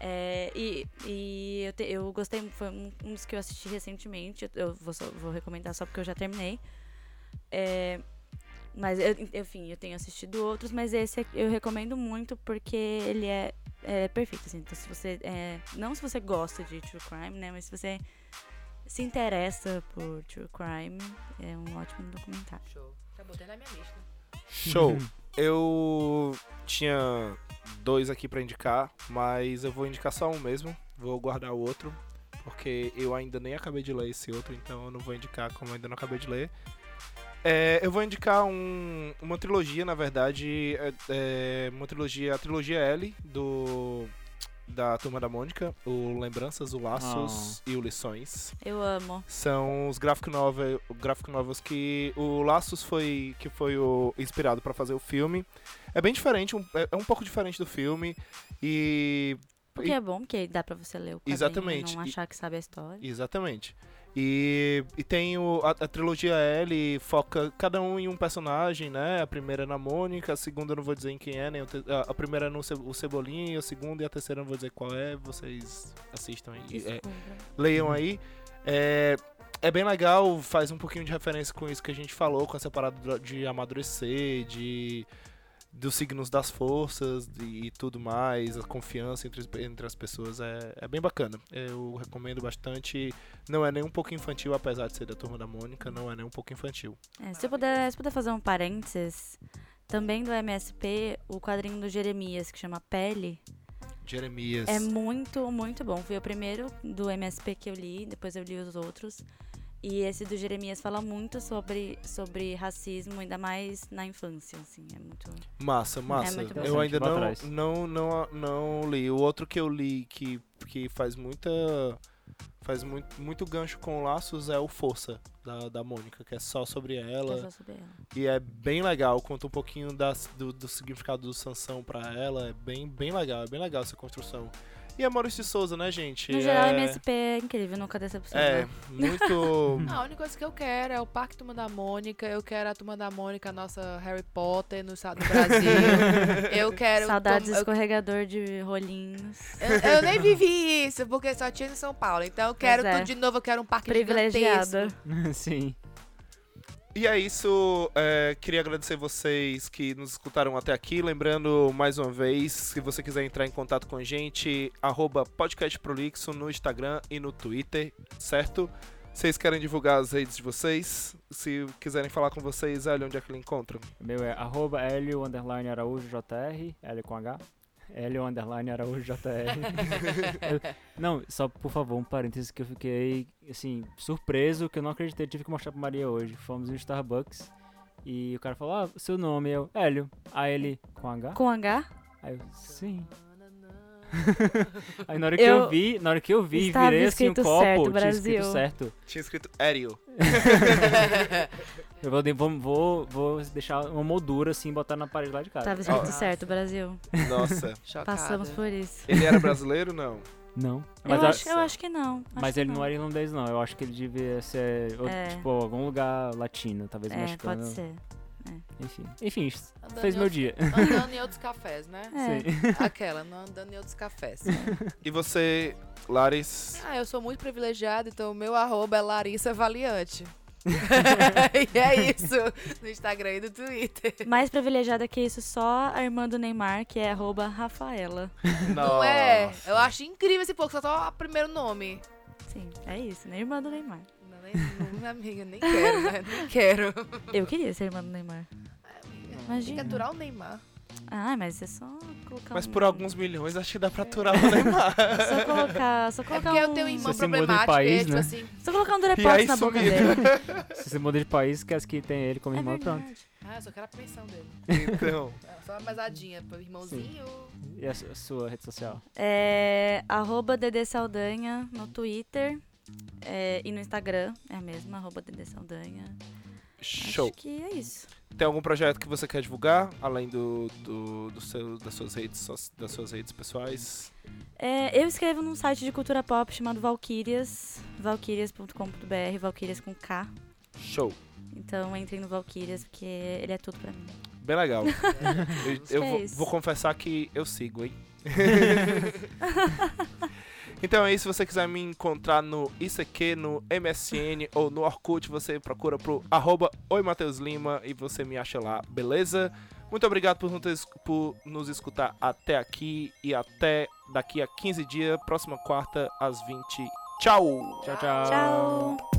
É, e e eu, te- eu gostei, foi um, um dos que eu assisti recentemente. eu- Eu vou, só- vou recomendar só porque eu já terminei. É, mas, eu- enfim, eu tenho assistido outros, mas esse eu recomendo muito porque ele é, é perfeito. assim. Então, se você. é, não se você gosta de true crime, né? Mas se você se interessa por true crime, é um ótimo documentário.
Show. Já botei na minha lista.
Show. eu tinha dois aqui pra indicar, mas eu vou indicar só um mesmo. Vou guardar o outro, porque eu ainda nem acabei de ler esse outro, então eu não vou indicar como eu ainda não acabei de ler. É, eu vou indicar um- uma trilogia, na verdade, é- é, uma trilogia, a trilogia L do da Turma da Mônica, o Lembranças, o Laços e o Lições.
Eu amo.
São os graphic, novel, graphic novels que o Laços foi que foi o inspirado pra fazer o filme. É bem diferente, um- é, é um pouco diferente do filme e
Porque é bom, porque dá pra você ler o quadrinho
Exatamente.
e não
E-
achar que sabe a história.
exatamente. E, e tem o, a, a trilogia L foca cada um em um personagem, né? A primeira é na Mônica, a segunda eu não vou dizer em quem é, nem o te- a, a primeira é no Ce- o Cebolinha, a segunda e a terceira eu não vou dizer qual é, vocês assistam aí. É-
Desculpa.
leiam aí. É, é bem legal, faz um pouquinho de referência com isso que a gente falou, com essa parada do- de amadurecer, de dos signos das forças de- e tudo mais, a confiança entre, as- entre as pessoas é, é bem bacana. Eu recomendo bastante. Não é nem um pouco infantil, apesar de ser da turma da Mônica, não é nem um pouco infantil.
É, se, eu puder, se eu puder fazer um parênteses, também do MSP, o quadrinho do Jeremias, que chama Pele,
Jeremias.
é muito, muito bom. Foi o primeiro do MSP que eu li, depois eu li os outros. E esse do Jeremias fala muito sobre, sobre racismo, ainda mais na infância, assim, é muito...
Massa, massa.
muito interessante,
eu ainda
vou
não,
atrás.
não, não, não li. O outro que eu li que, que faz muita. Faz muito, muito gancho com laços é o Força, da, da Mônica, que é só sobre
Quer
ela.
falar sobre ela?
E é bem legal, conta um pouquinho da, do, do significado do Sansão pra ela. É bem, bem legal, é bem legal essa construção. E é Maurício de Souza, né, gente?
No geral,
é,
MSP é incrível, nunca decepciona.
É, muito.
Ah, A única coisa que eu quero é o Parque Turma da Mônica, eu quero a Turma da Mônica, a nossa Harry Potter no estado do Brasil. eu quero.
Saudades
Tom- eu,
escorregador de rolinhos.
eu- eu nem vivi isso, porque só tinha em São Paulo. Então eu quero
Pois é.
tudo de novo, eu quero um parque
Privilegiada.
gigantesco.
Sim.
E é isso. é, queria agradecer vocês que nos escutaram até aqui. Lembrando, mais uma vez, se você quiser entrar em contato com a gente, arroba podcastprolixo no Instagram e no Twitter, certo? Vocês querem divulgar as redes de vocês? Se quiserem falar com vocês, olha onde é que eles encontram.
O meu é arroba Hélio underline Araújo JR, Hélio com H. Hélio underline Araújo JR. Eu- não, só por favor, um parênteses que eu fiquei, assim, surpreso, que eu não acreditei, tive que mostrar pra Maria hoje. Fomos no Starbucks e o cara falou, ah, seu nome, eu, Hélio. Aí ele, com H?
Com H?
Aí eu, sim. Aí na hora que eu,
Eu-
vi, na hora que eu vi,
Estava
virei assim um
escrito
copo,
certo,
tinha escrito
Brasil.
certo.
Tinha escrito Ariel.
Eu vou, vou- vou, vou deixar uma moldura assim, botar na parede lá de
Ah,
casa.
Tava escrito
Ó.
certo, Brasil.
Nossa.
Chocada.
Passamos por isso.
Ele era brasileiro? Não.
Não.
Eu
a-
acho, eu acho que não. acho
Mas
que
ele não é era irlandês, não. Eu acho que ele devia ser, outro-
É.
tipo, algum lugar latino, talvez
É,
mexicano.
pode ser.
Enfim, enfim isso
Andando
fez
em
meu
outros-
dia.
Andando em outros cafés, né?
É.
Sim.
Aquela, não andando em outros cafés.
E você, Laris?
Ah, eu sou muito privilegiada, então o meu arroba é Larissa Valiante. e é isso, no Instagram e no Twitter.
Mais privilegiada que isso, só a irmã do Neymar, que é arroba Rafaela.
Não é? Eu acho incrível esse pouco, só só o primeiro nome.
Sim, é isso, né? Irmã do Neymar.
Não, nem, não, amiga, nem quero, né? Nem quero.
Eu queria ser irmã do Neymar.
Tem que
Imagina.
aturar o Neymar.
Ah, mas é só colocar
Mas
um-
por alguns milhões, acho que dá pra aturar o Neymar.
Só colocar, só
É
colocar
porque
um...
eu tenho um irmão
Você se muda de
problemático,
país,
e é tipo
né?
assim.
Só colocar um
E aí
Durepox na boca
sumiu.
dele.
Se você muda de país, esquece que tem ele como
É
irmão, tá.
verdade.
pronto.
Ah, eu só quero a pensão dele.
Então.
É, Só uma mesadinha pro irmãozinho.
E a su- a sua rede social?
É, arroba Dedê Saldanha no Twitter é, e no Instagram. É mesmo, arroba Dedê Saldanha.
Show.
Acho que é isso.
Tem algum projeto que você quer divulgar, além do, do, do seu, das, suas redes, so- das suas redes pessoais?
É, eu escrevo num site de cultura pop chamado Valkyrias, valkyrias.com.br, Valkyrias com K.
Show.
Então entrem no Valkyrias, porque ele é tudo pra mim.
Bem legal.
É.
eu eu
é
vou,
isso.
vou confessar que eu sigo, hein? então é isso. Se você quiser me encontrar no ICQ, no MSN ou no Orkut, você procura pro arroba Oi Matheus Lima e você me acha lá, beleza? Muito obrigado por nos, ter- por nos escutar até aqui e até daqui a 15 dias, próxima quarta, às 20. Tchau!
Tchau, tchau.
Tchau!